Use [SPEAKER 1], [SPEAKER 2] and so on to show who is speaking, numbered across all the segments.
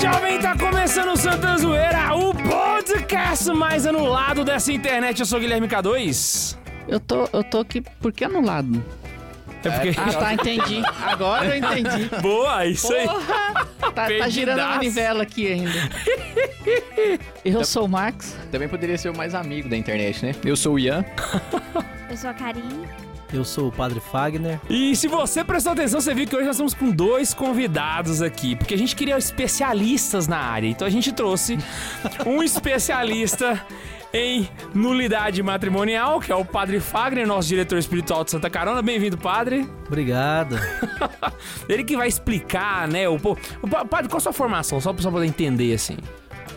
[SPEAKER 1] jovem, tá começando o Santa Zoeira, o podcast mais anulado dessa internet. Eu sou o Guilherme K2.
[SPEAKER 2] Eu tô, eu tô aqui, por que anulado?
[SPEAKER 1] É porque...
[SPEAKER 2] Ah, tá, entendi. Agora eu entendi.
[SPEAKER 1] Boa, isso aí.
[SPEAKER 2] Porra! Tá, tá girando
[SPEAKER 1] Perdidaço.
[SPEAKER 2] a manivela aqui ainda.
[SPEAKER 1] Tá-
[SPEAKER 2] Eu sou o Max.
[SPEAKER 3] Também poderia ser o mais amigo da internet, né? Eu sou o Ian.
[SPEAKER 4] Eu sou a Karine.
[SPEAKER 5] Eu sou o Padre Fagner.
[SPEAKER 1] E se você prestou atenção, você viu que hoje nós estamos com dois convidados aqui, porque a gente queria especialistas na área. Então a gente trouxe um especialista em nulidade matrimonial, que é o Padre Fagner, nosso diretor espiritual de Santa Carona. Bem-vindo, Padre.
[SPEAKER 5] Obrigado.
[SPEAKER 1] Ele que vai explicar, né? O, po- o pa- padre, qual a sua formação? Só pra só poder entender, assim.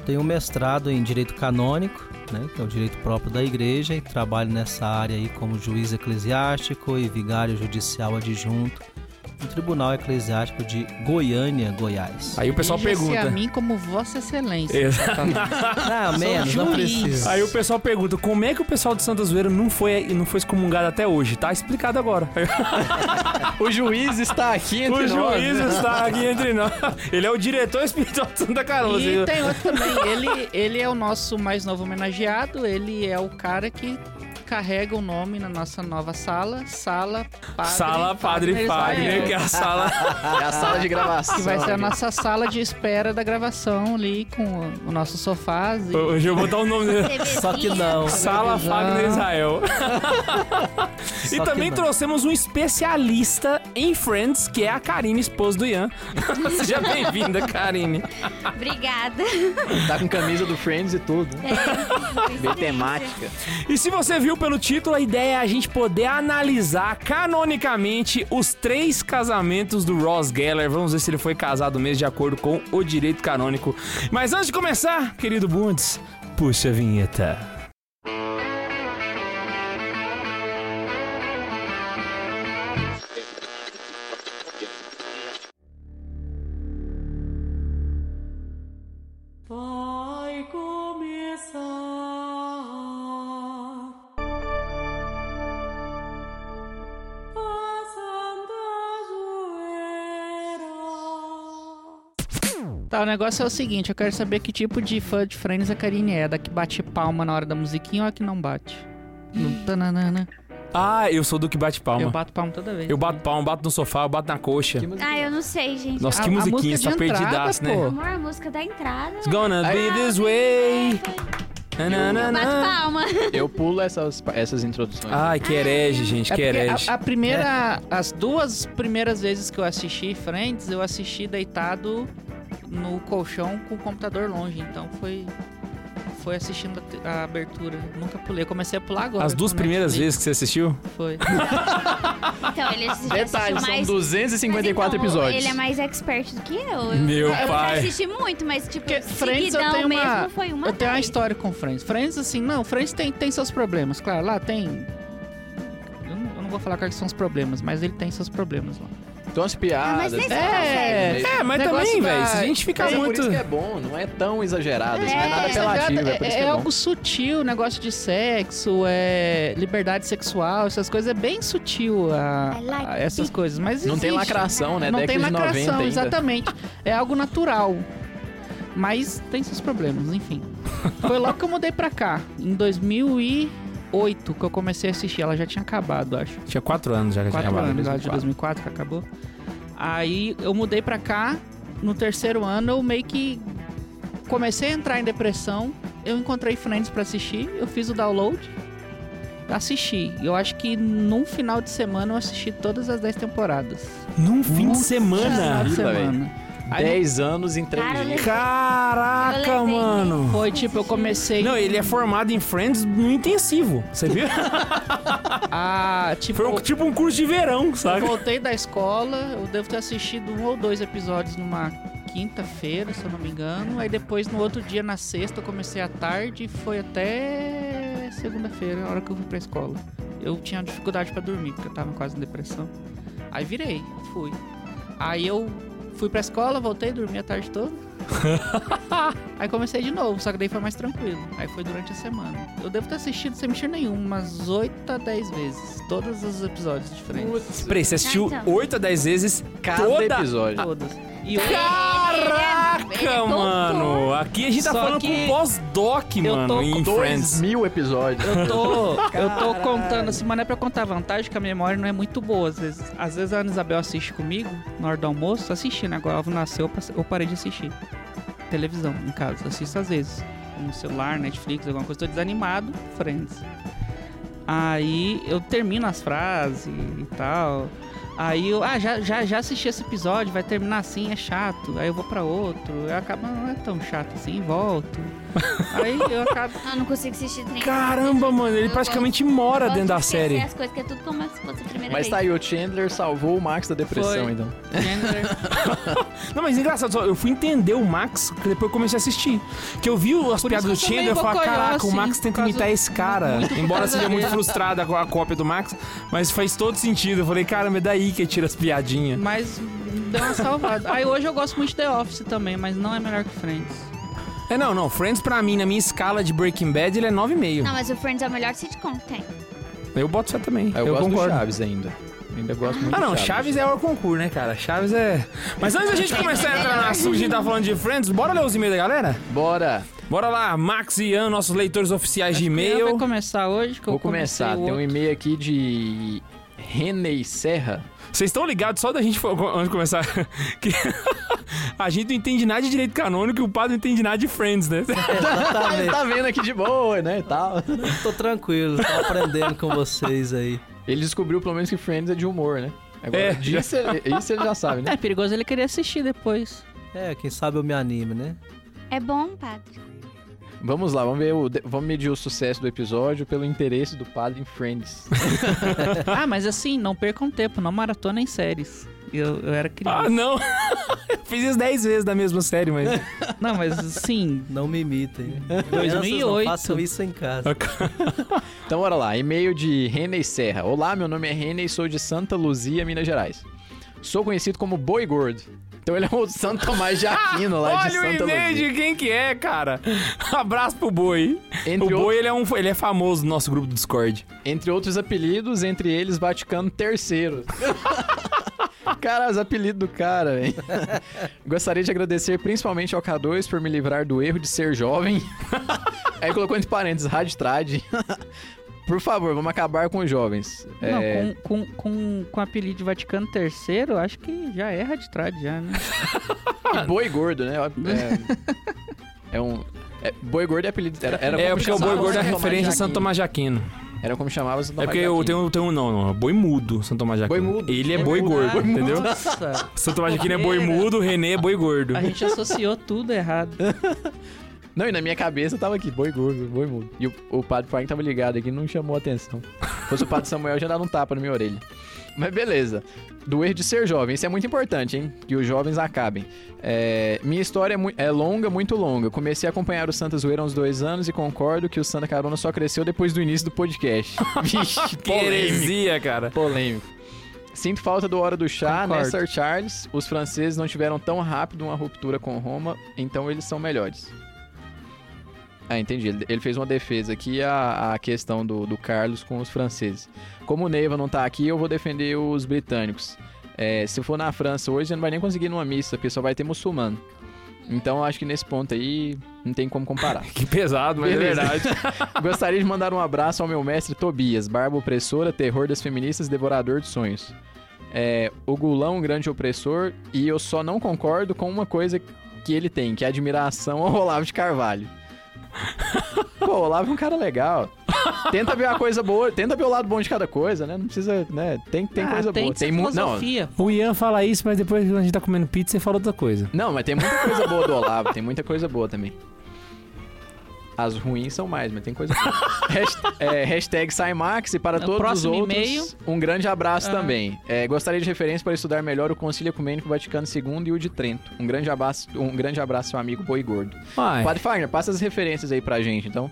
[SPEAKER 5] Tenho um mestrado em Direito Canônico, né, que é o direito próprio da igreja, e trabalho nessa área aí como juiz eclesiástico e vigário judicial adjunto no Tribunal Eclesiástico de Goiânia, Goiás.
[SPEAKER 1] Aí o pessoal
[SPEAKER 2] Dirija-se a
[SPEAKER 1] pergunta.
[SPEAKER 2] mim como Vossa Excelência.
[SPEAKER 1] Exato.
[SPEAKER 5] Ah,
[SPEAKER 1] um
[SPEAKER 5] menos, não
[SPEAKER 2] juiz.
[SPEAKER 5] precisa.
[SPEAKER 1] Aí o pessoal pergunta como é que o pessoal de Santa Zoeira não foi, não foi excomungado até hoje. Tá explicado agora.
[SPEAKER 3] O juiz está aqui entre
[SPEAKER 1] o
[SPEAKER 3] nós. né?
[SPEAKER 1] juiz está aqui entre nós. Ele é o diretor espiritual de Santa Carona.
[SPEAKER 2] E
[SPEAKER 1] assim.
[SPEAKER 2] tem outro também. Ele, ele é o nosso mais novo homenageado. Ele é o cara que carrega o nome na nossa nova sala. Sala Padre
[SPEAKER 1] Sala Padre Fagner, que é
[SPEAKER 2] Israel.
[SPEAKER 1] a sala.
[SPEAKER 3] É a sala de gravação.
[SPEAKER 2] Que vai ser a nossa sala de espera da gravação ali com o nosso sofá. e-
[SPEAKER 1] Hoje eu vou dar o nome dele.
[SPEAKER 5] Só que não.
[SPEAKER 1] Sala
[SPEAKER 2] Televisão.
[SPEAKER 1] Fagner Israel. e
[SPEAKER 5] Só que
[SPEAKER 1] também
[SPEAKER 5] não.
[SPEAKER 1] trouxemos um especialista em Friends, que é a Karine, esposa do Ian. Seja bem-vinda, Karine.
[SPEAKER 4] Obrigada. É,
[SPEAKER 3] Tá com camisa do Friends e tudo. né? Bem temática.
[SPEAKER 1] E se você viu pelo título, a ideia é a gente poder analisar canonicamente os três casamentos do Ross Geller. Vamos ver se ele foi casado mesmo de acordo com o direito canônico. Mas antes de começar, querido Bundes, puxa a vinheta.
[SPEAKER 6] Vai começar a Santa Zoeira.
[SPEAKER 2] Tá, o negócio é o seguinte, eu quero saber que tipo de fã de Friends a Karine é, da que bate palma na hora da musiquinha ou a que não bate? No tananana.
[SPEAKER 1] Ah, eu sou do que bate palma.
[SPEAKER 2] Eu bato palma toda vez.
[SPEAKER 1] Eu bato palma, bato no sofá, eu bato na coxa.
[SPEAKER 4] Ah, eu não sei, gente.
[SPEAKER 1] Nossa,
[SPEAKER 2] A-
[SPEAKER 1] que
[SPEAKER 2] a
[SPEAKER 1] musiquinha,
[SPEAKER 2] música
[SPEAKER 1] você tá
[SPEAKER 2] de entrada,
[SPEAKER 1] perdidaço,
[SPEAKER 2] pô.
[SPEAKER 1] né?
[SPEAKER 4] Amor, a música da entrada.
[SPEAKER 1] It's gonna be this way. Na, na,
[SPEAKER 4] Bate
[SPEAKER 1] na.
[SPEAKER 4] palma.
[SPEAKER 3] Eu pulo essas, essas introduções.
[SPEAKER 1] Ai, que herege, gente,
[SPEAKER 2] É
[SPEAKER 1] que
[SPEAKER 2] porque
[SPEAKER 1] herege.
[SPEAKER 2] a, a primeira. As duas primeiras vezes que eu assisti Friends, eu assisti deitado no colchão com o computador longe. Então foi. Foi assistindo a te- a, abertura. Nunca pulei. Eu comecei a pular agora.
[SPEAKER 1] As duas
[SPEAKER 2] com
[SPEAKER 1] primeiras
[SPEAKER 2] Netflix.
[SPEAKER 1] vezes que você assistiu?
[SPEAKER 2] Foi.
[SPEAKER 4] Então, ele assistiu
[SPEAKER 3] Detalhe, são
[SPEAKER 4] mais...
[SPEAKER 3] 254
[SPEAKER 4] Mas, então,
[SPEAKER 3] episódios.
[SPEAKER 4] Ele é mais expert do que eu.
[SPEAKER 1] Meu
[SPEAKER 4] eu,
[SPEAKER 1] pai.
[SPEAKER 4] Eu assisti muito, mas tipo,
[SPEAKER 2] Porque Friends eu
[SPEAKER 4] seguidão
[SPEAKER 2] tenho
[SPEAKER 4] mesmo
[SPEAKER 2] uma.
[SPEAKER 4] foi uma
[SPEAKER 2] eu tenho uma
[SPEAKER 4] vez.
[SPEAKER 2] história com Friends. Friends, assim, não, Friends tem, tem seus problemas. Claro, lá tem. Eu não, eu não vou falar quais são os problemas, mas ele tem seus problemas lá.
[SPEAKER 3] Então as
[SPEAKER 4] Ah, mas
[SPEAKER 3] piadas.
[SPEAKER 4] nem
[SPEAKER 3] né?
[SPEAKER 4] É,
[SPEAKER 3] Meio-
[SPEAKER 1] É, mas
[SPEAKER 2] Negócio
[SPEAKER 1] também,
[SPEAKER 2] da-
[SPEAKER 1] velho, se a gente ficar
[SPEAKER 3] Mas é por
[SPEAKER 1] muito...
[SPEAKER 3] isso que é bom, não é tão exagerado, assim, não
[SPEAKER 4] É,
[SPEAKER 3] é nada
[SPEAKER 4] é
[SPEAKER 3] apelativo,
[SPEAKER 2] é,
[SPEAKER 3] é por isso que
[SPEAKER 2] é
[SPEAKER 3] é bom.
[SPEAKER 2] algo sutil, negócio de sexo, é liberdade sexual, essas coisas. É bem sutil a,
[SPEAKER 4] I like
[SPEAKER 2] a- Ah, essas
[SPEAKER 4] it.
[SPEAKER 2] coisas. Mas
[SPEAKER 3] Não tem
[SPEAKER 2] existe.
[SPEAKER 3] lacração, né?
[SPEAKER 2] Não tem
[SPEAKER 3] Década de 90
[SPEAKER 2] lacração,
[SPEAKER 3] ainda.
[SPEAKER 2] exatamente. É algo natural. Mas tem seus problemas, enfim. Foi logo que eu mudei pra cá, em 2008, que eu comecei a assistir. Ela já tinha acabado, acho.
[SPEAKER 1] Tinha quatro anos já que a gente
[SPEAKER 2] Quatro
[SPEAKER 1] acabava.
[SPEAKER 2] anos, lá de 2004 que acabou. Aí eu mudei pra cá, no terceiro ano eu meio que comecei a entrar em depressão. Eu encontrei Friends pra assistir, eu fiz o download, assisti. Eu acho que num final de semana eu assisti todas as 10 temporadas.
[SPEAKER 1] Num fim de
[SPEAKER 2] Nossa,
[SPEAKER 1] semana.
[SPEAKER 2] Final de
[SPEAKER 3] Vida,
[SPEAKER 2] semana. Aí
[SPEAKER 3] 10 anos em 3
[SPEAKER 4] Cara,
[SPEAKER 3] dias.
[SPEAKER 1] Caraca,
[SPEAKER 4] Eu levei.
[SPEAKER 1] mano.
[SPEAKER 2] foi tipo, eu comecei
[SPEAKER 1] Não, ele é formado em Friends no intensivo, você viu?
[SPEAKER 2] a. Tipo,
[SPEAKER 1] Foi um- tipo um curso de verão,
[SPEAKER 2] Eu
[SPEAKER 1] sabe?
[SPEAKER 2] voltei da escola, eu devo ter assistido um ou dois episódios numa quinta-feira, se eu não me engano. Aí depois, no outro dia, na sexta, eu comecei à tarde e foi até segunda-feira, a hora que eu fui pra escola. Eu tinha dificuldade pra dormir, porque eu tava quase em depressão. Aí virei, fui. Aí eu fui pra escola, voltei, dormi a tarde toda. Aí comecei de novo, só que daí foi mais tranquilo. Aí foi durante a semana. Eu devo ter assistido sem mexer nenhum, umas 8 a 10 vezes. Todos os episódios diferentes.
[SPEAKER 3] Putz,
[SPEAKER 1] Peraí, você assistiu
[SPEAKER 4] Ah, então.
[SPEAKER 1] oito a dez vezes
[SPEAKER 3] cada
[SPEAKER 1] toda...
[SPEAKER 3] episódio.
[SPEAKER 2] Todas. E eu,
[SPEAKER 4] Ele é- ele é
[SPEAKER 1] Caraca,
[SPEAKER 4] doutor.
[SPEAKER 1] mano. Aqui a gente tá
[SPEAKER 2] Só
[SPEAKER 1] falando
[SPEAKER 2] que
[SPEAKER 1] com pós-doc,
[SPEAKER 2] eu tô
[SPEAKER 1] mano,
[SPEAKER 2] com
[SPEAKER 1] em
[SPEAKER 2] dois
[SPEAKER 1] Friends.
[SPEAKER 3] Mil episódios.
[SPEAKER 2] Eu tô, eu tô contando assim, mas não é pra eu contar vantagem, que a memória não é muito boa. Às vezes, às vezes a Ana Isabel assiste comigo, na hora do almoço, tô assistindo. Agora ela nasceu, eu passe- eu parei de assistir. Televisão, em casa, assisto às vezes. No celular, Netflix, alguma coisa, tô desanimado, Friends. Aí eu termino as frases e tal. Aí eu, ah, já, já, já assisti esse episódio, vai terminar assim, é chato. Aí eu vou pra outro, aí acaba, não é tão chato assim, volto. Aí eu acabo.
[SPEAKER 4] Ah, Eu não consigo assistir trem.
[SPEAKER 1] Caramba, mano, ele
[SPEAKER 4] Eu
[SPEAKER 1] praticamente mora
[SPEAKER 4] gosto
[SPEAKER 1] dentro
[SPEAKER 4] de
[SPEAKER 1] da
[SPEAKER 4] esquecer
[SPEAKER 1] série.
[SPEAKER 4] as coisas, que é tudo como se fosse a primeira
[SPEAKER 3] Mas
[SPEAKER 4] vez.
[SPEAKER 3] tá aí, o Chandler salvou o Max da depressão,
[SPEAKER 2] Foi.
[SPEAKER 3] então.
[SPEAKER 2] Gender.
[SPEAKER 1] Não, mas engraçado, só eu fui entender o Max que depois eu comecei a assistir. Que eu vi as
[SPEAKER 2] Por
[SPEAKER 1] piadas do
[SPEAKER 2] isso que eu sou
[SPEAKER 1] Chandler e
[SPEAKER 2] meio
[SPEAKER 1] falei,
[SPEAKER 2] bocoió,
[SPEAKER 1] caraca, o
[SPEAKER 2] assim,
[SPEAKER 1] Max tenta
[SPEAKER 2] por causa-
[SPEAKER 1] imitar esse cara.
[SPEAKER 2] muito por
[SPEAKER 1] Embora
[SPEAKER 2] causa
[SPEAKER 1] seja muito
[SPEAKER 2] dele.
[SPEAKER 1] frustrada com a cópia do Max, mas faz todo sentido. Eu falei, caramba, é daí que tira as piadinhas.
[SPEAKER 2] Mas deu uma salvada. Aí hoje eu gosto muito de The Office também, mas não é melhor que Friends.
[SPEAKER 1] É, não, não. Friends, pra mim, na minha escala de Breaking Bad, ele é 9,5.
[SPEAKER 4] Não, mas o Friends é o melhor sitcom que tem.
[SPEAKER 1] Eu boto fé também.
[SPEAKER 3] Ah,
[SPEAKER 1] Eu,
[SPEAKER 3] Eu, gosto
[SPEAKER 1] concordo.
[SPEAKER 3] do Chaves ainda. Ainda gosto muito
[SPEAKER 1] Ah, não,
[SPEAKER 3] do
[SPEAKER 1] Chaves é o concurso, né, cara? Chaves é. Mas antes da gente começar a entrar no assunto, a gente tá falando de Friends, bora ler os e-mails da galera?
[SPEAKER 3] Bora!
[SPEAKER 1] Bora lá, Max e Ian, nossos leitores oficiais de
[SPEAKER 2] Eu Vai
[SPEAKER 1] e-mail.
[SPEAKER 2] começar hoje, que eu
[SPEAKER 3] Vou começar.
[SPEAKER 2] comecei
[SPEAKER 3] Tem
[SPEAKER 2] o
[SPEAKER 3] um
[SPEAKER 2] outro.
[SPEAKER 3] e-mail aqui de Renei Serra.
[SPEAKER 1] Vocês estão ligados só da gente fo- antes de começar? Que a gente não entende nada de direito canônico e o padre não entende nada de Friends, né?
[SPEAKER 3] Ele
[SPEAKER 5] Exatamente.
[SPEAKER 3] tá vendo aqui de boa, né? e Tal.
[SPEAKER 5] Tô tranquilo, tô aprendendo com vocês aí.
[SPEAKER 3] Ele descobriu pelo menos que Friends é de humor, né? Agora,
[SPEAKER 1] É, já-
[SPEAKER 3] disso, ele- isso ele já sabe, né?
[SPEAKER 2] É perigoso ele querer assistir depois.
[SPEAKER 5] É, quem sabe eu me anime, né?
[SPEAKER 4] É bom, padre.
[SPEAKER 3] Vamos lá, vamos, ver o, vamos medir o sucesso do episódio pelo interesse do padre em Friends.
[SPEAKER 2] ah, mas assim, não percam tempo, não maratona em séries. Eu, eu era
[SPEAKER 1] Ah,
[SPEAKER 2] criança.
[SPEAKER 1] não! Eu fiz isso 10 vezes da mesma série, mas.
[SPEAKER 2] Não, mas assim,
[SPEAKER 5] Não me imitem.
[SPEAKER 2] 2008.
[SPEAKER 5] Crianças, Não façam isso em casa.
[SPEAKER 3] Então, bora lá. E-mail de Renei Serra. Olá, meu nome é Renei, sou de Santa Luzia, Minas Gerais. Sou conhecido como Boi Gordo. Então ele é o Santo Tomás de Aquino lá de
[SPEAKER 1] Olha o
[SPEAKER 3] Santa
[SPEAKER 1] e-mail
[SPEAKER 3] Luzia.
[SPEAKER 1] de quem que é, cara. Abraço pro Boi.
[SPEAKER 3] Entre
[SPEAKER 1] o
[SPEAKER 3] outros-
[SPEAKER 1] Boi, ele é, um, ele é famoso no nosso grupo do Discord.
[SPEAKER 3] Entre outros apelidos, entre eles Vaticano III. cara, os apelidos do cara, velho. Gostaria de agradecer principalmente ao K2 por me livrar do erro de ser jovem. Aí colocou entre parênteses, raditrade. por favor, vamos acabar com os jovens.
[SPEAKER 2] não,
[SPEAKER 3] É,
[SPEAKER 2] com, com, com, com o apelido de Vaticano III, eu acho que já erra de trás, já, né?
[SPEAKER 3] E boi gordo, né? É, é um. é, boi gordo é apelido. Era, era
[SPEAKER 1] é,
[SPEAKER 3] como
[SPEAKER 1] porque o Boi
[SPEAKER 3] chamava
[SPEAKER 1] Gordo é
[SPEAKER 3] Santo Tomás
[SPEAKER 1] referência a
[SPEAKER 3] de
[SPEAKER 1] Santo
[SPEAKER 3] Aquino.
[SPEAKER 1] Tomás de Aquino.
[SPEAKER 3] Era como chamava Santo
[SPEAKER 1] É
[SPEAKER 3] Tomás
[SPEAKER 1] porque
[SPEAKER 3] de
[SPEAKER 1] eu
[SPEAKER 3] Aquino.
[SPEAKER 1] tenho, tenho um, não, não. Boi mudo, Santo Tomás de Aquino.
[SPEAKER 3] Boi mudo. né?
[SPEAKER 1] Ele é Boi Gordo, entendeu?
[SPEAKER 2] Ah, Nossa,
[SPEAKER 1] Santo Tomás de Aquino é Boi mudo, René é Boi Gordo.
[SPEAKER 2] a gente associou tudo errado.
[SPEAKER 1] um
[SPEAKER 3] Não, e na minha cabeça tava aqui, boi gordo, boi mudo. E o, o padre Frank tava ligado aqui, não chamou atenção. Se fosse o padre Samuel, já dava um tapa na minha orelha. Mas beleza. Do erro de ser jovem, isso é muito importante, hein? Que os jovens acabem. É, minha história é, mui- é longa, muito longa. Comecei a acompanhar o Santa Zoeira há uns dois anos e concordo que o Santa Carona só cresceu depois do início do podcast. Vixe,
[SPEAKER 1] Que
[SPEAKER 3] polêmico.
[SPEAKER 1] heresia, cara.
[SPEAKER 3] Polêmico. Sinto falta do Hora do Chá,
[SPEAKER 2] Concordo.
[SPEAKER 3] né, Sir Charles? Os franceses não tiveram tão rápido uma ruptura com Roma, então eles são melhores. Ah, entendi. Ele, ele fez uma defesa aqui a, a questão do, do Carlos com os franceses. Como o Neiva não tá aqui, eu vou defender os britânicos. É, se for na França hoje, você não vai nem conseguir ir numa missa, porque só vai ter muçulmano. Então, eu acho que nesse ponto aí, não tem como comparar.
[SPEAKER 1] Que pesado, mas
[SPEAKER 3] Beleza.
[SPEAKER 1] é verdade.
[SPEAKER 3] Gostaria de mandar um abraço ao meu mestre Tobias, barba opressora, terror das feministas, devorador de sonhos. É, o Gulão, grande opressor, e eu só não concordo com uma coisa que ele tem, que é a admiração ao Olavo de Carvalho. Pô, o Olavo é um cara legal. Tenta ver a coisa boa, tenta ver o lado bom de cada coisa, né? Não precisa, né? Tem, tem
[SPEAKER 2] Ah,
[SPEAKER 3] coisa
[SPEAKER 2] tem
[SPEAKER 3] boa.
[SPEAKER 2] que ser
[SPEAKER 3] mu- não,
[SPEAKER 2] filosofia.
[SPEAKER 1] O Ian fala isso, mas depois quando a gente tá comendo pizza, você fala outra coisa.
[SPEAKER 3] não, mas tem muita coisa boa do Olavo, tem muita coisa boa também. As ruins são mais, mas tem coisa boa. Hasht- é, hashtag SaiMax e para
[SPEAKER 2] No
[SPEAKER 3] todos os
[SPEAKER 2] próximo
[SPEAKER 3] outros,
[SPEAKER 2] e-mail.
[SPEAKER 3] um grande abraço
[SPEAKER 2] Ah.
[SPEAKER 3] também. É, gostaria de referência para estudar melhor o Concílio Ecumênico Vaticano II e o de Trento. Um grande abraço, um grande abraço seu amigo Boi Gordo.
[SPEAKER 1] Uai,
[SPEAKER 3] Padre Fagner, passa as referências aí pra gente, então.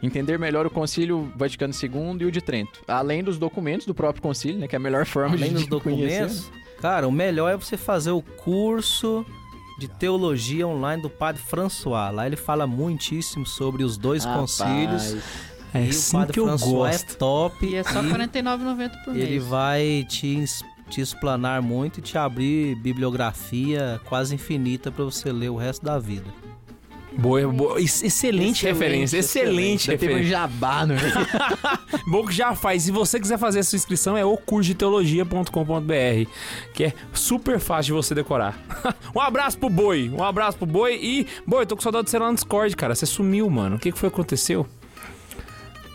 [SPEAKER 3] Entender melhor o Concílio Vaticano II e o de Trento. Além dos documentos do próprio concílio, né? Que é a melhor forma
[SPEAKER 5] Além
[SPEAKER 3] de
[SPEAKER 5] dos
[SPEAKER 3] de conhecer, né?
[SPEAKER 5] documentos, cara, o melhor é você fazer o curso de teologia online do Padre François. Lá ele fala muitíssimo sobre os dois
[SPEAKER 3] Rapaz.
[SPEAKER 5] concílios.
[SPEAKER 1] é
[SPEAKER 5] e o é
[SPEAKER 1] assim
[SPEAKER 5] Padre
[SPEAKER 1] que eu
[SPEAKER 5] François
[SPEAKER 1] gosto.
[SPEAKER 5] é top.
[SPEAKER 2] E é só
[SPEAKER 5] e
[SPEAKER 2] 49,90 por mês.
[SPEAKER 5] ele vai te, ins- te explanar muito e te abrir bibliografia quase infinita para você ler o resto da vida.
[SPEAKER 1] Boa, boa. Ex- Excelente, referência, excelente,
[SPEAKER 3] Teve um
[SPEAKER 1] referência.
[SPEAKER 3] jabá no meio.
[SPEAKER 1] Bom que já faz. Se você quiser fazer a sua inscrição, é ocurgeteologia.com.br, que é super fácil de você decorar. um abraço pro Boi, um abraço pro Boi e... Boi, eu tô com saudade de você lá no Discord, cara. Você sumiu, mano. O que, que foi que aconteceu?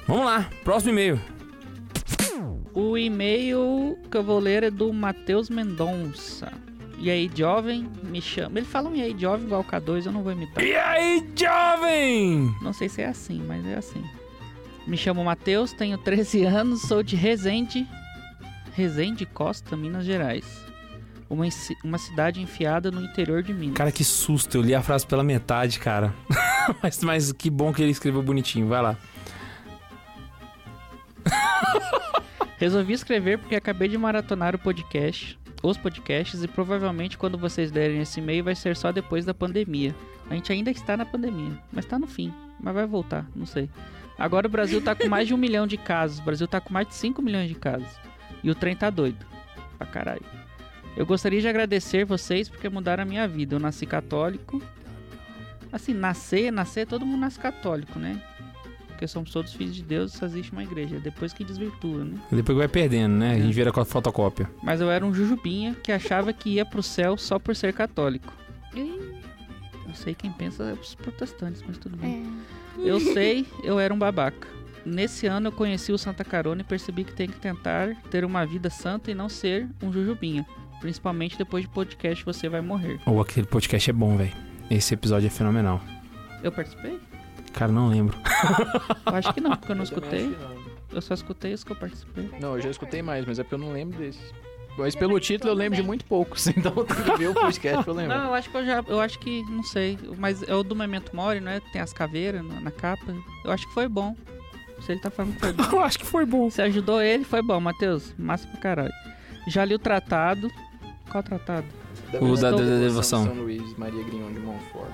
[SPEAKER 1] Vamos lá, próximo e-mail.
[SPEAKER 2] O e-mail que eu vou ler é do Matheus Mendonça. E aí, jovem, me chama. Ele fala um e aí, jovem, igual o K2, eu não vou imitar.
[SPEAKER 1] E aí, jovem?
[SPEAKER 2] Não sei se é assim, mas é assim. Me chamo Matheus, tenho 13 anos, sou de Resende, Resende Costa, Minas Gerais. Uma, enci- uma cidade enfiada no interior de Minas.
[SPEAKER 1] Cara, que susto. Eu li a frase pela metade, cara. mas, mas que bom que ele escreveu bonitinho. Vai lá.
[SPEAKER 2] Resolvi escrever porque acabei de maratonar o podcast, os podcasts, e provavelmente quando vocês derem esse e-mail vai ser só depois da pandemia. A gente ainda está na pandemia, mas está no fim. Mas vai voltar, não sei. Agora o Brasil tá com mais de um milhão de casos. O Brasil tá com mais de 5 milhões de casos. E o trem tá doido. Pra caralho. Eu gostaria de agradecer vocês porque mudaram a minha vida. Eu nasci católico. Assim, nascer, nascer, todo mundo nasce católico, né? Porque somos todos filhos de Deus e só existe uma igreja. Depois que desvirtua, né?
[SPEAKER 1] Depois vai perdendo, né? A gente vira com a fotocópia.
[SPEAKER 2] Mas eu era um jujubinha que achava que ia pro céu só por ser católico.
[SPEAKER 4] Ih,
[SPEAKER 2] Eu sei quem pensa é os protestantes, mas tudo bem.
[SPEAKER 4] é.
[SPEAKER 2] Eu sei, eu era um babaca. Nesse ano eu conheci o Santa Carona e percebi que tem que tentar ter uma vida santa e não ser um jujubinha. Principalmente depois de podcast Você Vai Morrer.
[SPEAKER 1] Ou aquele podcast é bom, velho. Esse episódio é fenomenal.
[SPEAKER 2] Eu participei?
[SPEAKER 1] Cara, não lembro.
[SPEAKER 2] Eu acho que não, porque eu não escutei. Eu só escutei os que eu participei.
[SPEAKER 3] Não, eu já escutei mais, mas é porque eu não lembro desses. Mas pelo título eu lembro de muito poucos, então eu tenho que ver o podcast pra eu lembrar.
[SPEAKER 2] Não, eu acho que eu já. Eu acho que. Não sei. Mas é o do Memento Mori, não é? Tem as caveiras na, na capa. Eu acho que foi bom. Se ele tá falando que foi bom.
[SPEAKER 1] Eu acho que foi bom.
[SPEAKER 2] Você ajudou ele, foi bom, Matheus. Massa pra caralho. Já li o tratado. Qual tratado?
[SPEAKER 1] O da- da- da devoção.
[SPEAKER 3] São Luís Maria Grignon de Montfort.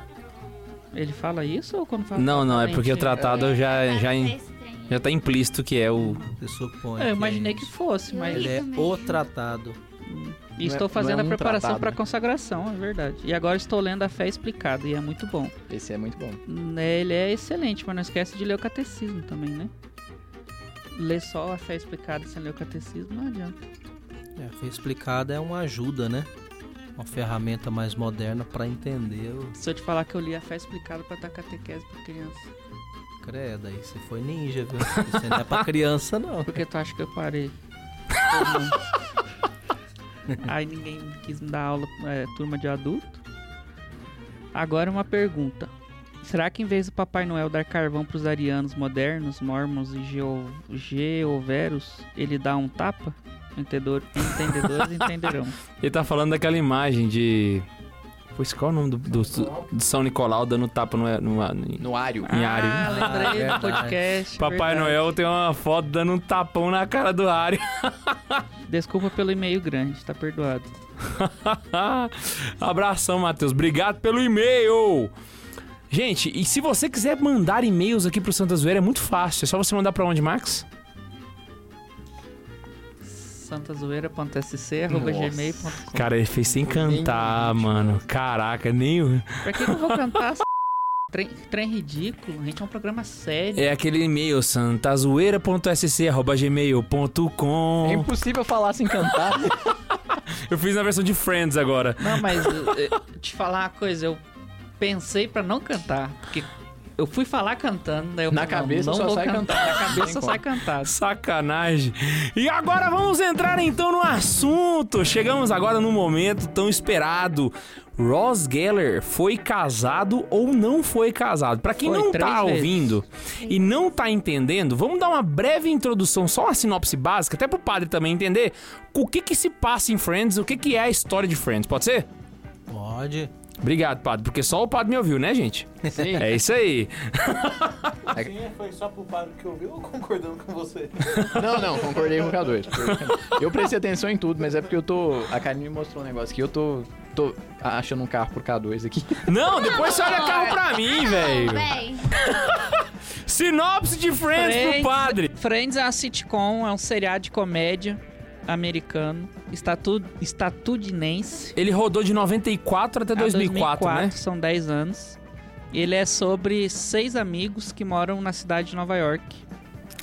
[SPEAKER 2] Ele fala isso ou quando fala
[SPEAKER 1] Não, não, é
[SPEAKER 2] tratado,
[SPEAKER 1] porque o
[SPEAKER 2] gente?
[SPEAKER 1] tratado Tá já, já, em-
[SPEAKER 4] Esse trem.
[SPEAKER 1] já tá implícito que é o.
[SPEAKER 5] Você supõe.
[SPEAKER 2] É, Eu imaginei
[SPEAKER 5] que
[SPEAKER 2] que fosse, mas.
[SPEAKER 5] ele é o tratado.
[SPEAKER 2] E estou
[SPEAKER 3] não é
[SPEAKER 2] fazendo a
[SPEAKER 3] um
[SPEAKER 2] preparação
[SPEAKER 3] tratado,
[SPEAKER 2] pra
[SPEAKER 3] né?
[SPEAKER 2] consagração, é verdade. E agora estou lendo a fé explicada, e é muito bom.
[SPEAKER 3] Esse é muito bom.
[SPEAKER 2] Né, Ele é excelente, mas não esquece de ler o catecismo também, né? Ler só a fé explicada sem ler o catecismo não adianta.
[SPEAKER 5] É, foi explicado, é uma ajuda, né? Uma ferramenta mais moderna para entender o
[SPEAKER 2] Se eu te falar que eu li a fé explicada pra dar catequese pra criança.
[SPEAKER 5] credo aí. Você foi ninja, viu? Isso não é pra criança, não.
[SPEAKER 2] Por que tu acha que eu parei? Aí ninguém quis me dar aula, é, turma de adulto. Agora uma pergunta. Será que em vez do Papai Noel dar carvão pros arianos modernos, mormons e geo, geoveros, ele dá um tapa? Entendedor, entendedores entenderão.
[SPEAKER 1] Ele tá falando daquela imagem de. Pois qual é o nome do, do- de São Nicolau dando tapa no. no- no-
[SPEAKER 3] No Ario.
[SPEAKER 1] Em Ari.
[SPEAKER 2] Ah, lembrei do
[SPEAKER 5] verdade.
[SPEAKER 2] podcast.
[SPEAKER 1] Papai
[SPEAKER 2] verdade.
[SPEAKER 1] Noel tem uma foto dando um tapão na cara do Ari.
[SPEAKER 2] Desculpa pelo e-mail grande, tá perdoado.
[SPEAKER 1] Ah, Abração, Matheus. Obrigado pelo e-mail. Gente, e se você quiser mandar e-mails aqui pro Santa Zoeira, é muito fácil. É só você mandar pra onde, Max?
[SPEAKER 2] santazoeira.sc.gmail.com
[SPEAKER 1] Cara, ele fez sem cantar, mano. Caraca, nem. o-
[SPEAKER 2] Pra que, que eu vou cantar essa trem, trem ridículo? A gente é um programa sério.
[SPEAKER 1] É aquele e-mail, santazoeira.sc.gmail.com.
[SPEAKER 3] É impossível falar sem cantar.
[SPEAKER 1] Eu fiz na versão de Friends agora.
[SPEAKER 2] Não, mas eh, eh, te falar uma coisa, eu pensei pra não cantar, porque eu fui falar cantando, daí eu
[SPEAKER 3] Na
[SPEAKER 2] falei, não,
[SPEAKER 3] cabeça
[SPEAKER 2] não
[SPEAKER 3] só
[SPEAKER 2] vou
[SPEAKER 3] sai
[SPEAKER 2] cantar.
[SPEAKER 3] cantado.
[SPEAKER 2] Na
[SPEAKER 3] Não
[SPEAKER 2] cabeça
[SPEAKER 3] tem
[SPEAKER 2] só
[SPEAKER 3] como.
[SPEAKER 2] sai cantado.
[SPEAKER 1] Sacanagem. E agora vamos entrar então no assunto. Chegamos agora no momento tão esperado. Ross Geller foi casado ou não foi casado? Pra quem
[SPEAKER 2] Foi,
[SPEAKER 1] não
[SPEAKER 2] três
[SPEAKER 1] tá
[SPEAKER 2] vezes.
[SPEAKER 1] ouvindo e não tá entendendo, vamos dar uma breve introdução, só uma sinopse básica, até pro padre também entender o que que se passa em Friends, o que que é a história de Friends, pode ser?
[SPEAKER 5] Pode.
[SPEAKER 1] Obrigado, padre, porque só o padre me ouviu, né, gente?
[SPEAKER 3] Sim.
[SPEAKER 1] É isso aí.
[SPEAKER 7] Sim, foi só pro padre que ouviu ou concordando com você?
[SPEAKER 3] Não, não, concordei com o K2. Eu prestei atenção em tudo, mas é porque eu tô. A Karine me mostrou um negócio que eu tô. tô achando um carro pro K2 aqui.
[SPEAKER 1] Não, depois você olha carro pra mim, velho.
[SPEAKER 4] Véi,
[SPEAKER 1] Sinopse de Friends pro padre.
[SPEAKER 2] Friends é uma sitcom, é um seriado de comédia americano, estatu, estatudinense.
[SPEAKER 1] Ele rodou de 94
[SPEAKER 3] É
[SPEAKER 1] até
[SPEAKER 2] a
[SPEAKER 1] 2004, né?
[SPEAKER 2] São 10 anos. E ele é sobre seis amigos que moram na cidade de Nova York.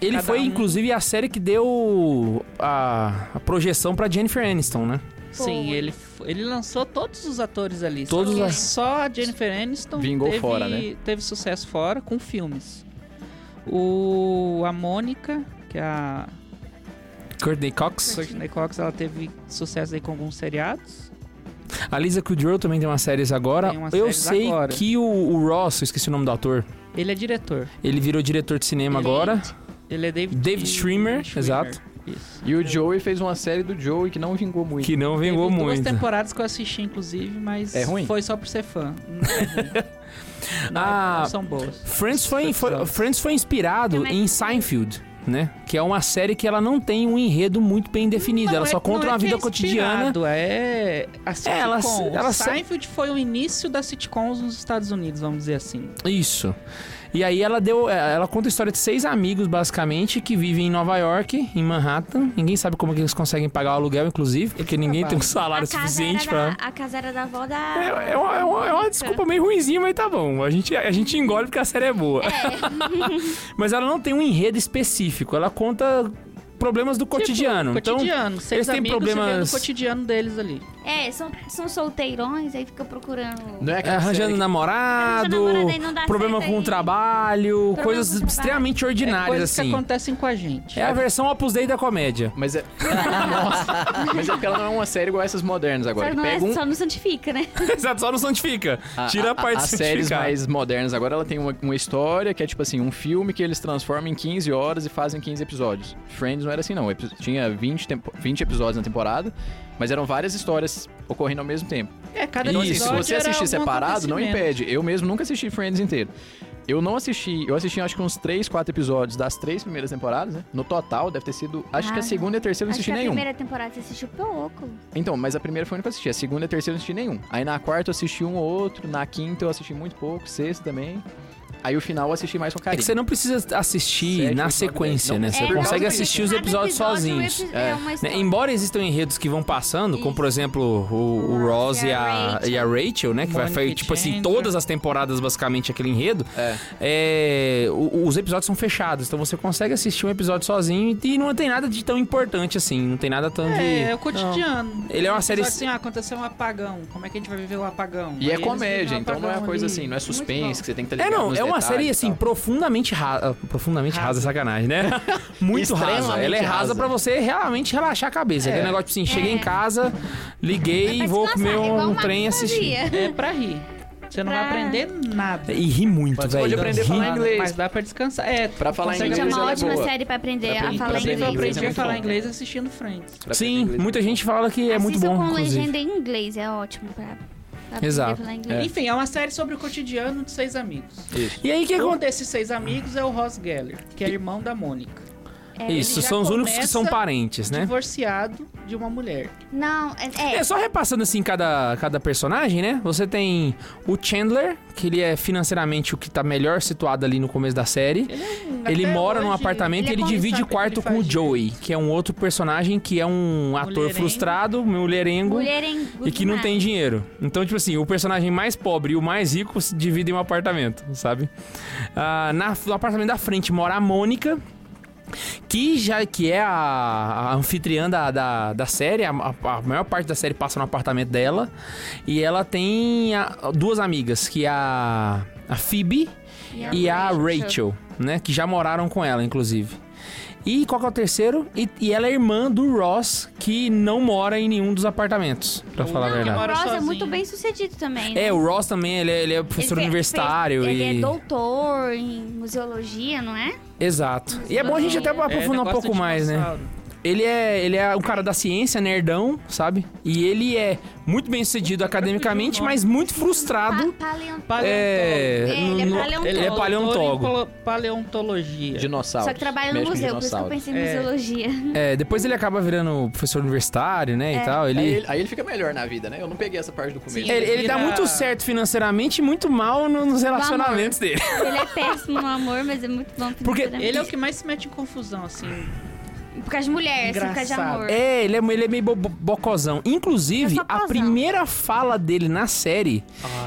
[SPEAKER 1] Ele
[SPEAKER 2] Cada
[SPEAKER 1] foi,
[SPEAKER 2] um.
[SPEAKER 1] inclusive, a série que deu a, a projeção pra Jennifer Aniston, né?
[SPEAKER 2] Sim, ele, f- ele lançou todos os atores ali. só
[SPEAKER 1] Todos
[SPEAKER 2] que
[SPEAKER 1] os-
[SPEAKER 2] Só a Jennifer Aniston
[SPEAKER 3] Vingou
[SPEAKER 2] teve,
[SPEAKER 3] fora, né?
[SPEAKER 2] teve sucesso fora com filmes. O, a Mônica, que é a
[SPEAKER 1] Courtney Cox.
[SPEAKER 2] Courtney Cox, ela teve sucesso aí com alguns seriados.
[SPEAKER 1] A Lisa Kudrow também tem umas séries agora.
[SPEAKER 2] Tem umas
[SPEAKER 1] eu
[SPEAKER 2] séries
[SPEAKER 1] sei
[SPEAKER 2] agora.
[SPEAKER 1] que o, o Ross, eu esqueci o nome do ator,
[SPEAKER 2] Ele é diretor.
[SPEAKER 1] ele virou diretor de cinema agora.
[SPEAKER 2] Ele é David,
[SPEAKER 1] David Schwimmer, exato.
[SPEAKER 2] Isso.
[SPEAKER 3] E o Joey fez uma série do Joey que não vingou muito.
[SPEAKER 1] Que não vingou
[SPEAKER 2] Teve
[SPEAKER 1] muito.
[SPEAKER 2] duas temporadas que eu assisti, inclusive, mas
[SPEAKER 3] É ruim?
[SPEAKER 2] foi só por ser fã. é Não,
[SPEAKER 1] Ah,
[SPEAKER 2] não são boas.
[SPEAKER 1] Friends foi, foi- Friends foi inspirado
[SPEAKER 4] Também.
[SPEAKER 1] em Seinfeld, né? Que é uma série que ela não tem um enredo muito bem definido.
[SPEAKER 2] Não
[SPEAKER 1] ela
[SPEAKER 2] é-
[SPEAKER 1] só
[SPEAKER 2] não
[SPEAKER 1] conta
[SPEAKER 2] é
[SPEAKER 1] uma
[SPEAKER 2] que
[SPEAKER 1] vida
[SPEAKER 2] é
[SPEAKER 1] cotidiana.
[SPEAKER 2] inspirado, É a sitcom.
[SPEAKER 1] ela- ela-
[SPEAKER 2] o Seinfeld foi o início das sitcoms nos Estados Unidos, vamos dizer assim.
[SPEAKER 1] Isso. E aí ela deu. é, Ela conta a história de seis amigos, basicamente, que vivem em Nova York, em Manhattan. Ninguém sabe como que eles conseguem pagar o aluguel, inclusive, porque ninguém tem um salário suficiente pra.
[SPEAKER 4] era da, a casa era da avó da.
[SPEAKER 1] É, é uma, é uma- é uma desculpa meio ruimzinha, mas tá bom. A gente, a gente engole porque a série é boa. mas ela não tem um enredo específico. Ela conta problemas do cotidiano. Então,
[SPEAKER 2] Tipo, cotidiano. Seis
[SPEAKER 1] eles têm
[SPEAKER 2] amigos
[SPEAKER 1] problemas-
[SPEAKER 2] vivendo o cotidiano deles ali.
[SPEAKER 4] É, são, são solteirões, aí fica procurando.
[SPEAKER 3] Não é
[SPEAKER 2] né,
[SPEAKER 1] Então,
[SPEAKER 3] aquela
[SPEAKER 1] arranjando
[SPEAKER 3] série
[SPEAKER 1] namorado,
[SPEAKER 4] Arranjando namorado aí não dá
[SPEAKER 1] problema
[SPEAKER 4] certo
[SPEAKER 1] com o
[SPEAKER 4] aí.
[SPEAKER 1] trabalho,
[SPEAKER 4] Problema com o
[SPEAKER 1] coisas
[SPEAKER 4] trabalho.
[SPEAKER 1] extremamente
[SPEAKER 2] É
[SPEAKER 1] ordinárias,
[SPEAKER 2] coisas que
[SPEAKER 1] assim.
[SPEAKER 2] acontecem com a gente.
[SPEAKER 1] É a versão Opus Dei da comédia.
[SPEAKER 3] que- Mas é... Nossa. Mas é porque ela não é uma série igual essas modernas agora.
[SPEAKER 4] Só
[SPEAKER 3] que
[SPEAKER 4] não, é,
[SPEAKER 3] pega um-
[SPEAKER 4] só não santifica, né?
[SPEAKER 1] Exato, só não santifica.
[SPEAKER 3] a-
[SPEAKER 1] Tira a parte
[SPEAKER 3] As séries
[SPEAKER 1] santificada.
[SPEAKER 3] mais modernas agora, ela tem uma, uma história que é tipo assim, um filme que eles transformam em 15 horas e fazem 15 episódios. Friends não era assim não, Epi- tinha 20, tempo- 20 episódios na temporada, mas eram várias histórias ocorrendo ao mesmo tempo.
[SPEAKER 2] É, cada
[SPEAKER 3] Então,
[SPEAKER 1] Isso.
[SPEAKER 3] assim, se
[SPEAKER 2] episódio
[SPEAKER 3] você
[SPEAKER 2] era
[SPEAKER 3] assistir
[SPEAKER 2] algum
[SPEAKER 3] separado, não
[SPEAKER 2] acontecimento.
[SPEAKER 3] impede. Eu mesmo nunca assisti Friends inteiro. Eu não assisti, eu assisti acho que uns 3, 4 episódios das três primeiras temporadas, né? No total, deve ter sido. Acho que
[SPEAKER 4] Ah,
[SPEAKER 3] a segunda e a terceira eu não
[SPEAKER 4] Acho
[SPEAKER 3] assisti
[SPEAKER 4] que a
[SPEAKER 3] nenhum.
[SPEAKER 4] primeira temporada você assistiu pouco.
[SPEAKER 3] Então, mas a primeira foi a única que eu assisti. A segunda e a terceira eu não assisti nenhum. Aí na quarta eu assisti um ou outro, na quinta eu assisti muito pouco, sexta também. Aí o final eu assisti mais com
[SPEAKER 1] É
[SPEAKER 3] carinho.
[SPEAKER 1] que você não precisa assistir
[SPEAKER 3] Sete,
[SPEAKER 1] na
[SPEAKER 3] oito,
[SPEAKER 1] sequência,
[SPEAKER 3] nove,
[SPEAKER 1] né?
[SPEAKER 3] dez.
[SPEAKER 1] Você
[SPEAKER 3] É, não,
[SPEAKER 1] consegue
[SPEAKER 3] porque
[SPEAKER 1] assistir os
[SPEAKER 4] cada
[SPEAKER 1] episódios
[SPEAKER 4] episódio, um
[SPEAKER 1] sozinhos.
[SPEAKER 4] epi- É, uma
[SPEAKER 1] Né?
[SPEAKER 4] história.
[SPEAKER 1] Embora existam enredos que vão passando, como por exemplo o, o Ross e a, e a Rachel, né? Que vai,
[SPEAKER 2] Monica
[SPEAKER 1] foi, tipo assim,
[SPEAKER 2] Chandler.
[SPEAKER 1] todas as temporadas basicamente aquele enredo.
[SPEAKER 3] É.
[SPEAKER 1] é, o- os episódios são fechados, então você consegue assistir um episódio sozinho e não tem nada de tão importante assim, não tem nada tão
[SPEAKER 2] É, é
[SPEAKER 1] de.
[SPEAKER 2] o cotidiano.
[SPEAKER 1] Ele é uma série-
[SPEAKER 2] Só assim, ah, aconteceu um apagão. Como é que a gente vai viver o apagão?
[SPEAKER 3] E
[SPEAKER 2] Aí
[SPEAKER 3] é
[SPEAKER 2] eles
[SPEAKER 3] comédia,
[SPEAKER 2] vivem um
[SPEAKER 3] então não é uma
[SPEAKER 2] apagão
[SPEAKER 3] coisa
[SPEAKER 2] ali.
[SPEAKER 3] assim, não é
[SPEAKER 2] Muito
[SPEAKER 3] suspense
[SPEAKER 2] bom.
[SPEAKER 3] que você tem que estar
[SPEAKER 1] É,
[SPEAKER 3] ligado
[SPEAKER 1] não,
[SPEAKER 3] nos
[SPEAKER 1] é uma
[SPEAKER 3] detalhes
[SPEAKER 1] série
[SPEAKER 3] e
[SPEAKER 1] assim,
[SPEAKER 3] tal.
[SPEAKER 1] profundamente rasa. Profundamente rasa, é sacanagem, né? Muito rasa.
[SPEAKER 3] Extremamente
[SPEAKER 1] Ela é rasa
[SPEAKER 3] rasa.
[SPEAKER 1] pra você realmente relaxar a cabeça. É. Aquele negócio tipo assim, cheguei em casa, liguei,
[SPEAKER 4] Pra
[SPEAKER 1] vou
[SPEAKER 4] descansar, é
[SPEAKER 1] comer
[SPEAKER 4] igual o
[SPEAKER 1] um
[SPEAKER 4] Marcos
[SPEAKER 1] trem e assistir.
[SPEAKER 4] fazia.
[SPEAKER 2] É pra rir. Você não vai
[SPEAKER 4] Pra-
[SPEAKER 2] aprender nada.
[SPEAKER 1] E ri muito,
[SPEAKER 3] Mas
[SPEAKER 1] velho.
[SPEAKER 3] pode aprender a falar
[SPEAKER 1] Ri-
[SPEAKER 3] inglês.
[SPEAKER 2] Mas dá pra descansar. É,
[SPEAKER 3] Pra falar
[SPEAKER 2] consegue
[SPEAKER 3] inglês,
[SPEAKER 4] Gente, é
[SPEAKER 3] ela
[SPEAKER 4] uma
[SPEAKER 3] é
[SPEAKER 4] ótima
[SPEAKER 3] boa.
[SPEAKER 4] série pra aprender
[SPEAKER 3] Pra
[SPEAKER 4] a
[SPEAKER 3] aprender-
[SPEAKER 4] falar
[SPEAKER 3] pra aprender
[SPEAKER 2] Eu
[SPEAKER 3] a
[SPEAKER 4] inglês.
[SPEAKER 2] aprendi
[SPEAKER 3] é
[SPEAKER 2] a
[SPEAKER 3] muito
[SPEAKER 2] falar
[SPEAKER 3] bom.
[SPEAKER 2] inglês assistindo Friends.
[SPEAKER 3] Pra aprender
[SPEAKER 1] Sim,
[SPEAKER 3] inglês né?
[SPEAKER 1] muita
[SPEAKER 3] bom.
[SPEAKER 1] gente fala que é muito
[SPEAKER 4] Assistam
[SPEAKER 1] bom,
[SPEAKER 4] com
[SPEAKER 1] inclusive.
[SPEAKER 4] legenda em inglês, é ótimo pra, pra aprender
[SPEAKER 1] Exato.
[SPEAKER 4] a falar inglês.
[SPEAKER 2] Enfim, é uma série sobre o cotidiano de seis amigos.
[SPEAKER 3] Isso.
[SPEAKER 1] E aí, o que
[SPEAKER 2] Um
[SPEAKER 1] acontece?
[SPEAKER 2] desses seis amigos é o Ross Geller, que é irmão da Mônica.
[SPEAKER 4] É,
[SPEAKER 1] Isso,
[SPEAKER 2] já
[SPEAKER 1] são os únicos que são
[SPEAKER 2] começa
[SPEAKER 1] parentes, né?
[SPEAKER 2] Divorciado de uma mulher.
[SPEAKER 4] Não, é,
[SPEAKER 1] É
[SPEAKER 4] é,
[SPEAKER 1] só repassando assim cada, cada personagem, né? Você tem o Chandler, que ele é financeiramente o que tá melhor situado ali no começo da série.
[SPEAKER 2] Ele, é um-
[SPEAKER 1] Ele
[SPEAKER 2] até
[SPEAKER 1] mora num
[SPEAKER 2] hoje,
[SPEAKER 1] apartamento e
[SPEAKER 4] ele é
[SPEAKER 1] ele
[SPEAKER 4] bom em
[SPEAKER 1] divide
[SPEAKER 4] saber o que
[SPEAKER 1] quarto
[SPEAKER 2] ele
[SPEAKER 1] com o
[SPEAKER 2] faz
[SPEAKER 1] Joey, que é um outro personagem que é um ator
[SPEAKER 2] Mulherengo.
[SPEAKER 1] frustrado, mulherengo.
[SPEAKER 4] mulher em
[SPEAKER 1] E que não tem dinheiro. Então, tipo assim, o personagem mais pobre e o mais rico se dividem um apartamento, sabe? Ah, na, no apartamento da frente mora a Mônica, que já que é a, a anfitriã da, da, da série, a, a- a maior parte da série passa no apartamento dela. E ela tem a- duas amigas, que é a, a Phoebe e a Rachel, né? Que já moraram com ela, inclusive. E qual que é o terceiro? E, e ela é irmã do Ross, que não mora em nenhum dos apartamentos, pra falar a
[SPEAKER 4] Não, o
[SPEAKER 1] verdade.
[SPEAKER 2] mora
[SPEAKER 4] Ross é
[SPEAKER 2] sozinho.
[SPEAKER 4] muito bem sucedido também. né?
[SPEAKER 1] É, o Ross também, ele é, ele é professor
[SPEAKER 4] Ele fe-
[SPEAKER 1] universitário
[SPEAKER 4] fez-
[SPEAKER 1] e...
[SPEAKER 4] Ele é doutor em museologia, não é?
[SPEAKER 1] Exato. E é bom a gente até
[SPEAKER 2] É,
[SPEAKER 1] aprofundar um
[SPEAKER 2] negócio
[SPEAKER 1] pouco
[SPEAKER 2] de
[SPEAKER 1] mais, né?
[SPEAKER 2] dinossauro.
[SPEAKER 1] Ele é, ele é um cara da ciência, nerdão, sabe? E ele é muito bem sucedido academicamente, mas muito frustrado.
[SPEAKER 4] Pa- paleon-
[SPEAKER 1] É,
[SPEAKER 4] É, ele é
[SPEAKER 1] no-
[SPEAKER 4] paleontólogo.
[SPEAKER 1] ele é
[SPEAKER 2] doutor em
[SPEAKER 1] paleontólogo.
[SPEAKER 2] palo- Paleontologia.
[SPEAKER 3] Dinossauro.
[SPEAKER 4] Só que trabalha no museu, por isso que eu pensei em
[SPEAKER 2] É.
[SPEAKER 4] museologia.
[SPEAKER 1] É, depois ele acaba virando professor universitário, né?
[SPEAKER 4] É.
[SPEAKER 1] E tal.
[SPEAKER 3] Aí ele, aí ele fica melhor na vida, né? Eu não peguei essa parte do começo.
[SPEAKER 2] Sim.
[SPEAKER 1] Ele, ele dá
[SPEAKER 2] Vira-
[SPEAKER 1] muito certo financeiramente e muito mal no- nos relacionamentos dele.
[SPEAKER 4] Ele é péssimo no amor, mas é muito bom
[SPEAKER 1] Porque é
[SPEAKER 4] financeiramente.
[SPEAKER 2] Ele é o que mais se mete em confusão, assim.
[SPEAKER 4] Por causa de mulher, assim, por causa de
[SPEAKER 2] Engraçado.
[SPEAKER 4] amor.
[SPEAKER 1] É, ele é, ele é meio bo- bocozão. Inclusive,
[SPEAKER 4] É só
[SPEAKER 1] a
[SPEAKER 4] cozão.
[SPEAKER 1] primeira fala dele na série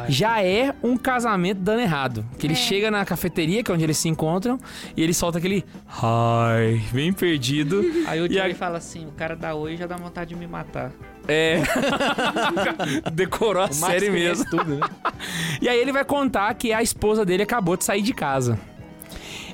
[SPEAKER 1] já é um casamento dando errado. Que ele
[SPEAKER 4] É.
[SPEAKER 1] chega na cafeteria, que é onde eles se encontram, e ele solta aquele ai, bem perdido.
[SPEAKER 2] Aí o
[SPEAKER 1] E
[SPEAKER 2] Joey
[SPEAKER 1] a-
[SPEAKER 2] fala assim, o cara dá oi e já dá vontade de me matar.
[SPEAKER 1] É. Decorou a série mesmo.
[SPEAKER 3] tudo, né?
[SPEAKER 1] E aí ele vai contar que a esposa dele acabou de sair de casa.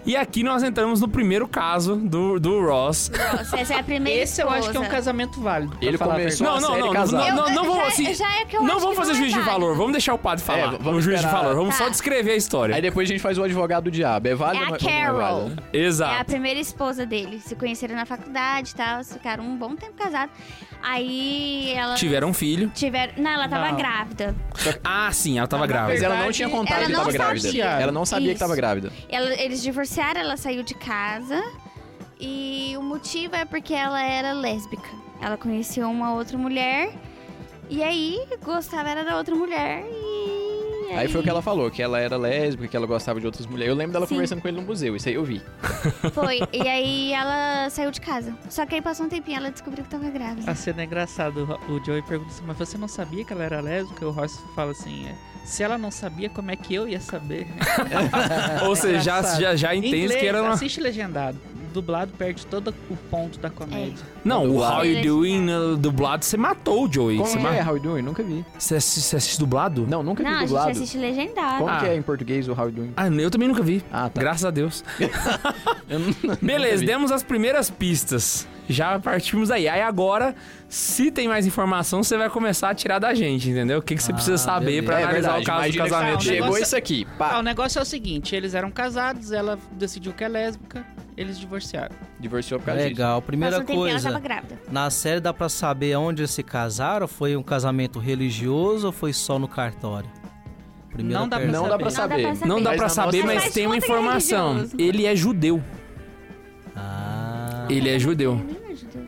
[SPEAKER 1] E aqui nós entramos no primeiro caso do, do Ross.
[SPEAKER 4] Nossa, essa é a primeira
[SPEAKER 2] Esse eu acho que é um
[SPEAKER 4] esposa.
[SPEAKER 2] casamento válido. pra
[SPEAKER 3] Ele
[SPEAKER 2] falar a
[SPEAKER 3] começou
[SPEAKER 2] verdade.
[SPEAKER 1] Não, não,
[SPEAKER 3] a É série
[SPEAKER 1] não, não,
[SPEAKER 3] casado.
[SPEAKER 1] não, não vou,
[SPEAKER 4] já,
[SPEAKER 1] assim,
[SPEAKER 4] já é que eu
[SPEAKER 1] não
[SPEAKER 4] acho
[SPEAKER 1] vamos
[SPEAKER 4] que
[SPEAKER 1] fazer
[SPEAKER 4] não é
[SPEAKER 1] juiz de
[SPEAKER 4] válido.
[SPEAKER 1] valor, vamos deixar o padre
[SPEAKER 3] É,
[SPEAKER 1] falar.
[SPEAKER 3] v-
[SPEAKER 1] um
[SPEAKER 3] vamos
[SPEAKER 1] juiz de
[SPEAKER 3] esperar.
[SPEAKER 1] valor, vamos
[SPEAKER 4] Tá.
[SPEAKER 1] só descrever a história.
[SPEAKER 3] Aí depois a gente faz o advogado do diabo. É válido
[SPEAKER 4] É a
[SPEAKER 3] ou não é
[SPEAKER 4] Carol.
[SPEAKER 3] válido?
[SPEAKER 4] É a
[SPEAKER 1] Exato.
[SPEAKER 4] primeira esposa dele. Se conheceram na faculdade e tal, ficaram um bom tempo casados. Aí ela.
[SPEAKER 1] Tiveram um filho.
[SPEAKER 4] Tiveram... Não, ela tava
[SPEAKER 2] Não.
[SPEAKER 4] grávida.
[SPEAKER 1] Ah, sim, ela tava
[SPEAKER 2] Mas na
[SPEAKER 3] Mas
[SPEAKER 1] grávida.
[SPEAKER 3] ela não
[SPEAKER 2] verdade,
[SPEAKER 3] tinha contado
[SPEAKER 4] ela
[SPEAKER 3] que
[SPEAKER 4] não
[SPEAKER 3] tava grávida.
[SPEAKER 2] sabia.
[SPEAKER 3] Ela não sabia que
[SPEAKER 4] Isso.
[SPEAKER 3] tava grávida.
[SPEAKER 4] Ela- eles divorciaram, ela saiu de casa. E o motivo é porque ela era lésbica. Ela conheceu uma outra mulher. E aí, gostava era da outra mulher. E.
[SPEAKER 3] Aí foi o que ela falou, que ela era lésbica, que ela gostava de outras mulheres. Eu lembro dela
[SPEAKER 4] Sim.
[SPEAKER 3] conversando com ele no museu, isso aí eu vi.
[SPEAKER 4] Foi. E aí ela saiu de casa. Só que aí passou um tempinho, ela descobriu que tava grávida.
[SPEAKER 2] A cena é engraçada. O o Joey pergunta assim, mas você não sabia que ela era lésbica? O Ross fala assim, é, se ela não sabia, como é que eu ia saber?
[SPEAKER 1] Ou seja, já,
[SPEAKER 2] engraçado.
[SPEAKER 1] já, já entende
[SPEAKER 2] Inglês,
[SPEAKER 1] que era
[SPEAKER 4] assim.
[SPEAKER 1] uma.
[SPEAKER 2] assiste legendado. Dublado perde todo o ponto da comédia.
[SPEAKER 1] Não, o How You
[SPEAKER 4] Dublado.
[SPEAKER 1] Doing
[SPEAKER 4] né?
[SPEAKER 1] uh, dublado, você matou o Joey. Você,
[SPEAKER 3] Como que
[SPEAKER 1] ma-
[SPEAKER 3] é How You Doing? Nunca vi.
[SPEAKER 1] você assi- você assiste dublado?
[SPEAKER 3] Não, nunca
[SPEAKER 4] Não,
[SPEAKER 3] vi
[SPEAKER 4] a gente
[SPEAKER 3] dublado.
[SPEAKER 4] assiste legendado.
[SPEAKER 3] Como
[SPEAKER 1] Ah.
[SPEAKER 3] que é em português o How You Doing?
[SPEAKER 1] Ah, eu também nunca vi.
[SPEAKER 3] Ah, tá.
[SPEAKER 1] Graças a Deus.
[SPEAKER 3] Eu não-
[SPEAKER 1] Beleza,
[SPEAKER 3] vi.
[SPEAKER 1] demos as primeiras pistas. Já partimos daí. Aí agora, se tem mais informação, você vai começar a tirar da gente, entendeu? O que, que você
[SPEAKER 5] Ah,
[SPEAKER 1] precisa saber
[SPEAKER 5] beleza.
[SPEAKER 1] pra
[SPEAKER 5] É
[SPEAKER 1] analisar o caso do
[SPEAKER 3] imagina que
[SPEAKER 1] casamento
[SPEAKER 2] tá, o
[SPEAKER 1] dele?
[SPEAKER 3] Chegou
[SPEAKER 2] negócio-
[SPEAKER 3] isso aqui,
[SPEAKER 2] Ah,
[SPEAKER 3] pá.
[SPEAKER 2] o negócio é o seguinte, eles eram casados, ela decidiu que é lésbica, eles divorciaram.
[SPEAKER 3] Divorciou por causa disso.
[SPEAKER 5] Legal. Primeira
[SPEAKER 4] passou um tempinho, ela
[SPEAKER 5] coisa,
[SPEAKER 4] tava grávida.
[SPEAKER 5] na série dá pra saber onde eles se casaram? Foi um casamento religioso ou foi só no cartório? Primeira
[SPEAKER 2] Não dá pra
[SPEAKER 5] pergunta.
[SPEAKER 3] Não dá pra
[SPEAKER 4] Não dá
[SPEAKER 3] saber.
[SPEAKER 4] pra saber.
[SPEAKER 1] Não dá
[SPEAKER 3] Mas
[SPEAKER 1] pra
[SPEAKER 3] na
[SPEAKER 1] saber,
[SPEAKER 3] nossa-
[SPEAKER 1] mas
[SPEAKER 4] Mas
[SPEAKER 1] tem uma
[SPEAKER 4] conta que ele é
[SPEAKER 1] informação.
[SPEAKER 4] religioso.
[SPEAKER 1] Ele é judeu.
[SPEAKER 5] Ah,
[SPEAKER 1] Ele é judeu.
[SPEAKER 4] Ele não é judeu.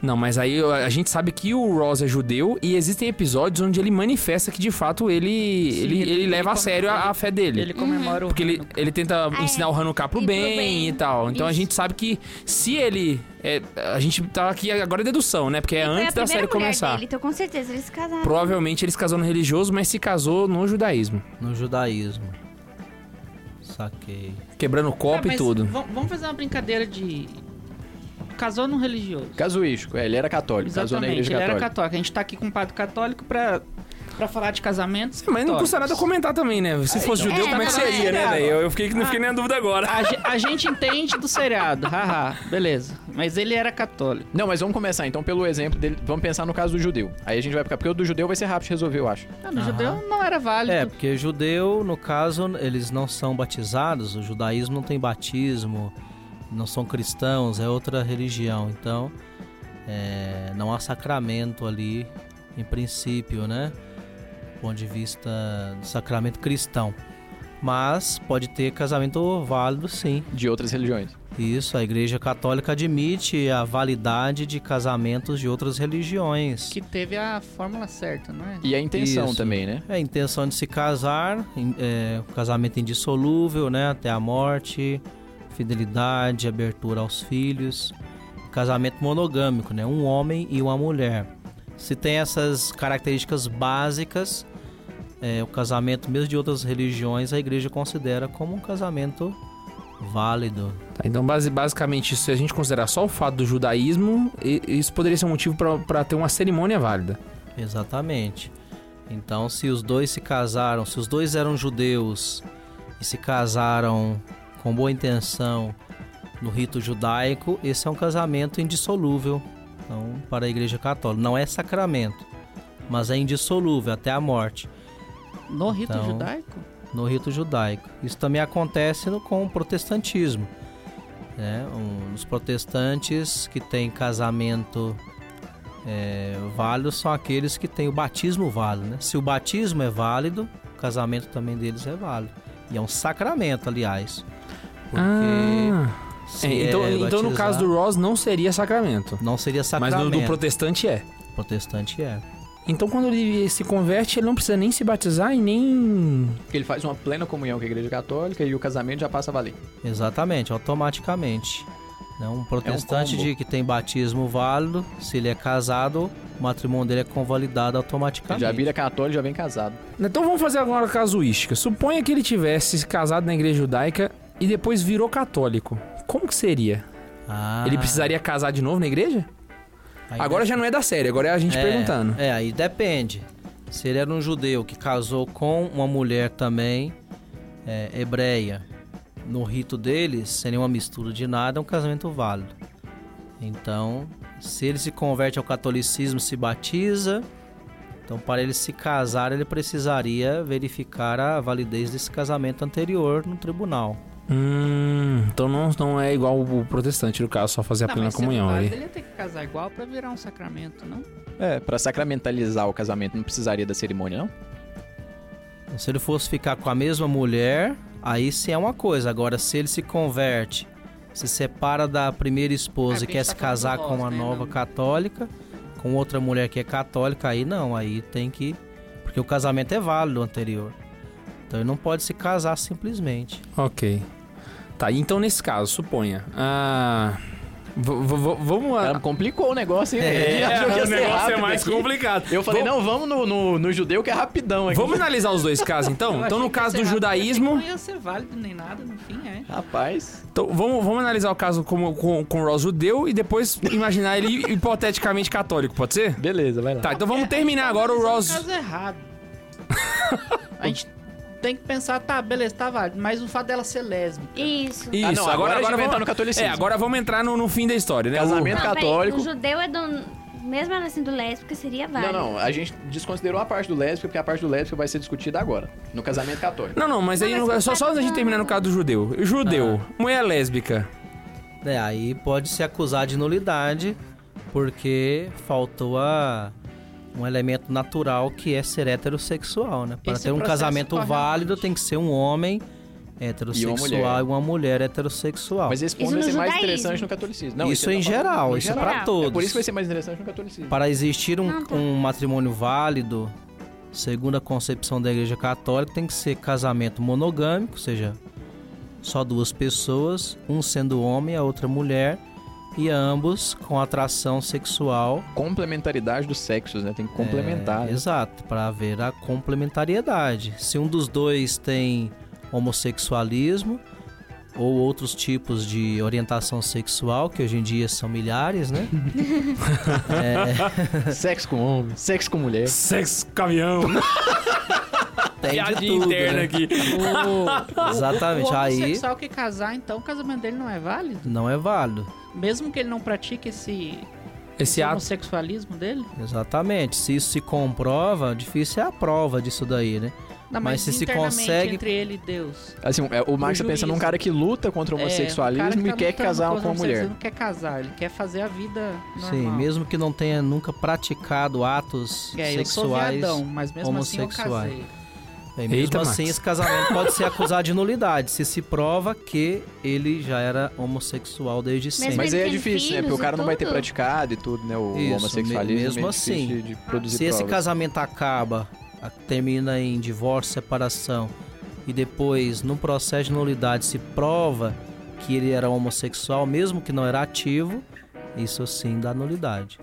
[SPEAKER 1] Não, mas aí a gente sabe que o Ross é judeu e existem episódios onde ele manifesta que de fato ele,
[SPEAKER 2] Sim,
[SPEAKER 1] ele, ele,
[SPEAKER 2] ele- ele
[SPEAKER 1] leva a
[SPEAKER 2] come-
[SPEAKER 1] sério a, a fé dele.
[SPEAKER 2] Ele comemora o
[SPEAKER 1] Porque ele,
[SPEAKER 2] Hanukkah.
[SPEAKER 1] ele tenta
[SPEAKER 4] Ah, é.
[SPEAKER 1] ensinar o Hanukkah pro
[SPEAKER 4] E pro
[SPEAKER 1] bem,
[SPEAKER 4] bem.
[SPEAKER 1] e tal. Então a
[SPEAKER 4] Isso.
[SPEAKER 1] gente sabe que se ele. é, a gente tá aqui agora é dedução, né? Porque é
[SPEAKER 4] E foi
[SPEAKER 1] antes
[SPEAKER 4] a
[SPEAKER 1] da
[SPEAKER 4] primeira
[SPEAKER 1] série
[SPEAKER 4] mulher
[SPEAKER 1] começar.
[SPEAKER 4] Dele, então com certeza eles se casaram.
[SPEAKER 1] Provavelmente ele se casou no religioso, mas se casou no judaísmo.
[SPEAKER 5] no judaísmo. Saquei.
[SPEAKER 1] Quebrando o copo
[SPEAKER 2] Ah, mas
[SPEAKER 1] e tudo.
[SPEAKER 2] vam- Vamos fazer uma brincadeira de... Casou num religioso.
[SPEAKER 3] Casuístico, é, ele era católico, casou na
[SPEAKER 2] Exatamente,
[SPEAKER 3] igreja
[SPEAKER 2] ele era
[SPEAKER 3] católica.
[SPEAKER 2] católico. A gente tá aqui com um padre católico pra, pra falar de casamentos.
[SPEAKER 1] Mas não
[SPEAKER 2] católicos.
[SPEAKER 1] custa nada comentar também, né? Se fosse judeu,
[SPEAKER 4] É,
[SPEAKER 1] como é que
[SPEAKER 4] não, Ah.
[SPEAKER 1] seria, né,
[SPEAKER 2] não.
[SPEAKER 1] velho? Eu fiquei, não fiquei nem na dúvida agora.
[SPEAKER 2] A, ge- a gente entende do seriado, haha, beleza. Mas ele era católico.
[SPEAKER 3] Não, mas vamos começar então pelo exemplo dele. Vamos pensar no caso do judeu. Aí a gente vai ficar. Porque o do judeu vai ser rápido de resolver, eu acho.
[SPEAKER 2] Ah, no judeu não era válido.
[SPEAKER 5] É, porque judeu, no caso, eles não são batizados, o judaísmo não tem batismo, não são cristãos, é outra religião. Então, é, não há sacramento ali, em princípio, né? Do ponto de vista do sacramento cristão. Mas pode ter casamento válido, sim.
[SPEAKER 3] De outras religiões.
[SPEAKER 5] Isso, a Igreja Católica admite a validade de casamentos de outras religiões.
[SPEAKER 2] Que teve a fórmula certa, não é?
[SPEAKER 3] E a intenção
[SPEAKER 5] Isso.
[SPEAKER 3] também, né?
[SPEAKER 5] É a intenção de se casar, em- é, um casamento indissolúvel, né? Até a morte, fidelidade, abertura aos filhos. Casamento monogâmico, né? Um homem e uma mulher. Se tem essas características básicas, é, o casamento, mesmo de outras religiões, a igreja considera como um casamento válido.
[SPEAKER 1] Tá, Então, base- basicamente, se a gente considerar só o fato do judaísmo, e- isso poderia ser um motivo pra- pra ter uma cerimônia válida.
[SPEAKER 5] Exatamente. Então, se os dois se casaram, se os dois eram judeus e se casaram com boa intenção no rito judaico, esse é um casamento indissolúvel. Então, para a Igreja Católica, não é sacramento, mas é indissolúvel até a morte
[SPEAKER 2] No rito
[SPEAKER 5] Então-
[SPEAKER 2] judaico?
[SPEAKER 5] no rito judaico. Isso também acontece no- com o protestantismo. Né? Um, os protestantes que têm casamento é, válido são aqueles que têm o batismo válido. né? Se o batismo é válido, o casamento também deles é válido. E é um sacramento, aliás. Porque
[SPEAKER 1] Ah.
[SPEAKER 5] se
[SPEAKER 1] É, então,
[SPEAKER 5] é
[SPEAKER 1] então no caso
[SPEAKER 5] batizado,
[SPEAKER 1] do Ross, não seria sacramento.
[SPEAKER 5] Não seria
[SPEAKER 1] Mas
[SPEAKER 5] sacramento.
[SPEAKER 1] no do protestante é.
[SPEAKER 5] protestante é.
[SPEAKER 1] Então, quando ele se converte, ele não precisa nem se batizar e nem.
[SPEAKER 3] Porque ele faz uma plena comunhão com a igreja católica e o casamento já passa a valer.
[SPEAKER 5] Exatamente, automaticamente. né? Um protestante
[SPEAKER 3] combo.
[SPEAKER 5] de que tem batismo válido, se ele é casado, o matrimônio dele é convalidado
[SPEAKER 3] Ele
[SPEAKER 5] automaticamente.
[SPEAKER 3] já vira católico, já vem casado.
[SPEAKER 1] Então vamos fazer agora a casuística. Suponha que ele tivesse se casado na igreja judaica e depois virou católico. Como que seria?
[SPEAKER 5] Ah,
[SPEAKER 1] Ele precisaria casar de novo na igreja?
[SPEAKER 5] aí
[SPEAKER 1] Agora
[SPEAKER 5] de-
[SPEAKER 1] já não é da série, agora é a gente
[SPEAKER 5] é,
[SPEAKER 1] perguntando.
[SPEAKER 5] É, aí depende. Se ele era um judeu que casou com uma mulher também é, hebreia, no rito deles, seria uma mistura de nada, é um casamento válido. Então, se ele se converte ao catolicismo, se batiza, então para ele se casar, ele precisaria verificar a validez desse casamento anterior no tribunal.
[SPEAKER 1] Hum, então não, não é igual o protestante, no caso, só fazer a
[SPEAKER 2] Não,
[SPEAKER 1] plena
[SPEAKER 2] mas se
[SPEAKER 1] comunhão.
[SPEAKER 2] não
[SPEAKER 1] Ele...
[SPEAKER 2] vale, Ele ia ter que casar igual pra virar um sacramento, não?
[SPEAKER 3] É, pra sacramentalizar o casamento, não precisaria da cerimônia, não?
[SPEAKER 5] Se ele fosse ficar com a mesma mulher, aí sim é uma coisa. Agora, se ele se converte, se separa da primeira esposa
[SPEAKER 2] É,
[SPEAKER 5] e quer
[SPEAKER 2] porque
[SPEAKER 5] se
[SPEAKER 2] tá falando
[SPEAKER 5] casar
[SPEAKER 2] do
[SPEAKER 5] com uma
[SPEAKER 2] voto, né?
[SPEAKER 5] nova
[SPEAKER 2] Não-
[SPEAKER 5] católica, com outra mulher que é católica, aí não, aí tem que. Porque o casamento é válido o anterior. Então ele não pode se casar simplesmente.
[SPEAKER 1] Ok. Tá, então nesse caso, suponha. Ah. v- v- v- vamos
[SPEAKER 3] Cara,
[SPEAKER 1] lá.
[SPEAKER 3] complicou o negócio, hein?
[SPEAKER 5] É,
[SPEAKER 3] Ele achou que ia ser rápido aqui.
[SPEAKER 1] complicado.
[SPEAKER 3] Eu falei,
[SPEAKER 1] Vam-
[SPEAKER 3] não, vamos no, no, no judeu que é rapidão aqui.
[SPEAKER 1] Vamos analisar os dois casos então?
[SPEAKER 2] Eu
[SPEAKER 1] Então,
[SPEAKER 2] achei
[SPEAKER 1] no
[SPEAKER 2] que
[SPEAKER 1] caso
[SPEAKER 2] ia
[SPEAKER 1] do
[SPEAKER 2] ser rápido, pensei que
[SPEAKER 1] judaísmo.
[SPEAKER 2] Não ia ser válido nem nada, no fim, é.
[SPEAKER 3] Rapaz,
[SPEAKER 1] Então, vamos, vamos analisar o caso como, com, com o Ross judeu e depois imaginar ele hipoteticamente católico, pode ser?
[SPEAKER 3] beleza, vai lá.
[SPEAKER 1] Tá, então vamos
[SPEAKER 2] É,
[SPEAKER 1] terminar agora o
[SPEAKER 2] esse é um
[SPEAKER 1] Ross.
[SPEAKER 2] caso errado. a gente tem que pensar, tá, beleza, tá válido, mas o fato dela ser lésbica.
[SPEAKER 4] Isso.
[SPEAKER 1] Isso,
[SPEAKER 3] Ah, não, agora a gente vai entrar no catolicismo.
[SPEAKER 1] É, agora vamos entrar no, no fim da história, né?
[SPEAKER 3] Casamento.
[SPEAKER 4] Não,
[SPEAKER 3] católico.
[SPEAKER 4] o judeu é do. Mesmo ela sendo lésbica, seria válido.
[SPEAKER 3] Não, não, a gente desconsiderou a parte do lésbico, porque a parte do lésbico vai ser discutida agora, no casamento
[SPEAKER 1] O-
[SPEAKER 3] católico.
[SPEAKER 1] Não, não, mas aí
[SPEAKER 4] Não,
[SPEAKER 1] não-
[SPEAKER 4] mas
[SPEAKER 1] só, só antes da gente terminar no caso do judeu. Judeu,
[SPEAKER 3] Ah.
[SPEAKER 1] mulher lésbica.
[SPEAKER 5] É, aí pode se acusar de nulidade, porque faltou a- um elemento natural que é ser heterossexual, né? Para
[SPEAKER 2] Esse
[SPEAKER 5] ter um
[SPEAKER 2] processo
[SPEAKER 5] casamento
[SPEAKER 2] corre
[SPEAKER 5] válido
[SPEAKER 2] aonde?
[SPEAKER 5] tem que ser um homem heterossexual
[SPEAKER 3] mulher.
[SPEAKER 5] e uma mulher heterossexual.
[SPEAKER 3] Mas esse ponto
[SPEAKER 4] Isso
[SPEAKER 3] vai
[SPEAKER 4] no
[SPEAKER 3] ser mais
[SPEAKER 4] judaísmo.
[SPEAKER 3] interessante no catolicismo. Não,
[SPEAKER 5] isso
[SPEAKER 3] você
[SPEAKER 5] em
[SPEAKER 3] tá falando
[SPEAKER 5] geral,
[SPEAKER 3] no
[SPEAKER 5] isso
[SPEAKER 3] geral.
[SPEAKER 5] para todos.
[SPEAKER 3] É por isso que vai ser mais interessante no catolicismo.
[SPEAKER 5] Para existir um,
[SPEAKER 4] Não, tá.
[SPEAKER 5] um matrimônio válido, segundo a concepção da Igreja Católica, tem que ser casamento monogâmico, ou seja, só duas pessoas, um sendo homem, a outra mulher, e ambos com atração sexual
[SPEAKER 3] Complementaridade dos sexos, né? Tem que complementar.
[SPEAKER 5] É, Exato, para haver a complementariedade. Se um dos dois tem homossexualismo ou outros tipos de orientação sexual, que hoje em dia são milhares, né?
[SPEAKER 3] Sexo com homem, sexo com mulher.
[SPEAKER 1] Sexo, caminhão.
[SPEAKER 5] Tem de
[SPEAKER 1] Piadinha
[SPEAKER 5] tudo,
[SPEAKER 1] interna
[SPEAKER 5] né?
[SPEAKER 1] aqui.
[SPEAKER 2] O,
[SPEAKER 5] Exatamente,
[SPEAKER 2] o
[SPEAKER 5] aí-
[SPEAKER 2] homossexual que casar, então o casamento dele não é válido?
[SPEAKER 5] Não é válido.
[SPEAKER 2] Mesmo que ele não pratique esse,
[SPEAKER 1] Esse
[SPEAKER 2] esse
[SPEAKER 1] ato
[SPEAKER 2] homossexualismo dele?
[SPEAKER 5] Exatamente. Se isso se comprova, difícil é a prova disso daí, né?
[SPEAKER 2] Não,
[SPEAKER 5] Mas se se
[SPEAKER 2] internamente
[SPEAKER 5] consegue-
[SPEAKER 2] entre ele e Deus.
[SPEAKER 3] Assim, é, o Max tá
[SPEAKER 2] juiz.
[SPEAKER 3] pensando num cara que luta contra o
[SPEAKER 2] É, o cara
[SPEAKER 3] homossexualismo
[SPEAKER 2] tá
[SPEAKER 3] e quer
[SPEAKER 2] lutando
[SPEAKER 3] casar
[SPEAKER 2] contra
[SPEAKER 3] com
[SPEAKER 2] o
[SPEAKER 3] uma
[SPEAKER 2] homossexualismo,
[SPEAKER 3] mulher.
[SPEAKER 2] Ele não quer casar, ele quer fazer a vida normal.
[SPEAKER 5] Sim, mesmo que não tenha nunca praticado atos
[SPEAKER 2] É, eu sou
[SPEAKER 5] sexuais.
[SPEAKER 2] viadão, mas mesmo assim eu
[SPEAKER 5] homossexuais.
[SPEAKER 2] casei.
[SPEAKER 5] Bem, mesmo
[SPEAKER 1] Eita,
[SPEAKER 5] assim,
[SPEAKER 1] Max.
[SPEAKER 5] esse casamento pode ser acusado de nulidade se se prova que ele já era homossexual desde sempre.
[SPEAKER 4] Mas
[SPEAKER 3] Mas
[SPEAKER 4] ele
[SPEAKER 3] aí é
[SPEAKER 4] tem
[SPEAKER 3] difícil, né?
[SPEAKER 4] filhos
[SPEAKER 3] Porque o
[SPEAKER 4] e
[SPEAKER 3] cara não vai ter
[SPEAKER 4] tudo?
[SPEAKER 3] praticado e tudo, né? O
[SPEAKER 5] Isso, me-
[SPEAKER 3] homossexualismo.
[SPEAKER 5] mesmo
[SPEAKER 3] é difícil
[SPEAKER 5] assim.
[SPEAKER 3] de, de produzir
[SPEAKER 5] se esse
[SPEAKER 3] provas.
[SPEAKER 5] casamento acaba, a- termina em divórcio, separação, e depois, no processo de nulidade, se prova que ele era homossexual, mesmo que não era ativo, isso sim dá nulidade.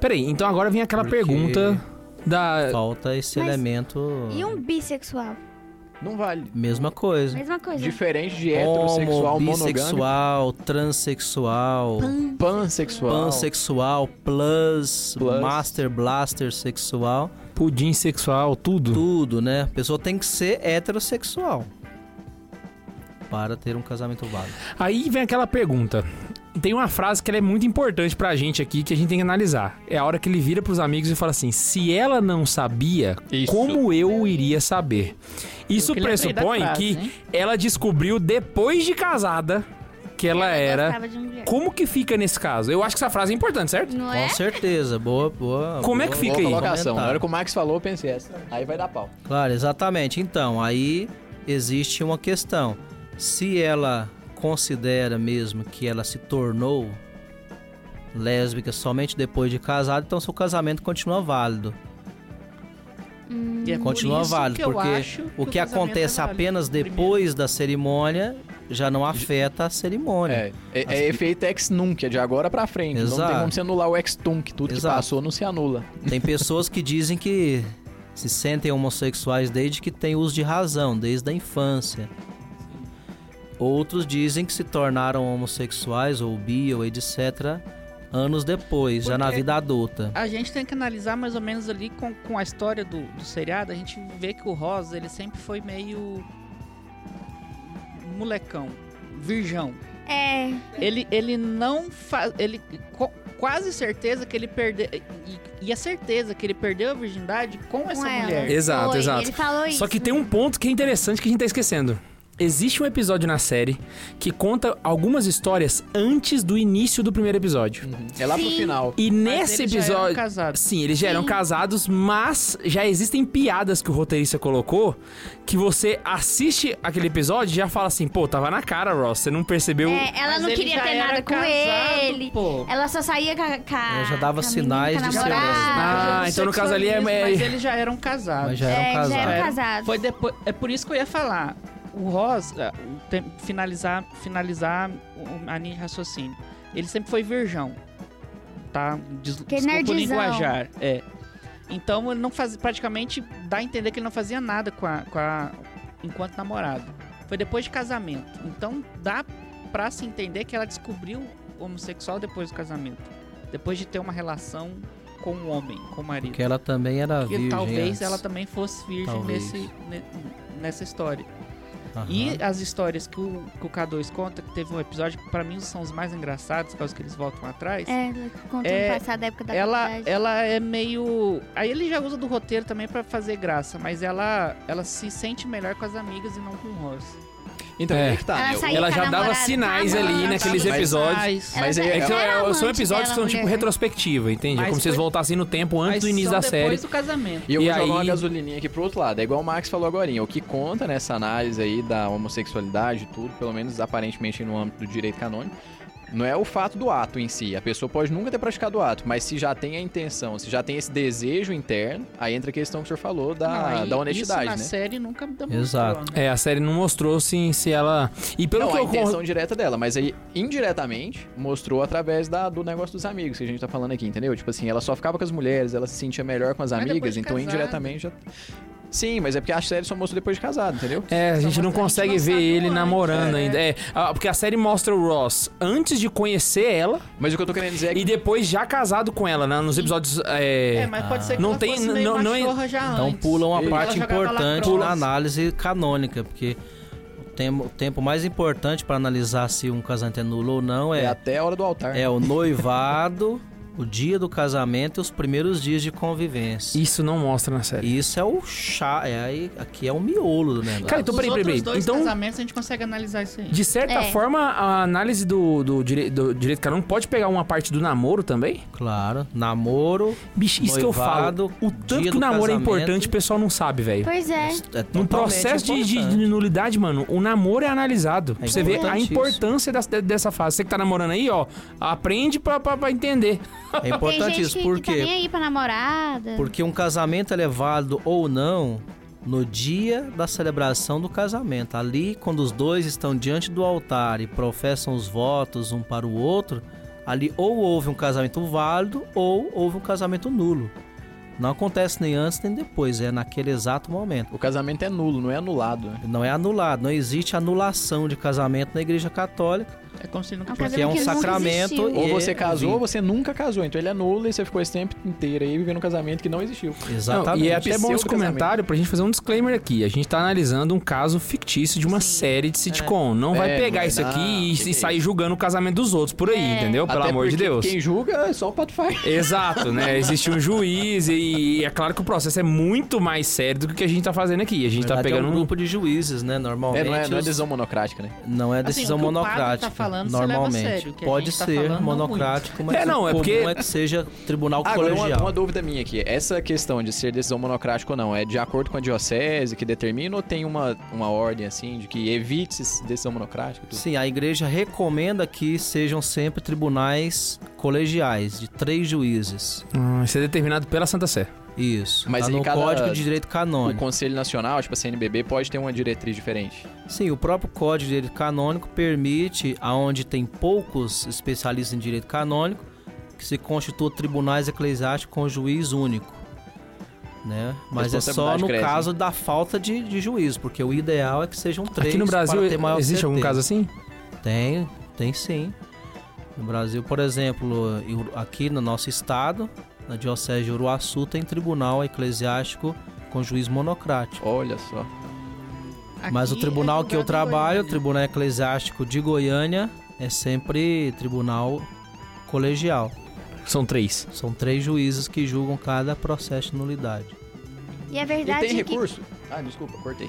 [SPEAKER 1] Peraí, então agora vem aquela
[SPEAKER 5] Porque-
[SPEAKER 1] pergunta
[SPEAKER 3] É,
[SPEAKER 1] da.
[SPEAKER 5] Falta esse
[SPEAKER 4] Mas-
[SPEAKER 5] elemento.
[SPEAKER 4] E um bissexual?
[SPEAKER 3] Não vale.
[SPEAKER 5] Mesma coisa.
[SPEAKER 4] Mesma
[SPEAKER 2] é.
[SPEAKER 4] coisa.
[SPEAKER 3] Diferente de heterossexual,
[SPEAKER 5] Homo,
[SPEAKER 3] monogâmico,
[SPEAKER 5] bissexual, transexual,
[SPEAKER 3] pansexual.
[SPEAKER 5] pansexual, plus,
[SPEAKER 3] Plus.
[SPEAKER 5] master blaster sexual,
[SPEAKER 1] Pudim sexual, tudo.
[SPEAKER 5] tudo, né? A pessoa tem que ser heterossexual para ter um casamento válido.
[SPEAKER 1] Aí vem aquela pergunta. Tem uma frase que ela é muito importante pra gente aqui, que a gente tem que analisar. É a hora que ele vira pros amigos e fala assim: se ela não sabia,
[SPEAKER 3] Isso.
[SPEAKER 1] como eu iria saber? Isso
[SPEAKER 2] Eu que lembrei é da
[SPEAKER 1] pressupõe
[SPEAKER 2] frase,
[SPEAKER 1] que
[SPEAKER 2] hein?
[SPEAKER 1] ela descobriu depois de casada que ela
[SPEAKER 2] tá
[SPEAKER 1] era.
[SPEAKER 4] gostava de mulher.
[SPEAKER 1] Como que fica nesse caso? Eu acho que essa frase é importante, certo?
[SPEAKER 4] Não
[SPEAKER 5] Com
[SPEAKER 4] é?
[SPEAKER 5] certeza, boa, boa.
[SPEAKER 1] Como é
[SPEAKER 5] boa-
[SPEAKER 1] que
[SPEAKER 3] Boa
[SPEAKER 1] Fica aí.
[SPEAKER 3] colocação. Na
[SPEAKER 5] Comentário.
[SPEAKER 3] hora que o Max falou, eu pensei essa. Aí vai dar pau.
[SPEAKER 5] Claro, exatamente. Então, aí existe uma questão. Se ela considera mesmo que ela se tornou lésbica somente depois de casada, então seu casamento continua válido.
[SPEAKER 2] E é por
[SPEAKER 5] Continua
[SPEAKER 2] isso
[SPEAKER 5] válido,
[SPEAKER 2] que eu
[SPEAKER 5] porque
[SPEAKER 2] acho
[SPEAKER 5] o
[SPEAKER 2] casamento
[SPEAKER 5] que
[SPEAKER 2] é
[SPEAKER 5] acontece
[SPEAKER 2] válido.
[SPEAKER 5] apenas
[SPEAKER 2] Primeiro.
[SPEAKER 5] depois da cerimônia já não afeta a cerimônia.
[SPEAKER 3] É, é, é efeito ex nunc, é de agora pra frente. Não
[SPEAKER 5] Exato.
[SPEAKER 3] tem como você anular o ex tunc, tudo
[SPEAKER 5] Exato.
[SPEAKER 3] que passou não se anula.
[SPEAKER 5] Tem pessoas que dizem que se sentem homossexuais desde que têm uso de razão, desde a infância. Outros dizem que se tornaram homossexuais ou bi ou etc. anos depois, já na
[SPEAKER 2] Porque-
[SPEAKER 5] vida adulta.
[SPEAKER 2] A gente tem que analisar mais ou menos ali com, com a história do, do seriado. A gente vê que o Rosa, ele sempre foi meio. molecão, virgão.
[SPEAKER 4] É,
[SPEAKER 2] Ele, ele não faz. Ele. co- quase certeza que ele perdeu. E, e a certeza que ele perdeu a virgindade com essa
[SPEAKER 4] ela.
[SPEAKER 2] mulher.
[SPEAKER 1] Exato,
[SPEAKER 4] foi,
[SPEAKER 1] exato.
[SPEAKER 4] Ele falou isso.
[SPEAKER 1] Só que tem um ponto que é interessante que a gente tá esquecendo. Existe um episódio na série que conta algumas histórias antes do início do primeiro episódio.
[SPEAKER 3] É lá pro
[SPEAKER 4] Sim.
[SPEAKER 3] final.
[SPEAKER 1] E
[SPEAKER 2] Mas
[SPEAKER 1] nesse
[SPEAKER 2] eles já é eram
[SPEAKER 1] episódio.
[SPEAKER 2] casados.
[SPEAKER 1] Sim, eles já eram
[SPEAKER 4] Sim.
[SPEAKER 1] casados, mas já existem piadas que o roteirista colocou que você assiste aquele episódio e já fala assim, pô, tava na cara, Ross, você não percebeu.
[SPEAKER 4] É, ela
[SPEAKER 2] Mas
[SPEAKER 4] não
[SPEAKER 2] ele
[SPEAKER 4] queria
[SPEAKER 2] já
[SPEAKER 4] ter
[SPEAKER 2] era
[SPEAKER 4] nada com
[SPEAKER 2] casado,
[SPEAKER 4] ele.
[SPEAKER 2] pô.
[SPEAKER 4] Ela só saía com a. Com a-
[SPEAKER 5] Ela já dava
[SPEAKER 4] com a
[SPEAKER 5] sinais
[SPEAKER 4] menina,
[SPEAKER 5] de
[SPEAKER 4] com a
[SPEAKER 5] ser
[SPEAKER 4] namorada.
[SPEAKER 1] Ah, então no caso ali é-
[SPEAKER 2] Mas eles já eram casados.
[SPEAKER 1] Ah,
[SPEAKER 5] Mas já
[SPEAKER 1] um
[SPEAKER 5] um eram
[SPEAKER 4] É, já
[SPEAKER 5] casados.
[SPEAKER 4] eram
[SPEAKER 2] Era-
[SPEAKER 4] casados.
[SPEAKER 2] Foi depois, é por isso que eu ia falar. O Ross, ah, o tem- finalizar, finalizar o- a linha de raciocínio. Ele sempre foi virgão. Tá? Des, desculpa
[SPEAKER 4] Que
[SPEAKER 2] o
[SPEAKER 4] nerdzão.
[SPEAKER 2] linguajar. É. Então ele não fazia. Praticamente dá a entender que ele não fazia nada com a, com a- enquanto namorado. Foi depois de casamento. Então dá pra se entender que ela descobriu homossexual depois do casamento. Depois de ter uma relação com o homem, com o marido.
[SPEAKER 5] Porque ela também era
[SPEAKER 2] Porque
[SPEAKER 5] Tá virgem.
[SPEAKER 2] talvez
[SPEAKER 5] antes.
[SPEAKER 2] ela tá- também fosse virgem
[SPEAKER 5] Talvez.
[SPEAKER 2] nesse, ne- nessa história.
[SPEAKER 5] Aham.
[SPEAKER 2] E as histórias que o, que o K2 conta, que teve um episódio que pra mim são os mais engraçados, por causa que eles voltam atrás.
[SPEAKER 4] É, ela contou
[SPEAKER 2] É,
[SPEAKER 4] no passado, da época da
[SPEAKER 2] Ela,
[SPEAKER 4] faculdade.
[SPEAKER 2] ela é meio. Aí ele já usa do roteiro também pra fazer graça, mas ela, ela se sente melhor com as amigas e não com o Ross.
[SPEAKER 3] Então,
[SPEAKER 1] É.
[SPEAKER 3] aí que tá.
[SPEAKER 4] Ela
[SPEAKER 3] Eu-
[SPEAKER 4] saiu
[SPEAKER 1] Ela
[SPEAKER 4] com a
[SPEAKER 1] já dava
[SPEAKER 4] namorada,
[SPEAKER 1] sinais
[SPEAKER 4] com a
[SPEAKER 1] ali
[SPEAKER 4] namorada,
[SPEAKER 1] naqueles
[SPEAKER 4] com a
[SPEAKER 1] episódios.
[SPEAKER 2] Mas,
[SPEAKER 4] Ela
[SPEAKER 3] Mas aí
[SPEAKER 4] já-
[SPEAKER 3] é-
[SPEAKER 1] É que são,
[SPEAKER 4] ela era
[SPEAKER 1] é- são
[SPEAKER 4] amante
[SPEAKER 1] episódios que
[SPEAKER 4] dela,
[SPEAKER 1] são tipo
[SPEAKER 4] mulher.
[SPEAKER 1] retrospectiva, entende? é
[SPEAKER 2] Mas
[SPEAKER 1] como se eles
[SPEAKER 2] foi-
[SPEAKER 1] voltassem no tempo antes do início
[SPEAKER 2] são
[SPEAKER 1] da série.
[SPEAKER 2] depois do casamento.
[SPEAKER 3] E eu
[SPEAKER 1] E
[SPEAKER 3] vou jogar uma
[SPEAKER 1] aí-
[SPEAKER 3] gasolininha aqui pro outro lado. É igual o Max falou agora. O que conta nessa análise aí da homossexualidade e tudo, pelo menos aparentemente no âmbito do direito canônico, não é o fato do ato em si. A pessoa pode nunca ter praticado o ato, mas se já tem a intenção, se já tem esse desejo interno, aí entra a questão que o senhor falou
[SPEAKER 2] Não,
[SPEAKER 3] da,
[SPEAKER 2] aí
[SPEAKER 3] da
[SPEAKER 2] isso
[SPEAKER 3] honestidade,
[SPEAKER 2] na
[SPEAKER 3] né?
[SPEAKER 2] série nunca me demonstrou,
[SPEAKER 5] Exato.
[SPEAKER 2] né?
[SPEAKER 1] É, a série não mostrou assim, se ela. E pelo
[SPEAKER 3] não,
[SPEAKER 1] que
[SPEAKER 3] a
[SPEAKER 1] eu
[SPEAKER 3] intenção direta dela, mas aí indiretamente mostrou através da- do negócio dos amigos que a gente tá falando aqui, entendeu? Tipo assim, ela só ficava com as mulheres, ela se sentia melhor com as
[SPEAKER 2] Mas depois
[SPEAKER 3] amigas,
[SPEAKER 2] de
[SPEAKER 3] então
[SPEAKER 2] casada.
[SPEAKER 3] indiretamente já. Sim, mas é porque a série só mostrou depois de casado, entendeu?
[SPEAKER 1] É, a gente
[SPEAKER 2] Só
[SPEAKER 1] não
[SPEAKER 2] mostra-
[SPEAKER 1] consegue
[SPEAKER 2] a gente não
[SPEAKER 1] ver
[SPEAKER 2] sabe
[SPEAKER 1] ele
[SPEAKER 2] antes,
[SPEAKER 1] namorando
[SPEAKER 2] é.
[SPEAKER 1] ainda. É, ah, porque a série mostra o Ross antes de conhecer ela
[SPEAKER 3] Mas o que eu tô querendo dizer é
[SPEAKER 1] e
[SPEAKER 3] que.
[SPEAKER 1] depois já casado com ela, né? Nos episódios. É,
[SPEAKER 2] É, mas pode ser que
[SPEAKER 1] Não
[SPEAKER 2] ela
[SPEAKER 1] tem-
[SPEAKER 2] fosse meio
[SPEAKER 1] não- é- não-
[SPEAKER 2] machorra já
[SPEAKER 5] Então
[SPEAKER 2] antes.
[SPEAKER 5] pula uma
[SPEAKER 2] Ela
[SPEAKER 5] parte
[SPEAKER 2] jogava
[SPEAKER 5] importante
[SPEAKER 2] lacrosse.
[SPEAKER 5] na análise canônica, porque o tempo, o tempo mais importante para analisar se um casamento é nulo ou não
[SPEAKER 3] É
[SPEAKER 5] é,
[SPEAKER 3] até a hora do altar.
[SPEAKER 5] é o noivado, o dia do casamento e os primeiros dias de convivência.
[SPEAKER 1] Isso não mostra na série.
[SPEAKER 5] E isso é o chá, é aí, aqui é o miolo do negócio.
[SPEAKER 1] Cara, então
[SPEAKER 2] Os
[SPEAKER 1] peraí, peraí,
[SPEAKER 2] outros
[SPEAKER 1] peraí.
[SPEAKER 2] dois
[SPEAKER 1] Então,
[SPEAKER 2] casamentos a gente consegue analisar isso aí.
[SPEAKER 1] de certa
[SPEAKER 4] É.
[SPEAKER 1] forma, a análise do, do, dire- do direito canônico pode pegar uma parte do namoro também?
[SPEAKER 5] Claro, namoro,
[SPEAKER 1] Bicho, isso
[SPEAKER 5] Noivado,
[SPEAKER 1] que eu falo. O tanto
[SPEAKER 5] dia
[SPEAKER 1] que o
[SPEAKER 5] do
[SPEAKER 1] namoro é
[SPEAKER 5] casamento.
[SPEAKER 1] importante, o pessoal não sabe, velho.
[SPEAKER 4] Pois é.
[SPEAKER 5] é
[SPEAKER 1] Num
[SPEAKER 5] totalmente
[SPEAKER 1] processo de, de-
[SPEAKER 5] importante.
[SPEAKER 1] de nulidade, mano, o namoro é analisado.
[SPEAKER 5] É
[SPEAKER 1] Pra você vê a
[SPEAKER 5] importantíssimo.
[SPEAKER 1] importância das- dessa fase. Você que tá namorando aí, ó, aprende pra, pra, pra entender.
[SPEAKER 5] É importante
[SPEAKER 4] Tem gente
[SPEAKER 5] isso,
[SPEAKER 4] que,
[SPEAKER 5] por
[SPEAKER 4] que tá
[SPEAKER 5] quê?
[SPEAKER 4] nem aí pra namorada.
[SPEAKER 5] Porque um casamento ele é válido ou não no dia da celebração do casamento. Ali, quando os dois estão diante do altar e professam os votos um para o outro, ali ou houve um casamento válido ou houve um casamento nulo. Não acontece nem antes nem depois, é naquele exato momento.
[SPEAKER 3] O casamento é nulo, não é anulado. né?
[SPEAKER 5] Não é anulado, não existe anulação de casamento na Igreja Católica,
[SPEAKER 2] É como se nunca
[SPEAKER 4] É um
[SPEAKER 5] porque é um
[SPEAKER 4] casamento que nunca
[SPEAKER 5] sacramento.
[SPEAKER 4] existiu.
[SPEAKER 5] e
[SPEAKER 3] Ou
[SPEAKER 5] é
[SPEAKER 3] você casou
[SPEAKER 1] assim.
[SPEAKER 3] ou
[SPEAKER 5] vinho.
[SPEAKER 3] você nunca casou. Então ele é nulo e você ficou esse tempo inteiro aí vivendo um casamento que não existiu.
[SPEAKER 5] Exatamente.
[SPEAKER 1] Não, e é até bom esse
[SPEAKER 3] Pseudo casamento.
[SPEAKER 1] comentário pra gente fazer um disclaimer aqui. A gente tá analisando um caso fictício de uma série de sitcom. Não
[SPEAKER 3] É,
[SPEAKER 1] vai pegar
[SPEAKER 3] não vai
[SPEAKER 1] isso
[SPEAKER 3] dar,
[SPEAKER 1] aqui e,
[SPEAKER 3] que que é
[SPEAKER 1] e sair
[SPEAKER 3] isso?
[SPEAKER 1] julgando o casamento dos outros por aí, entendeu? Pelo
[SPEAKER 3] Até
[SPEAKER 1] amor de
[SPEAKER 3] porque
[SPEAKER 1] Deus.
[SPEAKER 3] Quem julga é só o Pato Fire.
[SPEAKER 1] Exato, né? Existe um juiz e, e é claro que o processo é muito mais sério do que o que a gente tá fazendo aqui. A gente
[SPEAKER 5] Na
[SPEAKER 1] tá
[SPEAKER 5] verdade,
[SPEAKER 1] pegando
[SPEAKER 5] é um
[SPEAKER 1] um
[SPEAKER 5] grupo de juízes, né? Normalmente.
[SPEAKER 3] É, não é, não é
[SPEAKER 5] os-
[SPEAKER 3] decisão monocrática, né?
[SPEAKER 5] Não é decisão
[SPEAKER 2] Assim, o que o padre
[SPEAKER 5] monocrática.
[SPEAKER 2] tá falando, você leva a
[SPEAKER 5] normalmente.
[SPEAKER 2] sério, o que a
[SPEAKER 5] Pode
[SPEAKER 2] gente tá
[SPEAKER 5] ser
[SPEAKER 2] falando, não
[SPEAKER 5] monocrático, mas
[SPEAKER 1] É, não,
[SPEAKER 5] o
[SPEAKER 1] é
[SPEAKER 5] comum
[SPEAKER 1] porque-
[SPEAKER 5] é que seja tribunal
[SPEAKER 3] Agora, uma,
[SPEAKER 5] colegial.
[SPEAKER 3] uma dúvida minha aqui. Essa questão de ser decisão monocrática ou não, é de acordo com a diocese que determina ou tem uma, uma ordem, assim, de que evite essa decisão monocrática? Tudo?
[SPEAKER 5] Sim, a igreja recomenda que sejam sempre tribunais colegiais, de três juízes.
[SPEAKER 1] Hum, isso é Ah, determinado pela Santa Sé.
[SPEAKER 5] Isso.
[SPEAKER 3] Mas
[SPEAKER 5] tá
[SPEAKER 3] em
[SPEAKER 5] no
[SPEAKER 3] cada-
[SPEAKER 5] Código de Direito
[SPEAKER 3] O
[SPEAKER 5] Canônico.
[SPEAKER 3] Conselho Nacional, tipo a CNBB, pode ter uma diretriz diferente.
[SPEAKER 5] Sim, o próprio Código de Direito Canônico permite, aonde tem poucos especialistas em direito canônico, que se constitua tribunais eclesiásticos com juiz único. Né? Mas é só
[SPEAKER 3] Responsabilidade
[SPEAKER 5] no
[SPEAKER 3] cresce,
[SPEAKER 5] caso da falta de, de juízo, porque o ideal é que sejam três.
[SPEAKER 1] Aqui no Brasil
[SPEAKER 5] para ter maior
[SPEAKER 1] existe algum
[SPEAKER 5] certeza.
[SPEAKER 1] caso assim?
[SPEAKER 5] Tem, tem sim. No Brasil, por exemplo, em Uru- aqui no nosso estado, na Diocese de Uruaçu, tem tribunal eclesiástico com juiz monocrático.
[SPEAKER 3] Olha só.
[SPEAKER 5] Mas o
[SPEAKER 2] Aqui é
[SPEAKER 5] tribunal que eu
[SPEAKER 2] julgado em
[SPEAKER 5] trabalho, o
[SPEAKER 2] Goiânia.
[SPEAKER 5] Tribunal Eclesiástico de Goiânia, é sempre tribunal colegial.
[SPEAKER 1] São três.
[SPEAKER 5] São três juízes que julgam cada processo de nulidade.
[SPEAKER 4] E a
[SPEAKER 3] E
[SPEAKER 4] verdade
[SPEAKER 3] tem
[SPEAKER 4] é que,
[SPEAKER 3] recurso? Ah, desculpa, cortei.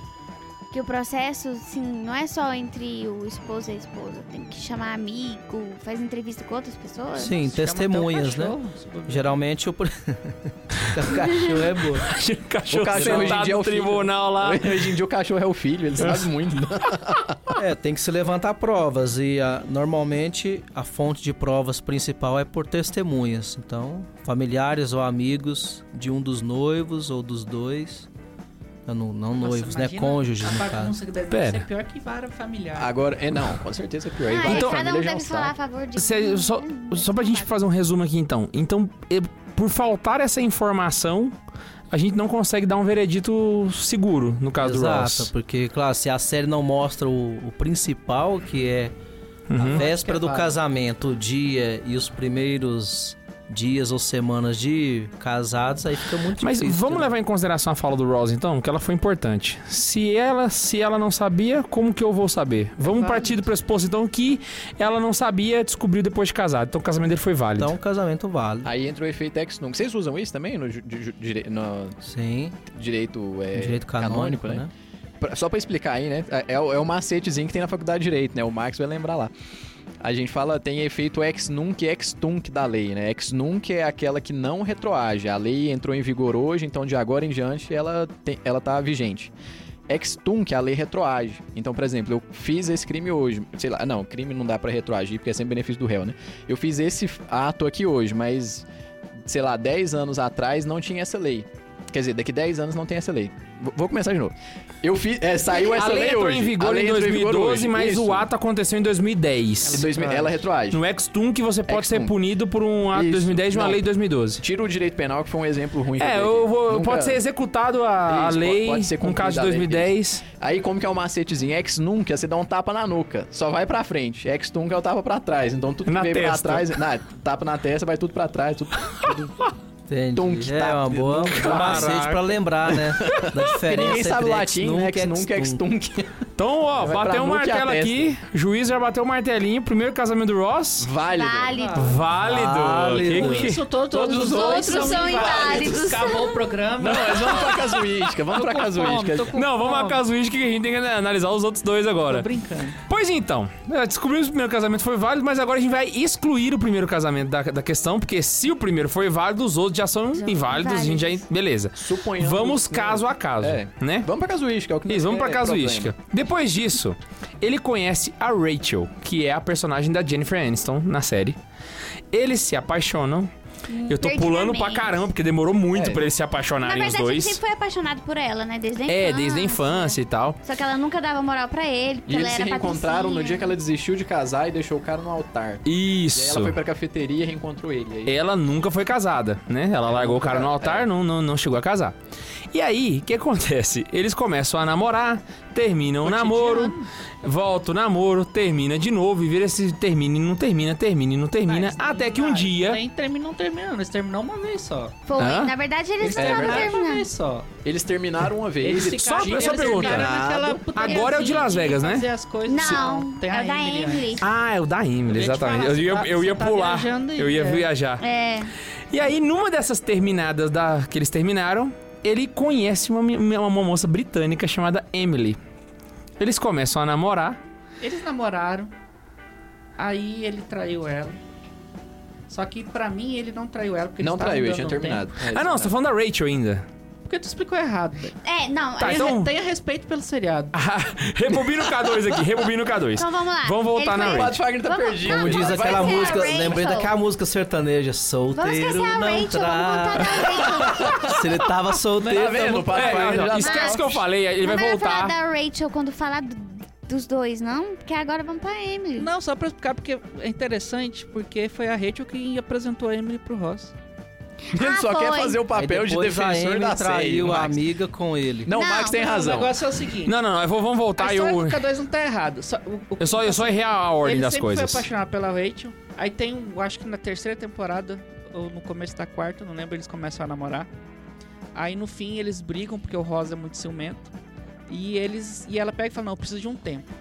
[SPEAKER 4] que o processo, assim, não é só entre o esposo e a esposa. Tem que chamar amigo, faz entrevista com outras pessoas.
[SPEAKER 5] Sim,
[SPEAKER 2] Chama até o
[SPEAKER 5] testemunhas, né?
[SPEAKER 2] cachorro, se bobear.
[SPEAKER 5] Geralmente o. pre- o cachorro é boa.
[SPEAKER 1] o cachorro,
[SPEAKER 3] O cachorro hoje em
[SPEAKER 1] sentado
[SPEAKER 3] dia é
[SPEAKER 1] no
[SPEAKER 3] o filho.
[SPEAKER 1] tribunal
[SPEAKER 5] Ah.
[SPEAKER 1] lá.
[SPEAKER 3] Hoje em dia o cachorro é o filho, ele sabe muito.
[SPEAKER 5] É, tem que se levantar provas e a- normalmente a fonte de provas principal é por testemunhas. Então, familiares ou amigos de um dos noivos ou dos dois, não, não não
[SPEAKER 2] Nossa,
[SPEAKER 5] noivos, né,
[SPEAKER 2] imagina
[SPEAKER 5] cônjuges
[SPEAKER 2] a
[SPEAKER 5] no caso.
[SPEAKER 2] bagunça que deve
[SPEAKER 1] Pera.
[SPEAKER 2] ser pior que vara familiar.
[SPEAKER 3] Agora, é não, com certeza é pior.
[SPEAKER 4] Ah,
[SPEAKER 3] Aí vai
[SPEAKER 4] e
[SPEAKER 1] Então-
[SPEAKER 3] pra
[SPEAKER 4] cada um
[SPEAKER 3] família, já é um
[SPEAKER 4] deve falar a
[SPEAKER 3] saco.
[SPEAKER 4] favor de... né?
[SPEAKER 1] Cê- só, só pra gente fazer um resumo aqui então. Então, e- por faltar essa informação, a gente não consegue dar um veredito seguro no caso do
[SPEAKER 5] Exato,
[SPEAKER 1] Ross.
[SPEAKER 5] porque, claro, se a série não mostra o, o principal, que é a
[SPEAKER 1] Uhum.
[SPEAKER 5] véspera do
[SPEAKER 2] válido.
[SPEAKER 5] casamento, o dia e os primeiros dias ou semanas de casados, aí fica muito
[SPEAKER 1] Mas
[SPEAKER 5] difícil.
[SPEAKER 1] vamos
[SPEAKER 5] né?
[SPEAKER 1] levar em consideração a fala do Ross então, que ela foi importante. Se ela, se ela não sabia, como que eu vou saber? Vamos
[SPEAKER 2] válido.
[SPEAKER 1] partir do pressuposto então que ela não sabia, descobriu depois de casado. Então o casamento dele foi válido.
[SPEAKER 5] Então, casamento válido.
[SPEAKER 3] Aí entra o efeito ex nunc. Vocês usam isso também no, ju- ju- dire- no
[SPEAKER 5] Sim,
[SPEAKER 3] direito, Ah, é,
[SPEAKER 5] direito canônico, né?
[SPEAKER 3] Pra- só pra explicar aí, né? É, o- é o macetezinho que tem na faculdade de Direito, né? O Max vai lembrar lá. A gente fala, tem efeito ex nunc e ex tunc da lei, né? Ex nunc é aquela que não retroage. A lei entrou em vigor hoje, então de agora em diante ela, tem, ela tá vigente. Ex tunc, a lei retroage. Então, por exemplo, eu fiz esse crime hoje. Sei lá, não, crime não dá pra retroagir, porque é sempre benefício do réu, né? Eu fiz esse ato aqui hoje, mas, sei lá, 10 anos atrás não tinha essa lei. Quer dizer, daqui 10 anos não tem essa lei. V- Vou começar de novo. Eu fiz. é, saiu essa
[SPEAKER 1] a lei entrou
[SPEAKER 3] hoje.
[SPEAKER 1] em vigor
[SPEAKER 3] A lei
[SPEAKER 1] em
[SPEAKER 3] entrou
[SPEAKER 1] 2012,
[SPEAKER 3] vigor hoje.
[SPEAKER 1] mas
[SPEAKER 3] Isso. É
[SPEAKER 1] o ato aconteceu em 2010.
[SPEAKER 3] Em 2000, Ela retroage.
[SPEAKER 1] No Extum que você pode ser
[SPEAKER 3] Extum.
[SPEAKER 1] punido por um ato de
[SPEAKER 3] Isso.
[SPEAKER 1] 2010 de uma
[SPEAKER 3] Não.
[SPEAKER 1] lei de 2012.
[SPEAKER 3] Tira o direito penal, que foi um exemplo ruim. que
[SPEAKER 1] É,
[SPEAKER 3] dei aqui.
[SPEAKER 1] eu vou,
[SPEAKER 3] Nunca-
[SPEAKER 1] pode ser executado a, a
[SPEAKER 3] Isso,
[SPEAKER 1] lei
[SPEAKER 3] pode ser
[SPEAKER 1] no caso de
[SPEAKER 3] cumprida a lei,
[SPEAKER 1] 2010.
[SPEAKER 3] Aí, como que é o macetezinho? Ex nunc é você dá um tapa na nuca. Só vai pra frente. Ex tunc é o tapa pra trás. Então, tudo que
[SPEAKER 1] Na
[SPEAKER 3] vem pra
[SPEAKER 1] testa.
[SPEAKER 3] trás. Na, tapa na testa, vai tudo pra trás. Tudo,
[SPEAKER 5] Entendi.
[SPEAKER 3] Tonk,
[SPEAKER 5] é
[SPEAKER 3] tá?
[SPEAKER 5] uma boa um bom macete
[SPEAKER 1] Caraca.
[SPEAKER 5] pra lembrar, né? Da
[SPEAKER 3] Porque
[SPEAKER 5] diferença
[SPEAKER 3] ninguém sabe
[SPEAKER 5] entre
[SPEAKER 3] latim, né? Ex nunc,
[SPEAKER 5] ex
[SPEAKER 3] ex
[SPEAKER 5] tunc.
[SPEAKER 3] tunc.
[SPEAKER 1] Então, ó,
[SPEAKER 3] Vai pra
[SPEAKER 1] bateu o
[SPEAKER 3] nuca e a
[SPEAKER 1] martelo
[SPEAKER 3] testa.
[SPEAKER 1] aqui. Juiz já bateu o martelinho. Primeiro casamento do Ross.
[SPEAKER 3] Válido.
[SPEAKER 4] Válido.
[SPEAKER 1] Válido.
[SPEAKER 5] Válido.
[SPEAKER 1] Que- que-
[SPEAKER 2] Isso, to-
[SPEAKER 3] Todos os
[SPEAKER 4] outros são inválidos.
[SPEAKER 2] Acabou o programa.
[SPEAKER 3] Não, mas vamos pra casuística. Vamos pra
[SPEAKER 2] Tô com
[SPEAKER 3] casuística.
[SPEAKER 2] fome, tô com
[SPEAKER 1] Não, vamos à
[SPEAKER 2] fome.
[SPEAKER 1] casuística que a gente tem que analisar os outros dois
[SPEAKER 2] Tô
[SPEAKER 1] agora.
[SPEAKER 2] brincando.
[SPEAKER 1] Pois então, é, descobrimos que o primeiro casamento foi válido, mas agora a gente vai excluir o primeiro casamento da, da questão, porque se o primeiro foi válido, os outros já são
[SPEAKER 4] Já
[SPEAKER 1] inválidos, a gente já.
[SPEAKER 4] inválidos.
[SPEAKER 1] Beleza.
[SPEAKER 3] Suponhamos.
[SPEAKER 1] Vamos caso a caso,
[SPEAKER 3] É.
[SPEAKER 1] né?
[SPEAKER 3] Vamos pra casuística. É o que
[SPEAKER 1] Isso,
[SPEAKER 3] não
[SPEAKER 1] vamos pra
[SPEAKER 3] é
[SPEAKER 1] casuística. Depois disso, ele conhece a Rachel, que é a personagem da Jennifer Aniston na série. Eles se apaixonam. Eu tô pulando pra
[SPEAKER 4] Perdidamente.
[SPEAKER 1] caramba, porque demorou muito
[SPEAKER 3] É.
[SPEAKER 1] pra eles se
[SPEAKER 4] Na
[SPEAKER 1] apaixonarem
[SPEAKER 4] verdade,
[SPEAKER 1] os
[SPEAKER 4] ele
[SPEAKER 1] Ah, dois.
[SPEAKER 4] sempre foi apaixonado por ela, né? Desde a infância.
[SPEAKER 1] É, desde a infância e tal.
[SPEAKER 4] Só que ela nunca dava moral pra ele, porque
[SPEAKER 3] E
[SPEAKER 4] ela
[SPEAKER 3] eles se
[SPEAKER 4] era
[SPEAKER 3] reencontraram no dia que
[SPEAKER 4] patricinha.
[SPEAKER 3] ela desistiu de casar e deixou o cara no altar. E aí
[SPEAKER 1] Isso.
[SPEAKER 3] ela foi pra cafeteria e reencontrou ele. é Aí
[SPEAKER 1] Ela nunca foi casada, né? Ela largou o cara no
[SPEAKER 2] é.
[SPEAKER 1] altar, não, não, não chegou a casar. E aí, o que acontece? Eles começam a namorar, terminam o namoro, volta o namoro, termina de novo e vira esse termina e não termina, termina e não termina,
[SPEAKER 2] Mas,
[SPEAKER 1] até que um
[SPEAKER 2] ah,
[SPEAKER 1] dia.
[SPEAKER 2] Nem terminou, não terminou. Eles terminou uma vez só.
[SPEAKER 4] Foi,
[SPEAKER 1] Hã?
[SPEAKER 4] na verdade,
[SPEAKER 2] Eles
[SPEAKER 4] eles não
[SPEAKER 3] É
[SPEAKER 2] terminaram
[SPEAKER 4] estavam
[SPEAKER 3] verdade.
[SPEAKER 2] uma vez
[SPEAKER 4] terminando.
[SPEAKER 2] só.
[SPEAKER 3] Eles terminaram uma vez.
[SPEAKER 2] se
[SPEAKER 3] e
[SPEAKER 1] só-
[SPEAKER 2] casaram,
[SPEAKER 1] só
[SPEAKER 2] eles
[SPEAKER 1] pergunta.
[SPEAKER 2] terminaram naquela putariazinha
[SPEAKER 1] Agora é o de Las Vegas, né?
[SPEAKER 2] fazer as coisas.
[SPEAKER 4] Não,
[SPEAKER 2] tem
[SPEAKER 4] é o da
[SPEAKER 2] Emily né? antes.
[SPEAKER 4] Emily.
[SPEAKER 1] Ah, é o da Emily,
[SPEAKER 2] Eu ia te
[SPEAKER 1] exatamente.
[SPEAKER 2] falar,
[SPEAKER 1] eu ia,
[SPEAKER 2] você tá-
[SPEAKER 1] eu ia
[SPEAKER 2] você tá
[SPEAKER 1] pular.
[SPEAKER 2] viajando aí,
[SPEAKER 1] eu ia
[SPEAKER 2] é.
[SPEAKER 1] viajar.
[SPEAKER 4] É.
[SPEAKER 1] E aí, numa dessas terminadas da, que eles terminaram, ele conhece uma, mi- uma moça britânica chamada Emily. Eles começam a namorar.
[SPEAKER 2] Eles namoraram. Aí ele traiu ela. Só que pra mim ele não traiu ela, porque
[SPEAKER 3] Não
[SPEAKER 2] eles tavam
[SPEAKER 3] traiu, ele
[SPEAKER 2] dando
[SPEAKER 3] tinha
[SPEAKER 2] um
[SPEAKER 3] terminado. É,
[SPEAKER 1] Ah, não, você tá falando da Rachel ainda.
[SPEAKER 2] tempo. porque tu explicou errado, velho.
[SPEAKER 4] É, não.
[SPEAKER 2] Ah,
[SPEAKER 1] Tá,
[SPEAKER 4] eu-
[SPEAKER 1] então-
[SPEAKER 2] Tenha respeito pelo seriado.
[SPEAKER 1] Rebobina o K2 aqui, rebobina o K2.
[SPEAKER 4] Então vamos lá.
[SPEAKER 1] Vamos voltar
[SPEAKER 4] Ele
[SPEAKER 1] na É,
[SPEAKER 4] foi-
[SPEAKER 3] O
[SPEAKER 1] Rage.
[SPEAKER 3] Pathfinder tá
[SPEAKER 4] Vamos-
[SPEAKER 3] perdido.
[SPEAKER 4] não,
[SPEAKER 3] Vai-
[SPEAKER 4] Vamos
[SPEAKER 5] Diz
[SPEAKER 4] esquecer
[SPEAKER 5] aquela
[SPEAKER 4] a
[SPEAKER 5] música,
[SPEAKER 4] Rachel.
[SPEAKER 5] lembrei daquela música sertaneja,
[SPEAKER 4] Vamos
[SPEAKER 5] solteiro
[SPEAKER 4] esquecer a
[SPEAKER 5] não
[SPEAKER 4] Rachel, vamos contar
[SPEAKER 5] trava.
[SPEAKER 4] da Rachel.
[SPEAKER 5] Se ele tava
[SPEAKER 3] Tá vendo? O
[SPEAKER 5] solteiro, tamo-
[SPEAKER 1] É, não,
[SPEAKER 3] Pathfinder
[SPEAKER 1] não,
[SPEAKER 3] já
[SPEAKER 1] esquece
[SPEAKER 4] Mas-
[SPEAKER 1] que eu falei, aí ele
[SPEAKER 4] não
[SPEAKER 1] vai voltar.
[SPEAKER 4] falar da Rachel quando falar do- dos dois, não? Porque agora vamos pra Emily.
[SPEAKER 2] Não, só pra explicar, porque é interessante, porque foi a Rachel que apresentou a Emily pro Ross.
[SPEAKER 3] Ele só
[SPEAKER 4] Ah,
[SPEAKER 3] quer
[SPEAKER 4] foi.
[SPEAKER 3] fazer o
[SPEAKER 5] Aí
[SPEAKER 3] papel de
[SPEAKER 5] depois a
[SPEAKER 3] defensor
[SPEAKER 5] Amy
[SPEAKER 3] da série.
[SPEAKER 5] traiu a
[SPEAKER 3] Max.
[SPEAKER 5] amiga com ele.
[SPEAKER 3] Não, o
[SPEAKER 4] Não,
[SPEAKER 3] Max tem
[SPEAKER 4] não.
[SPEAKER 2] O
[SPEAKER 3] razão.
[SPEAKER 2] negócio é o seguinte.
[SPEAKER 1] Não, não, não, eu vou, vamos voltar
[SPEAKER 2] a
[SPEAKER 1] e
[SPEAKER 2] história
[SPEAKER 1] eu,
[SPEAKER 2] do K2 não tá errado. Só, o, o-
[SPEAKER 1] eu, só, eu só errei a ordem
[SPEAKER 2] ele
[SPEAKER 1] das
[SPEAKER 2] sempre
[SPEAKER 1] coisas.
[SPEAKER 2] foi apaixonado pela Rachel. Aí tem, um- acho que na terceira temporada, ou no começo da quarta, não lembro, eles começam a namorar. Aí no fim eles brigam porque o Rosa é muito ciumento. E eles e ela pega e fala: "Não, eu preciso de um tempo".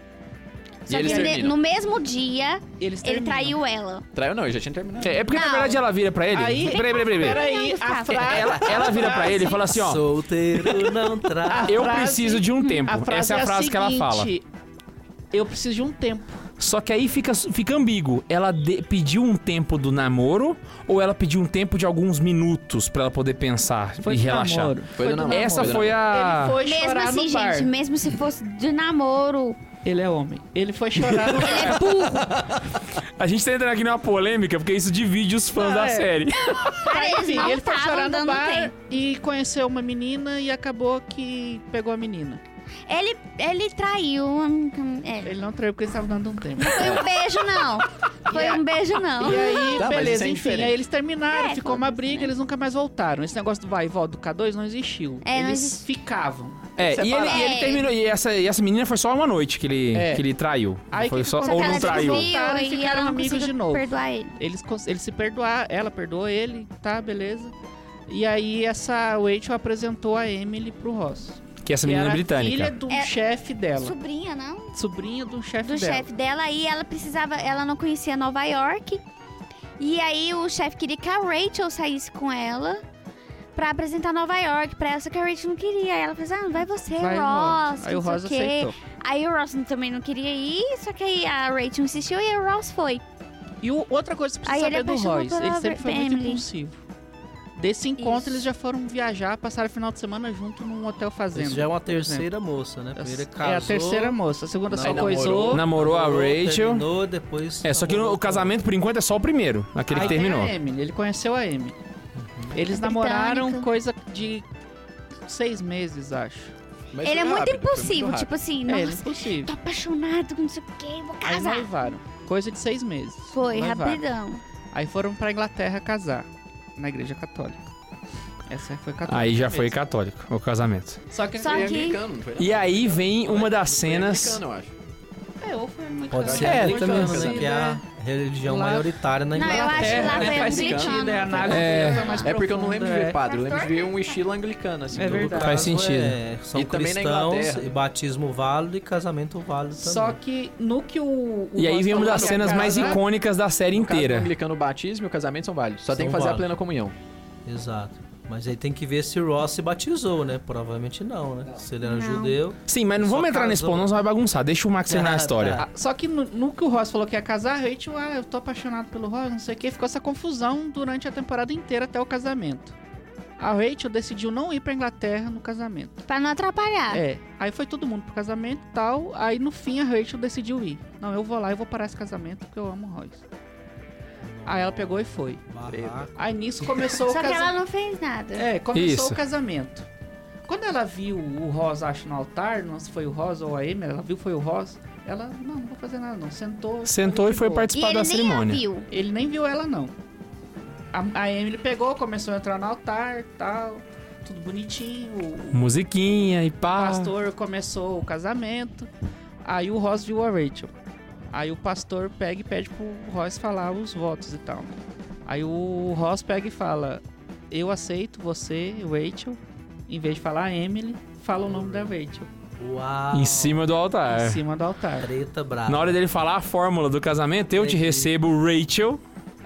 [SPEAKER 4] Só
[SPEAKER 3] e eles
[SPEAKER 4] que ne-
[SPEAKER 3] terminam.
[SPEAKER 4] no mesmo dia,
[SPEAKER 2] E eles
[SPEAKER 4] ele
[SPEAKER 2] terminam.
[SPEAKER 4] traiu ela.
[SPEAKER 3] Traiu não, eu já tinha terminado.
[SPEAKER 1] É, é porque na
[SPEAKER 4] Não.
[SPEAKER 1] verdade ela vira pra ele.
[SPEAKER 2] Aí-
[SPEAKER 1] Peraí, peraí, peraí. peraí.
[SPEAKER 2] Peraí, a
[SPEAKER 4] Ela-
[SPEAKER 2] frase.
[SPEAKER 1] Ela, ela vira pra ele e fala assim, ó.
[SPEAKER 5] Solteiro não trava.
[SPEAKER 1] Eu
[SPEAKER 2] frase-
[SPEAKER 1] preciso de um tempo. Essa é a frase que ela fala.
[SPEAKER 2] seguinte, Eu preciso de um tempo.
[SPEAKER 1] Só que aí fica, fica ambíguo. Ela de- pediu um tempo do namoro ou ela pediu um tempo de alguns minutos pra ela poder pensar e
[SPEAKER 2] de
[SPEAKER 1] relaxar?
[SPEAKER 2] namoro.
[SPEAKER 3] Foi do namoro.
[SPEAKER 1] Essa
[SPEAKER 3] Namoro.
[SPEAKER 1] foi a.
[SPEAKER 2] Ele foi
[SPEAKER 4] Mesmo
[SPEAKER 2] chorar
[SPEAKER 4] assim,
[SPEAKER 2] no bar.
[SPEAKER 4] gente, mesmo se fosse de namoro.
[SPEAKER 2] Ele é homem. Ele foi chorar no bar.
[SPEAKER 4] Ele é burro.
[SPEAKER 1] A gente tá entrando aqui numa polêmica porque isso divide os fãs
[SPEAKER 2] Ah,
[SPEAKER 1] da
[SPEAKER 2] é.
[SPEAKER 1] série.
[SPEAKER 4] Aí eles
[SPEAKER 2] Enfim,
[SPEAKER 4] não
[SPEAKER 2] ele foi
[SPEAKER 4] tavam
[SPEAKER 2] chorar no
[SPEAKER 4] dando
[SPEAKER 2] bar
[SPEAKER 4] tempo.
[SPEAKER 2] e conheceu uma menina e acabou que pegou a menina.
[SPEAKER 4] Ele, ele traiu. hum, hum, é.
[SPEAKER 2] Ele não traiu porque ele estava dando um tempo.
[SPEAKER 4] Foi um beijo, não. Foi um beijo, não.
[SPEAKER 2] E aí,
[SPEAKER 3] Tá, mas isso
[SPEAKER 2] beleza,
[SPEAKER 3] é
[SPEAKER 2] enfim.
[SPEAKER 3] diferente.
[SPEAKER 2] Aí eles terminaram,
[SPEAKER 4] É,
[SPEAKER 2] ficou uma
[SPEAKER 4] foda-se,
[SPEAKER 2] briga,
[SPEAKER 4] né?
[SPEAKER 2] eles nunca mais voltaram. Esse negócio do vai e volta do K2 não existiu.
[SPEAKER 4] É, não
[SPEAKER 2] eles
[SPEAKER 4] existe.
[SPEAKER 2] ficavam.
[SPEAKER 1] É, e ele,
[SPEAKER 2] separaram.
[SPEAKER 1] e ele
[SPEAKER 4] É.
[SPEAKER 1] terminou. E essa, e essa menina foi só uma noite que ele,
[SPEAKER 2] É.
[SPEAKER 1] que ele traiu.
[SPEAKER 2] Aí
[SPEAKER 1] foi
[SPEAKER 2] que
[SPEAKER 1] só,
[SPEAKER 2] que
[SPEAKER 1] ou
[SPEAKER 2] acontece?
[SPEAKER 1] não
[SPEAKER 4] Ela
[SPEAKER 1] traiu.
[SPEAKER 4] descobriu
[SPEAKER 2] Voltaram e
[SPEAKER 4] e
[SPEAKER 2] ficaram
[SPEAKER 4] ela não
[SPEAKER 2] amigos
[SPEAKER 4] conseguiu
[SPEAKER 2] de novo.
[SPEAKER 4] perdoar ele.
[SPEAKER 2] Eles, cons- eles se perdoaram, ela perdoou ele, tá, beleza. E aí essa Rachel apresentou a Emily pro Ross.
[SPEAKER 1] Que essa
[SPEAKER 2] que
[SPEAKER 1] menina
[SPEAKER 2] era
[SPEAKER 1] é britânica.
[SPEAKER 2] filha do
[SPEAKER 4] É-
[SPEAKER 2] chefe dela.
[SPEAKER 4] Sobrinha, não?
[SPEAKER 2] Sobrinha do chefe
[SPEAKER 4] Do
[SPEAKER 2] dela.
[SPEAKER 4] chefe dela. E ela precisava. Ela não conhecia Nova York. E aí o chefe queria que a Rachel saísse com ela pra apresentar Nova York pra ela, só que a Rachel não queria. Aí ela falou assim: ah, vai você,
[SPEAKER 2] Vai,
[SPEAKER 4] Ross.
[SPEAKER 2] Ross. Aí o
[SPEAKER 4] não sei
[SPEAKER 2] Ross
[SPEAKER 4] quê.
[SPEAKER 2] aceitou.
[SPEAKER 4] Aí o Ross também não queria ir, só que aí a Rachel insistiu e o Ross foi.
[SPEAKER 2] E o- outra coisa que você
[SPEAKER 4] Aí
[SPEAKER 2] precisa saber
[SPEAKER 4] ele
[SPEAKER 2] do
[SPEAKER 4] apaixonou
[SPEAKER 2] Royce,
[SPEAKER 4] pela
[SPEAKER 2] ele sempre foi muito
[SPEAKER 4] Emily.
[SPEAKER 2] impulsivo. Desse encontro,
[SPEAKER 4] Isso.
[SPEAKER 2] eles já foram viajar, passaram o final de semana junto num hotel fazenda.
[SPEAKER 5] Isso já é uma
[SPEAKER 2] por exemplo.
[SPEAKER 5] terceira moça, né? Primeiro ele casou.
[SPEAKER 2] É a terceira moça, a segunda
[SPEAKER 5] Não,
[SPEAKER 2] só
[SPEAKER 3] namorou.
[SPEAKER 2] coisou.
[SPEAKER 1] Namorou a Rachel.
[SPEAKER 5] Terminou, depois
[SPEAKER 1] É, só que no-
[SPEAKER 5] namorou
[SPEAKER 1] o casamento, por enquanto, é só o primeiro. Aquele
[SPEAKER 2] Aí é.
[SPEAKER 1] que
[SPEAKER 2] tem
[SPEAKER 1] terminou.
[SPEAKER 2] a Emily, ele conheceu a Emily. Eles
[SPEAKER 4] A
[SPEAKER 2] namoraram
[SPEAKER 4] britânica.
[SPEAKER 2] coisa de seis meses, acho.
[SPEAKER 3] Mas
[SPEAKER 4] ele é
[SPEAKER 3] foi
[SPEAKER 4] muito
[SPEAKER 3] rápido, foi
[SPEAKER 4] impulsivo,
[SPEAKER 3] muito
[SPEAKER 4] tipo assim,
[SPEAKER 2] É,
[SPEAKER 4] nossa,
[SPEAKER 2] ele impossível.
[SPEAKER 4] tô apaixonado, não sei o que, vou
[SPEAKER 2] Aí
[SPEAKER 4] casar.
[SPEAKER 2] noivaram. Coisa de seis meses.
[SPEAKER 4] Foi,
[SPEAKER 2] Noivaram.
[SPEAKER 4] rapidão.
[SPEAKER 2] Aí foram pra Inglaterra casar, na igreja católica. Essa foi católica.
[SPEAKER 1] Aí já
[SPEAKER 2] mesmo.
[SPEAKER 1] foi católico o casamento.
[SPEAKER 2] Só que...
[SPEAKER 4] Só
[SPEAKER 3] Foi
[SPEAKER 4] que-
[SPEAKER 3] americano, não foi não?
[SPEAKER 1] E aí vem uma das
[SPEAKER 3] Foi
[SPEAKER 1] cenas.
[SPEAKER 3] americano, eu acho.
[SPEAKER 2] É, ou foi
[SPEAKER 5] outro.
[SPEAKER 2] muito
[SPEAKER 5] Pode ser
[SPEAKER 3] É,
[SPEAKER 5] é,
[SPEAKER 3] também,
[SPEAKER 5] também, né? Que é a religião
[SPEAKER 2] Lá-
[SPEAKER 5] maioritária na
[SPEAKER 4] Não, eu
[SPEAKER 5] Inglaterra.
[SPEAKER 4] acho que lá
[SPEAKER 2] né?
[SPEAKER 4] foi
[SPEAKER 2] faz
[SPEAKER 4] anglicano.
[SPEAKER 2] sentido, é a análise
[SPEAKER 1] É.
[SPEAKER 2] dela foi mais
[SPEAKER 3] É porque eu não
[SPEAKER 2] profunda,
[SPEAKER 3] lembro de ver
[SPEAKER 2] é.
[SPEAKER 3] padre, eu lembro de ver um estilo anglicano, assim.
[SPEAKER 2] É
[SPEAKER 3] do-
[SPEAKER 2] verdade.
[SPEAKER 1] Faz sentido.
[SPEAKER 5] É, são
[SPEAKER 3] E também na
[SPEAKER 5] cristãos,
[SPEAKER 3] Inglaterra.
[SPEAKER 5] e batismo válido e casamento válido também.
[SPEAKER 2] Só que no que o. o
[SPEAKER 1] E aí vem uma das cenas mais icônicas da série
[SPEAKER 3] No caso, O
[SPEAKER 1] inteira.
[SPEAKER 3] anglicano, o batismo e o casamento são válidos. Só tem
[SPEAKER 5] São
[SPEAKER 3] que fazer a
[SPEAKER 5] válidos.
[SPEAKER 3] plena comunhão.
[SPEAKER 5] Exato. Mas aí tem que ver se o Ross se batizou, né? Provavelmente não, né? Se ele era judeu.
[SPEAKER 1] Sim, mas não
[SPEAKER 5] Só
[SPEAKER 1] vamos entrar nesse
[SPEAKER 5] casou.
[SPEAKER 1] ponto, não, senão vai bagunçar. Deixa o Max terminar a
[SPEAKER 5] Ah,
[SPEAKER 1] história.
[SPEAKER 5] tá.
[SPEAKER 2] Só que no, no que o Ross falou que ia casar, a Rachel, ah, eu tô apaixonado pelo Ross, não sei o que, ficou essa confusão durante a temporada inteira até o casamento. A Rachel decidiu não ir pra Inglaterra no casamento.
[SPEAKER 4] Pra não atrapalhar.
[SPEAKER 2] É. Aí foi todo mundo pro casamento e tal. Aí no fim a Rachel decidiu ir. Não, eu vou lá, eu vou parar esse casamento porque eu amo o Ross. Aí ela pegou e foi.
[SPEAKER 5] Barraco.
[SPEAKER 2] Aí nisso começou o
[SPEAKER 4] Só que
[SPEAKER 2] casamento.
[SPEAKER 4] ela não fez nada.
[SPEAKER 2] É, começou
[SPEAKER 1] Isso.
[SPEAKER 2] o casamento. Quando ela viu o Rosa, acho, no altar, não sei se foi o Rosa ou a Emily, ela viu foi o Rosa, ela, não, não vou fazer nada não, sentou.
[SPEAKER 1] Sentou e foi
[SPEAKER 2] ficou.
[SPEAKER 4] E
[SPEAKER 1] participar
[SPEAKER 4] ele
[SPEAKER 1] da
[SPEAKER 4] nem
[SPEAKER 1] cerimônia.
[SPEAKER 4] a viu.
[SPEAKER 2] Ele nem viu ela, não. A, a Emily pegou, começou a entrar no altar, tal, tudo bonitinho, o
[SPEAKER 1] Musiquinha e pá.
[SPEAKER 2] pastor começou o casamento, aí o Ross viu a Rachel. Aí o pastor pega e pede pro Ross falar os votos e tal. Aí o Ross pega e fala: Eu aceito você, Rachel. Em vez de falar Emily, fala o nome da Rachel
[SPEAKER 5] Uau.
[SPEAKER 1] Em cima do altar.
[SPEAKER 2] em cima do altar.
[SPEAKER 5] Treta brava.
[SPEAKER 1] Na hora dele falar a fórmula do casamento, eu te
[SPEAKER 5] Entendi.
[SPEAKER 1] recebo, Rachel.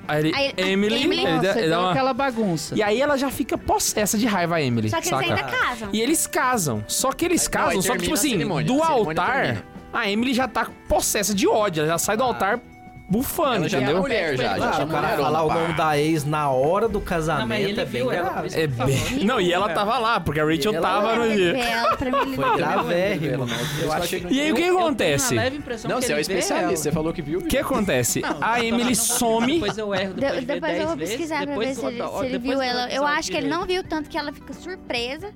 [SPEAKER 1] Aí ele,
[SPEAKER 4] Aí, a-
[SPEAKER 1] Emily.
[SPEAKER 4] Emily.
[SPEAKER 1] ele dá-
[SPEAKER 2] Nossa,
[SPEAKER 1] ele dá
[SPEAKER 2] deu
[SPEAKER 1] uma-
[SPEAKER 2] aquela bagunça.
[SPEAKER 1] E aí ela já fica possessa de raiva, a Emily.
[SPEAKER 4] Só que
[SPEAKER 1] saca?
[SPEAKER 4] eles ainda casam.
[SPEAKER 1] E eles casam. Só que eles
[SPEAKER 3] Aí, não, aí
[SPEAKER 1] casam, só que,
[SPEAKER 3] termina
[SPEAKER 1] tipo
[SPEAKER 3] a
[SPEAKER 1] assim,
[SPEAKER 3] cerimônia.
[SPEAKER 1] do
[SPEAKER 3] A cerimônia
[SPEAKER 1] altar,
[SPEAKER 3] termina.
[SPEAKER 1] a Emily já tá possessa de ódio. Ela já sai do
[SPEAKER 5] Ah.
[SPEAKER 1] altar bufando,
[SPEAKER 3] Ela já
[SPEAKER 1] entendeu?
[SPEAKER 3] é mulher já. já
[SPEAKER 5] Ah,
[SPEAKER 3] é
[SPEAKER 5] o cara
[SPEAKER 3] mulherão.
[SPEAKER 5] falar o nome
[SPEAKER 3] Pá.
[SPEAKER 5] da ex na hora do casamento
[SPEAKER 2] Não, mas ele
[SPEAKER 5] é bem
[SPEAKER 2] viu ela, tá por
[SPEAKER 5] grave.
[SPEAKER 3] tá
[SPEAKER 2] isso que
[SPEAKER 1] É
[SPEAKER 2] ele falou.
[SPEAKER 1] bem... Não, e ela tá- tava lá, porque a Rachel
[SPEAKER 5] Ela
[SPEAKER 1] tava
[SPEAKER 4] Ela
[SPEAKER 1] no
[SPEAKER 4] é
[SPEAKER 1] dia.
[SPEAKER 4] bela pra
[SPEAKER 3] tá
[SPEAKER 4] mim,
[SPEAKER 5] Foi
[SPEAKER 4] ele-
[SPEAKER 3] né?
[SPEAKER 5] gravérrimo. Eu achei
[SPEAKER 1] E aí o que
[SPEAKER 2] Eu tenho
[SPEAKER 1] acontece?
[SPEAKER 2] uma leve impressão
[SPEAKER 3] um Não,
[SPEAKER 2] que
[SPEAKER 3] você é o
[SPEAKER 1] um
[SPEAKER 2] ele vê
[SPEAKER 3] especialista,
[SPEAKER 2] ela.
[SPEAKER 3] você falou que viu.
[SPEAKER 1] O que acontece?
[SPEAKER 2] Não,
[SPEAKER 1] a
[SPEAKER 2] não,
[SPEAKER 1] Emily
[SPEAKER 2] não,
[SPEAKER 1] some.
[SPEAKER 2] Depois eu erro, depois,
[SPEAKER 4] De-
[SPEAKER 2] de ver
[SPEAKER 4] depois eu
[SPEAKER 2] 10
[SPEAKER 4] vou
[SPEAKER 2] vezes,
[SPEAKER 4] pesquisar pra ver
[SPEAKER 2] depois
[SPEAKER 4] se
[SPEAKER 2] do-
[SPEAKER 4] ele,
[SPEAKER 2] do-
[SPEAKER 4] se ele
[SPEAKER 2] depois
[SPEAKER 4] viu
[SPEAKER 2] do
[SPEAKER 4] ela. Eu
[SPEAKER 2] episódio
[SPEAKER 4] acho que ele
[SPEAKER 2] direito.
[SPEAKER 4] não viu tanto que ela fica surpresa.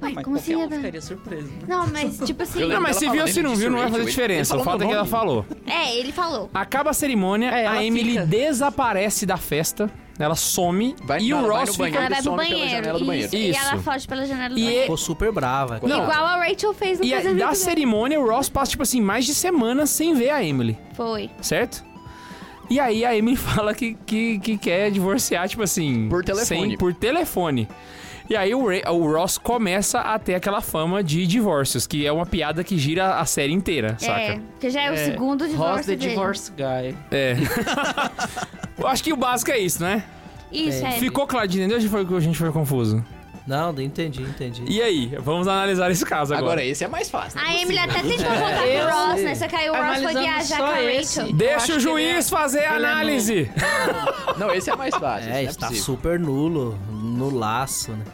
[SPEAKER 4] Ué,
[SPEAKER 2] Mas
[SPEAKER 4] como assim?
[SPEAKER 2] qualquer um
[SPEAKER 4] Eva?
[SPEAKER 2] ficaria surpreso. né?
[SPEAKER 4] Não, mas tipo assim.
[SPEAKER 1] Não,
[SPEAKER 3] Eu lembro
[SPEAKER 1] mas
[SPEAKER 3] dela
[SPEAKER 1] se viu ou
[SPEAKER 3] falando,
[SPEAKER 1] se não
[SPEAKER 3] ele
[SPEAKER 1] viu, não vai
[SPEAKER 3] disse
[SPEAKER 1] fazer
[SPEAKER 3] Rachel,
[SPEAKER 1] diferença.
[SPEAKER 3] ele
[SPEAKER 1] O
[SPEAKER 3] falou
[SPEAKER 1] fato é
[SPEAKER 3] meu
[SPEAKER 1] que ela
[SPEAKER 3] nome.
[SPEAKER 1] falou.
[SPEAKER 4] É, ele falou.
[SPEAKER 1] Acaba a cerimônia,
[SPEAKER 2] É, ela
[SPEAKER 1] a Emily
[SPEAKER 2] fica. desaparece
[SPEAKER 1] desaparece da festa, ela some
[SPEAKER 3] Vai-
[SPEAKER 1] e o
[SPEAKER 3] não, ela vai
[SPEAKER 1] Ross
[SPEAKER 3] no
[SPEAKER 1] fica.
[SPEAKER 3] banheiro.
[SPEAKER 4] Ela vai pro
[SPEAKER 3] some pela janela
[SPEAKER 4] banheiro.
[SPEAKER 3] do banheiro.
[SPEAKER 4] Isso. E
[SPEAKER 1] Isso.
[SPEAKER 4] ela foge pela janela do
[SPEAKER 1] E
[SPEAKER 4] banheiro.
[SPEAKER 5] Ficou super brava.
[SPEAKER 3] Não.
[SPEAKER 4] Igual a Rachel fez no
[SPEAKER 1] E aí,
[SPEAKER 4] casamento.
[SPEAKER 1] da
[SPEAKER 2] né?
[SPEAKER 4] dela.
[SPEAKER 1] cerimônia, o Ross passa, tipo assim, mais de semana sem ver a Emily,
[SPEAKER 4] Foi.
[SPEAKER 1] certo? E aí a Emily fala que, que, que quer divorciar, tipo assim.
[SPEAKER 3] Por telefone.
[SPEAKER 1] sem- por telefone. E aí o, Ray- o Ross começa a ter aquela fama de divórcios, que é uma piada que gira a série inteira,
[SPEAKER 4] É,
[SPEAKER 1] saca?
[SPEAKER 4] que já é, o
[SPEAKER 2] É,
[SPEAKER 4] segundo
[SPEAKER 2] Ross the
[SPEAKER 4] divórcio dele.
[SPEAKER 2] Divorce Guy.
[SPEAKER 1] É. Eu acho que o básico é isso, né?
[SPEAKER 4] Isso, é.
[SPEAKER 1] Ficou claro, entendeu? A gente foi, a gente foi confuso.
[SPEAKER 5] Não, entendi, entendi.
[SPEAKER 1] E aí, vamos analisar esse caso agora.
[SPEAKER 3] Agora, esse é mais fácil.
[SPEAKER 4] A Ah, Emily até tentou voltar
[SPEAKER 2] Eu
[SPEAKER 4] pro Ross,
[SPEAKER 5] sei.
[SPEAKER 4] né? Só que aí o Ross foi
[SPEAKER 2] Analisando
[SPEAKER 4] viajar com
[SPEAKER 2] só
[SPEAKER 4] a
[SPEAKER 2] esse.
[SPEAKER 4] Rachel.
[SPEAKER 1] Deixa
[SPEAKER 2] Eu
[SPEAKER 1] o
[SPEAKER 2] acho que ele
[SPEAKER 1] juiz fazer a
[SPEAKER 2] ele é
[SPEAKER 1] análise.
[SPEAKER 3] Não, esse é mais fácil.
[SPEAKER 5] É,
[SPEAKER 3] esse não
[SPEAKER 5] está
[SPEAKER 3] possível.
[SPEAKER 5] super nulo, no laço, né?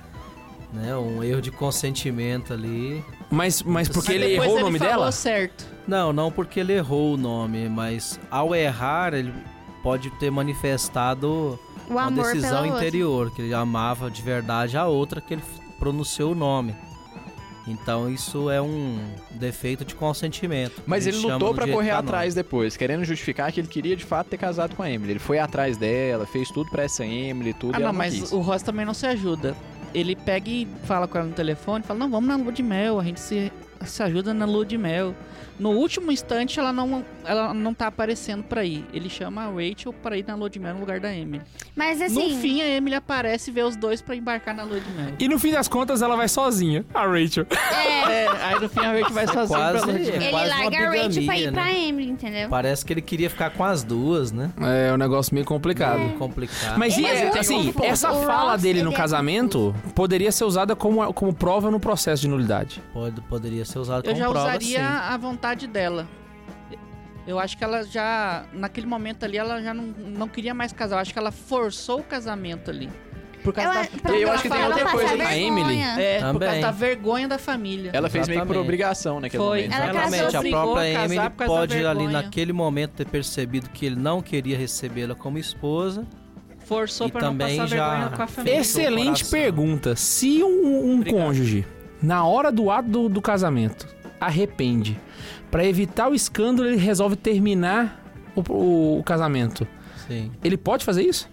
[SPEAKER 5] Né, Um erro de consentimento ali.
[SPEAKER 1] Mas, mas porque
[SPEAKER 2] Mas
[SPEAKER 1] ele
[SPEAKER 2] depois
[SPEAKER 1] errou o nome
[SPEAKER 2] falou
[SPEAKER 1] dela?
[SPEAKER 2] certo.
[SPEAKER 5] Não, não porque ele errou o nome, mas ao errar, ele pode ter manifestado
[SPEAKER 4] O
[SPEAKER 5] uma
[SPEAKER 4] amor
[SPEAKER 5] decisão
[SPEAKER 4] pela outra.
[SPEAKER 5] interior, que ele amava de verdade a outra que ele f- pronunciou o nome. Então isso é um defeito de consentimento.
[SPEAKER 3] Mas
[SPEAKER 5] Eles
[SPEAKER 3] ele
[SPEAKER 5] chamam
[SPEAKER 3] lutou
[SPEAKER 5] no
[SPEAKER 3] pra
[SPEAKER 5] direito
[SPEAKER 3] correr
[SPEAKER 5] canônico.
[SPEAKER 3] atrás depois, querendo justificar que ele queria de fato ter casado com a Emily. Ele foi atrás dela, fez tudo pra essa Emily, tudo.
[SPEAKER 2] Ah,
[SPEAKER 3] e
[SPEAKER 2] não,
[SPEAKER 3] ela não
[SPEAKER 2] mas
[SPEAKER 3] quis.
[SPEAKER 2] o Ross também não se ajuda. Ele pega e fala com ela no telefone, fala, não, vamos na lua de mel, a gente se, se ajuda na lua de mel. No último instante, ela não, ela não tá aparecendo pra ir. Ele chama a Rachel pra ir na lua de mel no lugar da Emily.
[SPEAKER 4] Mas assim.
[SPEAKER 2] No fim, a Emily aparece e vê os dois pra embarcar na lua de mel.
[SPEAKER 1] E no fim das contas, ela vai sozinha, a Rachel.
[SPEAKER 4] É,
[SPEAKER 2] É, aí no fim a Rachel vai sozinha pra lua
[SPEAKER 5] quase-
[SPEAKER 2] de mel.
[SPEAKER 5] é
[SPEAKER 4] ele
[SPEAKER 5] quase uma
[SPEAKER 4] larga a Rachel pra
[SPEAKER 5] bigamia,
[SPEAKER 4] ir
[SPEAKER 5] né?
[SPEAKER 4] pra Emily, entendeu?
[SPEAKER 5] Parece que ele queria ficar com as duas, né?
[SPEAKER 1] É um negócio meio complicado.
[SPEAKER 4] É.
[SPEAKER 5] Meio complicado.
[SPEAKER 1] Mas e,
[SPEAKER 4] Ele é muito
[SPEAKER 1] assim,
[SPEAKER 2] um
[SPEAKER 4] confuso.
[SPEAKER 1] essa
[SPEAKER 4] O
[SPEAKER 1] fala
[SPEAKER 4] Ross,
[SPEAKER 1] dele
[SPEAKER 4] ele
[SPEAKER 1] no
[SPEAKER 4] é
[SPEAKER 1] casamento poderia ser usada como, como prova no processo de nulidade.
[SPEAKER 5] Pode, poderia ser usado
[SPEAKER 2] Eu
[SPEAKER 5] como
[SPEAKER 2] já
[SPEAKER 5] Então prova,
[SPEAKER 2] usaria
[SPEAKER 5] sim.
[SPEAKER 2] a vontade dela. Eu acho que ela já, naquele momento ali, ela já não, não queria mais casar. Eu acho que ela forçou o casamento ali. Por causa
[SPEAKER 4] Ela-
[SPEAKER 2] da...
[SPEAKER 4] pra
[SPEAKER 3] Eu
[SPEAKER 4] ela assim.
[SPEAKER 3] acho que tem
[SPEAKER 4] passar
[SPEAKER 3] outra coisa,
[SPEAKER 4] vergonha.
[SPEAKER 1] a Emily.
[SPEAKER 2] É, por
[SPEAKER 5] Também.
[SPEAKER 2] causa da vergonha da família.
[SPEAKER 3] Ela fez meio que por
[SPEAKER 5] Exatamente.
[SPEAKER 3] obrigação naquele
[SPEAKER 2] Foi.
[SPEAKER 3] momento.
[SPEAKER 4] Ela
[SPEAKER 3] né?
[SPEAKER 4] casou
[SPEAKER 5] Realmente, a
[SPEAKER 2] brigou a
[SPEAKER 5] própria
[SPEAKER 2] casar
[SPEAKER 5] Emily
[SPEAKER 2] por causa da
[SPEAKER 5] pode ali
[SPEAKER 2] vergonha.
[SPEAKER 5] naquele momento ter percebido que ele não queria recebê-la como esposa.
[SPEAKER 2] Forçou
[SPEAKER 5] É. E
[SPEAKER 2] pra não
[SPEAKER 5] também
[SPEAKER 2] passar
[SPEAKER 5] já
[SPEAKER 2] vergonha com a família.
[SPEAKER 5] fez-
[SPEAKER 1] Excelente
[SPEAKER 5] coração.
[SPEAKER 1] pergunta. Se um, um cônjuge, na hora do ato do, do casamento, arrepende, pra evitar o escândalo, ele resolve terminar o- o- o casamento,
[SPEAKER 5] Sim,
[SPEAKER 1] ele pode fazer isso?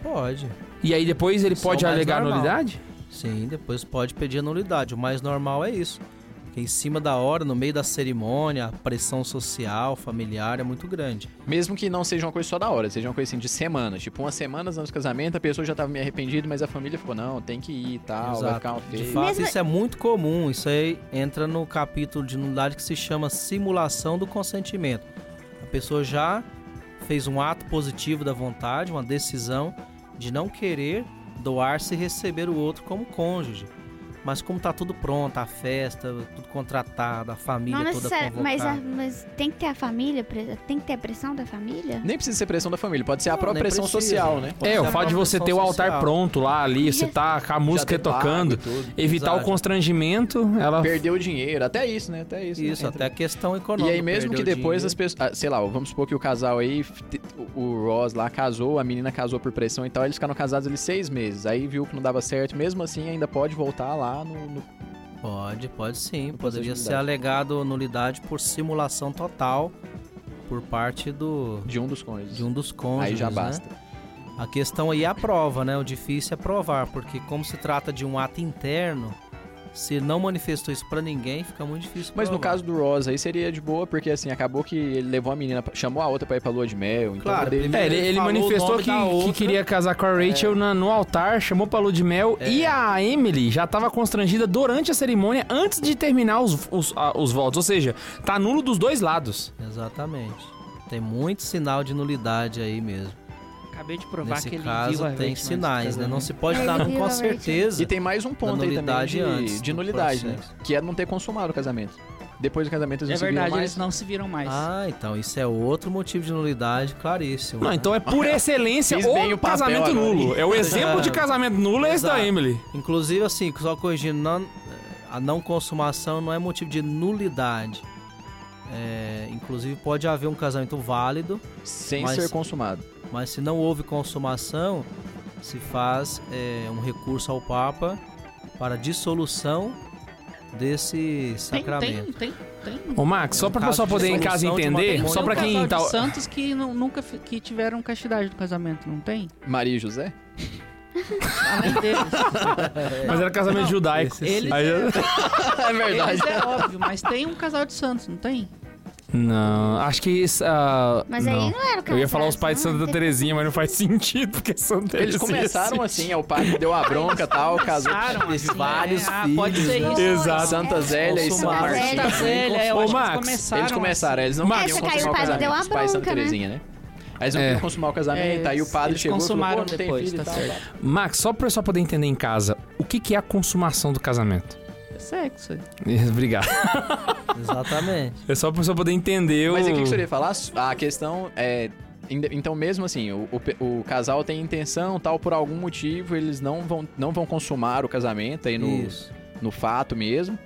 [SPEAKER 5] pode.
[SPEAKER 1] E aí depois ele
[SPEAKER 5] Só
[SPEAKER 1] pode
[SPEAKER 5] mais
[SPEAKER 1] alegar
[SPEAKER 5] normal.
[SPEAKER 1] nulidade?
[SPEAKER 5] Sim, depois pode pedir a nulidade. O mais normal é isso. Porque em cima da hora, no meio da cerimônia, a pressão social, familiar é muito grande.
[SPEAKER 3] Mesmo que não seja uma coisa só da hora, seja uma coisa assim de semanas. Tipo, umas semanas antes do casamento, a pessoa já tava meio arrependida, mas a família ficou, não, tem que ir e tal, vai ficar né?" uma
[SPEAKER 5] De
[SPEAKER 3] feia.
[SPEAKER 5] fato,
[SPEAKER 4] Mesmo-
[SPEAKER 5] isso é muito comum. Isso aí entra no capítulo de nulidade que se chama simulação do consentimento. A pessoa já fez um ato positivo da vontade, uma decisão de não querer doar-se e receber o outro como cônjuge. Mas como tá tudo pronto, a festa, tudo contratado, a família
[SPEAKER 4] Não
[SPEAKER 5] toda
[SPEAKER 4] necessariamente,
[SPEAKER 5] convocada.
[SPEAKER 4] mas, a- mas tem que ter a família, pre- tem que ter a pressão da família?
[SPEAKER 3] Nem precisa ser pressão da família, pode ser a
[SPEAKER 5] Não,
[SPEAKER 3] própria
[SPEAKER 5] nem
[SPEAKER 3] pressão
[SPEAKER 5] precisa.
[SPEAKER 3] social, né?
[SPEAKER 5] Pode
[SPEAKER 1] é,
[SPEAKER 5] ser
[SPEAKER 1] o
[SPEAKER 5] uma
[SPEAKER 1] fato de você ter o
[SPEAKER 5] pressão
[SPEAKER 1] altar
[SPEAKER 5] social.
[SPEAKER 1] pronto lá ali, você
[SPEAKER 4] Já-
[SPEAKER 1] tá com a música
[SPEAKER 3] Já ter pago e
[SPEAKER 1] tocando,
[SPEAKER 3] tudo.
[SPEAKER 1] evitar
[SPEAKER 5] Exato.
[SPEAKER 1] o constrangimento, ela
[SPEAKER 3] Perdeu o dinheiro, até isso, né? Até isso. né?
[SPEAKER 5] Isso,
[SPEAKER 3] Entra-
[SPEAKER 5] até a questão
[SPEAKER 3] E
[SPEAKER 5] econômica.
[SPEAKER 3] aí, mesmo que
[SPEAKER 5] perdeu
[SPEAKER 3] depois
[SPEAKER 5] dinheiro.
[SPEAKER 3] as pessoas. ah, Sei lá, vamos supor que o casal aí. te- o- O Ross lá casou, a menina casou por pressão e tal. Eles ficaram casados ali seis meses. Aí viu que não dava certo. Mesmo assim, ainda pode voltar lá no. no-
[SPEAKER 5] Pode, pode sim. Poderia
[SPEAKER 3] de
[SPEAKER 5] ser
[SPEAKER 3] nulidade.
[SPEAKER 5] alegado nulidade por simulação total por parte do
[SPEAKER 3] de um dos cônjuges.
[SPEAKER 5] de um dos cônjuges.
[SPEAKER 3] aí já
[SPEAKER 5] né?
[SPEAKER 3] basta.
[SPEAKER 5] A questão aí é a prova, né? O difícil é provar, porque como se trata de um ato interno, se não manifestou isso pra ninguém, fica muito difícil.
[SPEAKER 3] Mas no
[SPEAKER 5] provar.
[SPEAKER 3] caso do Ross aí seria de boa, porque assim, acabou que ele levou a menina, pra- chamou a outra pra ir pra lua de mel. Então
[SPEAKER 5] Claro,
[SPEAKER 3] poderia-
[SPEAKER 5] primeiro-
[SPEAKER 1] É, ele, ele
[SPEAKER 5] falou o
[SPEAKER 1] manifestou
[SPEAKER 5] nome
[SPEAKER 1] que,
[SPEAKER 5] da
[SPEAKER 1] que
[SPEAKER 5] outra. É.
[SPEAKER 1] queria casar com a Rachel na- no altar, chamou pra lua de mel e a Emily já tava constrangida durante a cerimônia antes de terminar os, os, a- os votos. Ou seja, tá nulo dos dois lados.
[SPEAKER 5] Exatamente. Tem muito sinal de nulidade aí mesmo.
[SPEAKER 2] Acabei de provar
[SPEAKER 5] Nesse
[SPEAKER 2] que ele
[SPEAKER 5] caso
[SPEAKER 2] viu a
[SPEAKER 5] tem
[SPEAKER 2] Rachel antes
[SPEAKER 5] sinais,
[SPEAKER 2] do
[SPEAKER 5] né? Não
[SPEAKER 2] casamento.
[SPEAKER 5] se pode
[SPEAKER 4] Ele
[SPEAKER 5] dar
[SPEAKER 4] viu
[SPEAKER 5] um
[SPEAKER 4] a
[SPEAKER 5] com
[SPEAKER 4] Rachel.
[SPEAKER 5] certeza.
[SPEAKER 3] E tem mais um ponto aí também
[SPEAKER 5] nulidade
[SPEAKER 3] de,
[SPEAKER 5] antes
[SPEAKER 3] de
[SPEAKER 5] do
[SPEAKER 3] nulidade, né?
[SPEAKER 5] processo.
[SPEAKER 3] Que é não ter consumado o casamento. Depois do casamento eles
[SPEAKER 2] É
[SPEAKER 3] não se viram
[SPEAKER 2] verdade,
[SPEAKER 3] mais.
[SPEAKER 2] eles não se viram mais.
[SPEAKER 5] Ah, então isso é outro motivo de nulidade claríssimo.
[SPEAKER 3] Ah,
[SPEAKER 1] Não,
[SPEAKER 5] né?
[SPEAKER 1] então é por excelência
[SPEAKER 3] Fiz bem
[SPEAKER 1] o
[SPEAKER 3] o papel
[SPEAKER 1] casamento
[SPEAKER 3] agora, hein?
[SPEAKER 1] nulo. É o exemplo de casamento nulo é esse da
[SPEAKER 5] Exato.
[SPEAKER 1] Emily.
[SPEAKER 5] Inclusive, assim, só corrigindo, não- a não consumação não é motivo de nulidade. É, inclusive, pode haver um casamento válido,
[SPEAKER 3] Sem
[SPEAKER 5] Mas-
[SPEAKER 3] ser consumado.
[SPEAKER 5] mas se não houve consumação, se faz é, um recurso ao Papa para dissolução desse
[SPEAKER 2] tem,
[SPEAKER 5] sacramento.
[SPEAKER 2] tem, tem, tem.
[SPEAKER 1] Ô, Max, só
[SPEAKER 5] um
[SPEAKER 1] pra
[SPEAKER 5] caso
[SPEAKER 1] pessoa
[SPEAKER 5] de
[SPEAKER 1] poder em casa
[SPEAKER 5] solução de
[SPEAKER 1] entender,
[SPEAKER 5] matrimônio,
[SPEAKER 1] só
[SPEAKER 5] um
[SPEAKER 1] pra
[SPEAKER 2] Tem um
[SPEAKER 1] quem tá.
[SPEAKER 2] casal de santos que nu- nunca fi- que tiveram castidade no casamento, não tem?
[SPEAKER 3] Maria e José?
[SPEAKER 2] Além deles.
[SPEAKER 1] Mas era casamento
[SPEAKER 2] Não,
[SPEAKER 1] judaico.
[SPEAKER 2] eles-
[SPEAKER 1] Aí eu-
[SPEAKER 3] é verdade.
[SPEAKER 2] Eles é óbvio, mas tem um casal de santos, não tem?
[SPEAKER 1] Não, acho que isso. ah,
[SPEAKER 4] Mas
[SPEAKER 1] não.
[SPEAKER 4] aí não era o
[SPEAKER 1] Eu ia falar os pais de
[SPEAKER 4] casados, não,
[SPEAKER 1] Santa
[SPEAKER 4] não
[SPEAKER 1] Terezinha, mas não faz sentido, porque é Santa Terezinha.
[SPEAKER 3] Eles começaram assim, é o padre deu a bronca e tal, casou.
[SPEAKER 2] Começaram
[SPEAKER 5] Teve
[SPEAKER 2] assim,
[SPEAKER 5] vários
[SPEAKER 2] né? Ah,
[SPEAKER 5] filhos,
[SPEAKER 2] pode ser
[SPEAKER 5] né?
[SPEAKER 2] isso.
[SPEAKER 1] Exato.
[SPEAKER 3] Santa Zélia e São
[SPEAKER 5] Santa
[SPEAKER 3] Martinho.
[SPEAKER 5] Zélia.
[SPEAKER 2] Santa Zélia, eu
[SPEAKER 1] Ô,
[SPEAKER 2] acho que
[SPEAKER 1] Max,
[SPEAKER 2] eles
[SPEAKER 5] assim.
[SPEAKER 2] começaram.
[SPEAKER 3] Eles começaram, eles não
[SPEAKER 1] Max,
[SPEAKER 3] queriam
[SPEAKER 4] Essa caiu,
[SPEAKER 3] consumar o
[SPEAKER 4] o padre
[SPEAKER 3] casamento.
[SPEAKER 4] deu a
[SPEAKER 3] os pais de Santa
[SPEAKER 4] bronca, né?
[SPEAKER 3] Terezinha, né? Aí eles não
[SPEAKER 1] É.
[SPEAKER 3] queriam consumar o casamento, tá aí o padre
[SPEAKER 2] eles
[SPEAKER 3] chegou e falou,
[SPEAKER 2] consumaram
[SPEAKER 3] pô, não tem
[SPEAKER 2] depois,
[SPEAKER 3] filho e
[SPEAKER 2] tá
[SPEAKER 3] tal.
[SPEAKER 2] certo.
[SPEAKER 1] Max, só pra pessoa poder entender em casa, o que, que é a consumação do casamento?
[SPEAKER 2] É sexo.
[SPEAKER 1] Obrigado.
[SPEAKER 5] Exatamente.
[SPEAKER 1] É só pra pessoa poder entender
[SPEAKER 3] Mas
[SPEAKER 1] o.
[SPEAKER 3] o que que você ia falar? A questão é... inde- Então, mesmo assim, o, o pe- o casal tem intenção, tal, por algum motivo, eles não vão, não vão consumar o casamento aí no,
[SPEAKER 5] Isso.
[SPEAKER 3] no fato mesmo.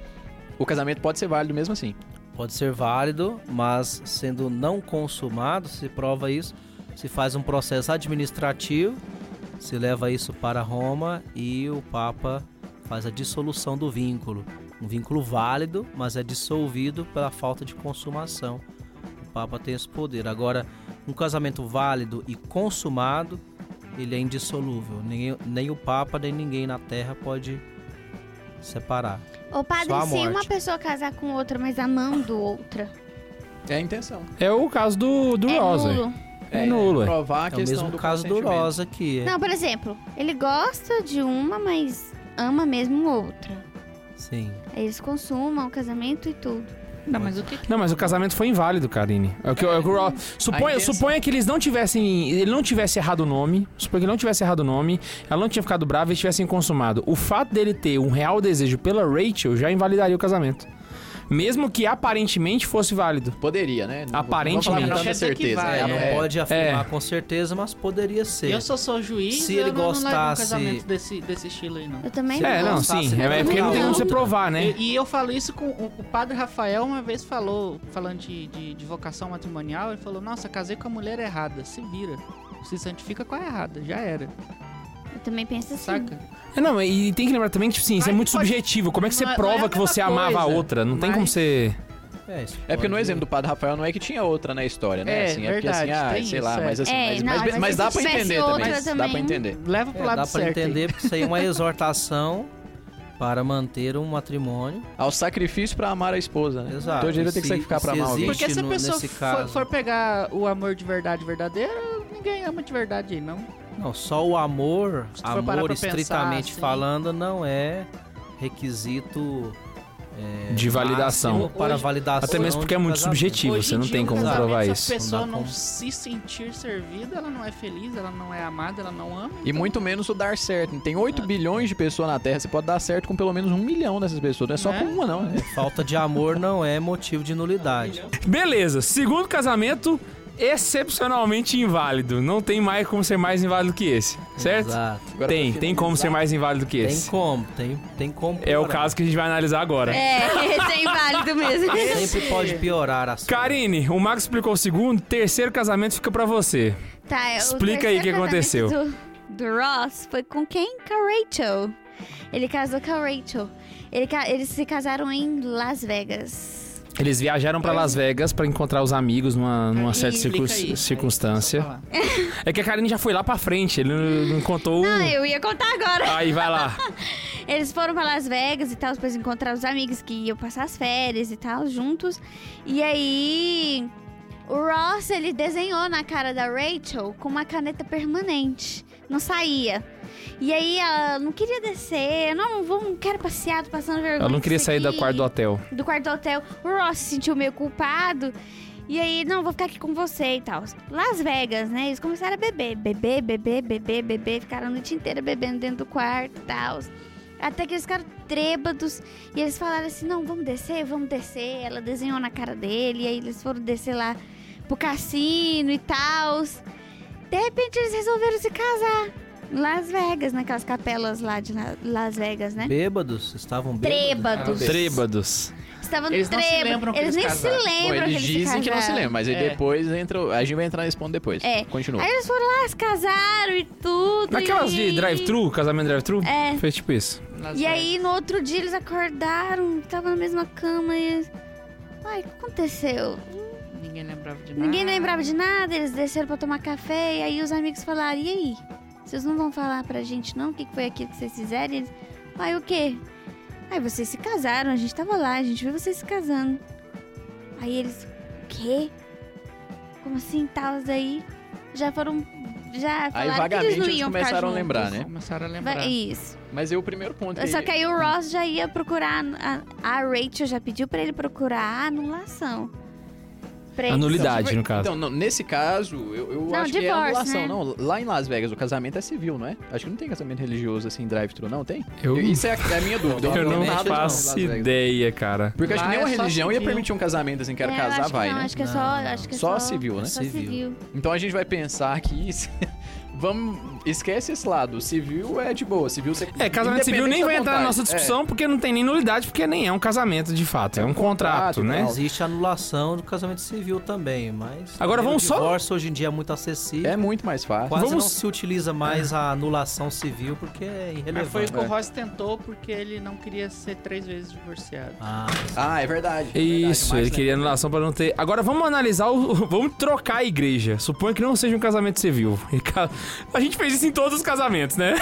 [SPEAKER 3] O casamento pode ser válido mesmo assim.
[SPEAKER 5] Pode ser válido, mas sendo não consumado, se prova isso, se faz um processo administrativo, se leva isso para Roma e o Papa faz a dissolução do vínculo. Um vínculo válido, mas é dissolvido pela falta de consumação. O Papa tem esse poder. Agora, um casamento válido e consumado, ele é indissolúvel. Nem, nem o Papa, nem ninguém na Terra pode separar.
[SPEAKER 4] Ô, padre,
[SPEAKER 5] Só a
[SPEAKER 4] se uma
[SPEAKER 5] morte.
[SPEAKER 4] pessoa casar com outra, mas amando outra,
[SPEAKER 3] É a intenção.
[SPEAKER 1] É o caso do, do
[SPEAKER 4] é
[SPEAKER 1] Rosa.
[SPEAKER 4] nulo.
[SPEAKER 1] É nulo, é.
[SPEAKER 3] provar a
[SPEAKER 5] É o
[SPEAKER 3] questão
[SPEAKER 5] mesmo
[SPEAKER 3] do
[SPEAKER 5] caso do
[SPEAKER 3] consentimento.
[SPEAKER 5] Rosa aqui. é-
[SPEAKER 4] Não, por exemplo, ele gosta de uma, mas ama mesmo outra.
[SPEAKER 5] Sim.
[SPEAKER 4] Aí eles consumam o casamento e tudo.
[SPEAKER 2] Não, mas o que
[SPEAKER 1] Não, mas o casamento foi inválido, Karine. É o que, é o que o Ro-
[SPEAKER 3] A
[SPEAKER 1] suponha,
[SPEAKER 3] intenção.
[SPEAKER 1] suponha que eles não tivessem. Ele não tivesse errado o nome. Suponha que ele não tivesse errado o nome. Ela não tinha ficado brava e eles tivessem consumado. O fato dele ter um real desejo pela Rachel já invalidaria o casamento. Mesmo que aparentemente fosse válido.
[SPEAKER 3] Poderia, né? Não-
[SPEAKER 1] Aparentemente.
[SPEAKER 3] Não vou falar com
[SPEAKER 2] Quer
[SPEAKER 3] tanta
[SPEAKER 2] dizer que
[SPEAKER 3] certeza.
[SPEAKER 2] vai,
[SPEAKER 3] né?
[SPEAKER 5] Ela
[SPEAKER 2] né?
[SPEAKER 5] não
[SPEAKER 3] É,
[SPEAKER 5] pode afirmar com certeza, mas poderia ser.
[SPEAKER 2] Eu só sou juiz,
[SPEAKER 5] Se
[SPEAKER 2] eu
[SPEAKER 5] ele
[SPEAKER 2] não, não levo um
[SPEAKER 5] gostasse-
[SPEAKER 2] casamento desse, desse estilo aí, não.
[SPEAKER 4] Eu também
[SPEAKER 1] é, não,
[SPEAKER 5] gostasse,
[SPEAKER 1] sim. É, é porque não tem como você provar, né?
[SPEAKER 2] E, e eu falo isso com o, o padre Rafael uma vez falou, falando de, de, de vocação matrimonial, ele falou, nossa, casei com a mulher errada, se vira. Se santifica com a errada, já era.
[SPEAKER 4] Eu também penso assim.
[SPEAKER 2] Saca?
[SPEAKER 1] É, Não, e tem que lembrar também que, tipo, sim, isso é
[SPEAKER 2] Mas
[SPEAKER 1] muito
[SPEAKER 2] pode-
[SPEAKER 1] subjetivo. Como é que você
[SPEAKER 2] Não é- não é a
[SPEAKER 1] prova que
[SPEAKER 2] mesma
[SPEAKER 1] você amava a
[SPEAKER 2] coisa,
[SPEAKER 1] outra? Não tem
[SPEAKER 2] mas-
[SPEAKER 1] como você.
[SPEAKER 5] É, isso
[SPEAKER 3] É porque no
[SPEAKER 5] pode-
[SPEAKER 3] exemplo do padre Rafael não é que tinha outra na história, né?
[SPEAKER 2] É,
[SPEAKER 3] assim, é
[SPEAKER 2] verdade,
[SPEAKER 3] porque assim, ah,
[SPEAKER 2] tem
[SPEAKER 3] sei
[SPEAKER 2] isso,
[SPEAKER 3] lá,
[SPEAKER 2] é.
[SPEAKER 3] mas assim,
[SPEAKER 4] É,
[SPEAKER 3] mas,
[SPEAKER 4] não,
[SPEAKER 3] mas-
[SPEAKER 4] mas
[SPEAKER 3] mas
[SPEAKER 4] se
[SPEAKER 3] dá pra
[SPEAKER 4] tivesse
[SPEAKER 3] entender
[SPEAKER 4] outra
[SPEAKER 3] também. Dá pra
[SPEAKER 4] também-
[SPEAKER 3] entender.
[SPEAKER 2] Leva pro
[SPEAKER 5] É,
[SPEAKER 2] lado
[SPEAKER 5] dá pra
[SPEAKER 2] certo. aí.
[SPEAKER 5] entender porque isso aí é uma exortação para manter um matrimônio.
[SPEAKER 3] Ao sacrifício pra amar a esposa, né?
[SPEAKER 5] Exato.
[SPEAKER 3] Todo jeito
[SPEAKER 5] E
[SPEAKER 3] tem que
[SPEAKER 5] se-
[SPEAKER 3] sacrificar pra
[SPEAKER 5] se
[SPEAKER 3] amar alguém.
[SPEAKER 5] existe-
[SPEAKER 2] Porque se a
[SPEAKER 5] no-
[SPEAKER 2] pessoa
[SPEAKER 5] nesse
[SPEAKER 2] for,
[SPEAKER 5] caso.
[SPEAKER 2] for pegar o amor de verdade verdadeiro, ninguém ama de verdade aí, não.
[SPEAKER 5] Não, só o amor,
[SPEAKER 2] Se tu for parar
[SPEAKER 5] amor
[SPEAKER 2] pra pensar,
[SPEAKER 5] estritamente
[SPEAKER 2] assim.
[SPEAKER 5] falando, não é requisito é,
[SPEAKER 1] De validação.
[SPEAKER 5] máximo para
[SPEAKER 2] Hoje-
[SPEAKER 5] validação.
[SPEAKER 1] Até mesmo porque é
[SPEAKER 5] de
[SPEAKER 1] muito
[SPEAKER 5] casamento.
[SPEAKER 1] subjetivo. você
[SPEAKER 2] em
[SPEAKER 1] não
[SPEAKER 2] dia, um
[SPEAKER 1] tem
[SPEAKER 2] no
[SPEAKER 1] como
[SPEAKER 2] casamento,
[SPEAKER 1] provar
[SPEAKER 2] se
[SPEAKER 1] isso.
[SPEAKER 2] Se a pessoa
[SPEAKER 5] Não dá
[SPEAKER 2] não,
[SPEAKER 5] como.
[SPEAKER 2] se sentir servida, ela não é feliz, ela não é amada, ela não ama.
[SPEAKER 3] E muito menos o dar certo. né? Tem 8 bilhões de pessoas na Terra, você pode dar certo com pelo menos um milhão dessas pessoas. Não é só
[SPEAKER 2] Né?
[SPEAKER 3] com uma, não. né?
[SPEAKER 5] Falta de amor não é motivo de nulidade.
[SPEAKER 1] Beleza, segundo casamento, excepcionalmente inválido. Não tem mais como ser mais inválido que esse, certo?
[SPEAKER 5] Exato.
[SPEAKER 3] Agora,
[SPEAKER 1] Tem,
[SPEAKER 3] pra
[SPEAKER 1] tem como ser mais inválido que
[SPEAKER 5] Tem
[SPEAKER 1] esse.
[SPEAKER 5] como, tem, tem como.
[SPEAKER 1] É o
[SPEAKER 5] piorar.
[SPEAKER 1] caso que a gente vai analisar agora.
[SPEAKER 4] É, esse é inválido mesmo.
[SPEAKER 5] Sempre pode piorar as
[SPEAKER 1] Karine, o Max explicou o segundo, terceiro casamento fica pra você.
[SPEAKER 4] Tá, o
[SPEAKER 1] Explica aí o que aconteceu.
[SPEAKER 4] terceiro casamento Do, do Ross foi com quem? Com a Rachel. Ele casou com a Rachel. Ele ca- eles se casaram em Las Vegas.
[SPEAKER 1] Eles viajaram pra Las Vegas pra encontrar os amigos numa, numa certa circun-
[SPEAKER 2] Explica isso, né?
[SPEAKER 1] circunstância.
[SPEAKER 2] aí, só falar.
[SPEAKER 1] É que a Karine já foi lá pra frente, ele não, não contou. o-
[SPEAKER 4] Não, Ah, eu ia contar agora.
[SPEAKER 1] Aí vai lá.
[SPEAKER 4] Eles foram pra Las Vegas e tal, depois encontrar os amigos que iam passar as férias e tal, juntos. E aí, o Ross, ele desenhou na cara da Rachel com uma caneta permanente. Não saía. E aí, ela não queria descer, não, vamos, quero passear, tô passando vergonha.
[SPEAKER 1] Ela não queria
[SPEAKER 4] disso
[SPEAKER 1] sair da
[SPEAKER 4] aqui.
[SPEAKER 1] quarto do hotel.
[SPEAKER 4] do quarto do hotel. O Ross se sentiu meio culpado. E aí, não, vou ficar aqui com você e tal. Las Vegas, né? Eles começaram a beber. Beber, beber, beber, beber. Ficaram a noite inteira bebendo dentro do quarto e tal. Até que eles ficaram trêbados e eles falaram assim: não, vamos descer, vamos descer. Ela desenhou na cara dele, e aí eles foram descer lá pro cassino e tal. De repente eles resolveram se casar. Em Las Vegas, naquelas capelas lá de La- Las Vegas, né?
[SPEAKER 5] Bêbados? Estavam
[SPEAKER 4] Trêbados.
[SPEAKER 5] bêbados?
[SPEAKER 1] Trêbados.
[SPEAKER 4] Estavam
[SPEAKER 2] Eles não se
[SPEAKER 4] trêbados.
[SPEAKER 2] lembram que
[SPEAKER 4] Eles nem
[SPEAKER 2] eles
[SPEAKER 4] se
[SPEAKER 2] casaram.
[SPEAKER 4] lembram
[SPEAKER 3] Bom,
[SPEAKER 4] que
[SPEAKER 3] eles
[SPEAKER 4] eles se
[SPEAKER 3] dizem que não se
[SPEAKER 4] casaram.
[SPEAKER 3] lembram, mas aí
[SPEAKER 2] É.
[SPEAKER 3] depois entra. o- A gente vai entrar nesse ponto depois.
[SPEAKER 4] É.
[SPEAKER 3] Continua.
[SPEAKER 4] Aí eles foram lá, se casaram e tudo.
[SPEAKER 1] Naquelas
[SPEAKER 4] e...
[SPEAKER 1] de drive-thru, casamento drive-thru,
[SPEAKER 4] É.
[SPEAKER 1] fez tipo isso.
[SPEAKER 2] Las
[SPEAKER 4] E
[SPEAKER 2] Vegas.
[SPEAKER 4] aí, no outro dia, eles acordaram, tava na mesma cama e... eles- Ai, o que aconteceu?
[SPEAKER 2] Ninguém lembrava de nada.
[SPEAKER 4] Ninguém lembrava de nada, eles desceram pra tomar café, e aí os amigos falaram, e aí? Vocês não vão falar pra gente, não, o que que foi aquilo que vocês fizeram? E eles, ai, o quê? Aí vocês se casaram, a gente tava lá, a gente viu vocês se casando. Aí eles, o quê? Como assim, tal, aí? Já foram, já
[SPEAKER 3] Aí
[SPEAKER 4] falaram que eles
[SPEAKER 3] vagamente
[SPEAKER 4] não
[SPEAKER 3] eles
[SPEAKER 4] iam ficar
[SPEAKER 3] começaram a
[SPEAKER 4] juntos.
[SPEAKER 3] lembrar, né?
[SPEAKER 2] Começaram a
[SPEAKER 4] Vai-
[SPEAKER 2] lembrar.
[SPEAKER 4] Isso.
[SPEAKER 3] Mas aí o primeiro ponto.
[SPEAKER 4] Só que aí o Ross já ia procurar. A, a Rachel já pediu pra ele procurar a anulação. Pra ele-
[SPEAKER 1] A nulidade, no caso.
[SPEAKER 3] Então, não, nesse caso, eu, eu
[SPEAKER 4] Não,
[SPEAKER 3] acho que é
[SPEAKER 4] divórcio,
[SPEAKER 3] anulação,
[SPEAKER 4] né?
[SPEAKER 3] não. Lá em Las Vegas, o casamento é civil, não é? Acho que não tem casamento religioso assim, drive-thru, não, tem?
[SPEAKER 1] Eu,
[SPEAKER 3] Isso é a, é a minha dúvida.
[SPEAKER 1] eu não
[SPEAKER 3] nada de lá em Las
[SPEAKER 1] faço
[SPEAKER 3] Vegas.
[SPEAKER 1] ideia, cara.
[SPEAKER 3] Porque eu acho que
[SPEAKER 2] Lá
[SPEAKER 3] nenhuma
[SPEAKER 2] é só
[SPEAKER 3] religião ia
[SPEAKER 2] civil.
[SPEAKER 3] permitir um casamento assim, quero
[SPEAKER 4] É, eu
[SPEAKER 3] casar,
[SPEAKER 4] acho que
[SPEAKER 3] vai,
[SPEAKER 4] não,
[SPEAKER 3] né?
[SPEAKER 4] Acho que é
[SPEAKER 5] Não,
[SPEAKER 4] só,
[SPEAKER 5] não.
[SPEAKER 4] acho que é
[SPEAKER 3] Só
[SPEAKER 4] só,
[SPEAKER 3] civil, né?
[SPEAKER 4] Só
[SPEAKER 5] Civil.
[SPEAKER 4] civil.
[SPEAKER 3] Então a gente vai pensar aqui. Vamos. Esquece esse lado. Civil é de boa. Civil você.
[SPEAKER 1] É, casamento civil nem
[SPEAKER 3] independente
[SPEAKER 1] vai
[SPEAKER 3] da
[SPEAKER 1] entrar na
[SPEAKER 3] vontade. é.
[SPEAKER 1] nossa discussão porque não tem nem nulidade, porque nem é um casamento de fato, é um contrato,
[SPEAKER 3] contrato,
[SPEAKER 1] né?
[SPEAKER 3] tal.
[SPEAKER 5] Existe anulação do casamento civil também, mas...
[SPEAKER 1] Agora vamos
[SPEAKER 5] o
[SPEAKER 1] só-
[SPEAKER 5] divórcio hoje em dia é muito
[SPEAKER 3] É,
[SPEAKER 5] acessível.
[SPEAKER 3] é muito mais fácil.
[SPEAKER 5] Quase
[SPEAKER 1] Vamos-
[SPEAKER 5] não se utiliza mais a anulação civil porque é
[SPEAKER 2] Mas
[SPEAKER 5] irrelevante.
[SPEAKER 2] foi o que
[SPEAKER 3] É.
[SPEAKER 2] o Ross tentou porque ele não queria ser três vezes divorciado.
[SPEAKER 5] Ah,
[SPEAKER 3] Ah, é verdade. é verdade,
[SPEAKER 1] Isso,
[SPEAKER 3] o Max
[SPEAKER 1] ele queria anulação pra não ter. Agora vamos analisar o. Vamos trocar a igreja. Suponha que não seja um casamento civil. Ele ca- A gente fez isso em todos os casamentos, né?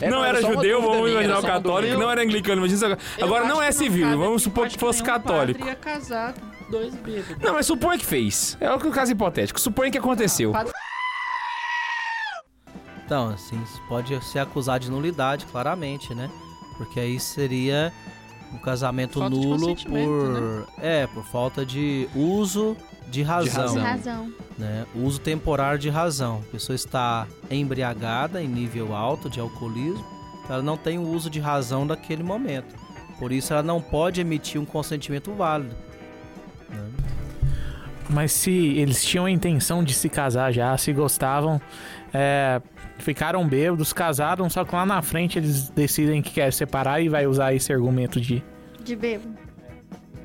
[SPEAKER 3] É,
[SPEAKER 1] não
[SPEAKER 3] mas
[SPEAKER 1] era
[SPEAKER 3] só uma
[SPEAKER 1] judeu,
[SPEAKER 3] dúvida
[SPEAKER 1] vamos
[SPEAKER 3] minha,
[SPEAKER 1] imaginar
[SPEAKER 3] era
[SPEAKER 1] o
[SPEAKER 3] só uma
[SPEAKER 1] católico,
[SPEAKER 3] dúvida.
[SPEAKER 1] não era anglicano, imagina agora.
[SPEAKER 2] Eu
[SPEAKER 1] agora
[SPEAKER 2] acho
[SPEAKER 1] não é
[SPEAKER 2] que
[SPEAKER 1] civil,
[SPEAKER 2] cabe
[SPEAKER 1] vamos
[SPEAKER 2] aqui,
[SPEAKER 1] supor
[SPEAKER 2] acho
[SPEAKER 1] que fosse
[SPEAKER 2] nenhum
[SPEAKER 1] católico.
[SPEAKER 2] Padre ia casar dois bêbados.
[SPEAKER 1] Não, mas suponha que fez. É o que o caso hipotético. Suponha que aconteceu.
[SPEAKER 3] Ah,
[SPEAKER 2] padre-
[SPEAKER 5] Então, assim, isso pode ser acusado de nulidade, claramente, né? Porque aí seria um casamento
[SPEAKER 2] Falta de
[SPEAKER 5] nulo
[SPEAKER 2] consentimento, né?
[SPEAKER 5] por. É, por falta de uso de razão.
[SPEAKER 4] Tem
[SPEAKER 3] razão.
[SPEAKER 4] razão.
[SPEAKER 5] Né? Uso temporário de razão. A pessoa está embriagada em nível alto de alcoolismo, ela não tem o uso de razão daquele momento. Por isso ela não pode emitir um consentimento válido. né?
[SPEAKER 8] Mas se eles tinham a intenção de se casar já, se gostavam, é, ficaram bêbados, casaram, só que lá na frente eles decidem que querem separar e vai usar esse argumento de.
[SPEAKER 4] De bebo.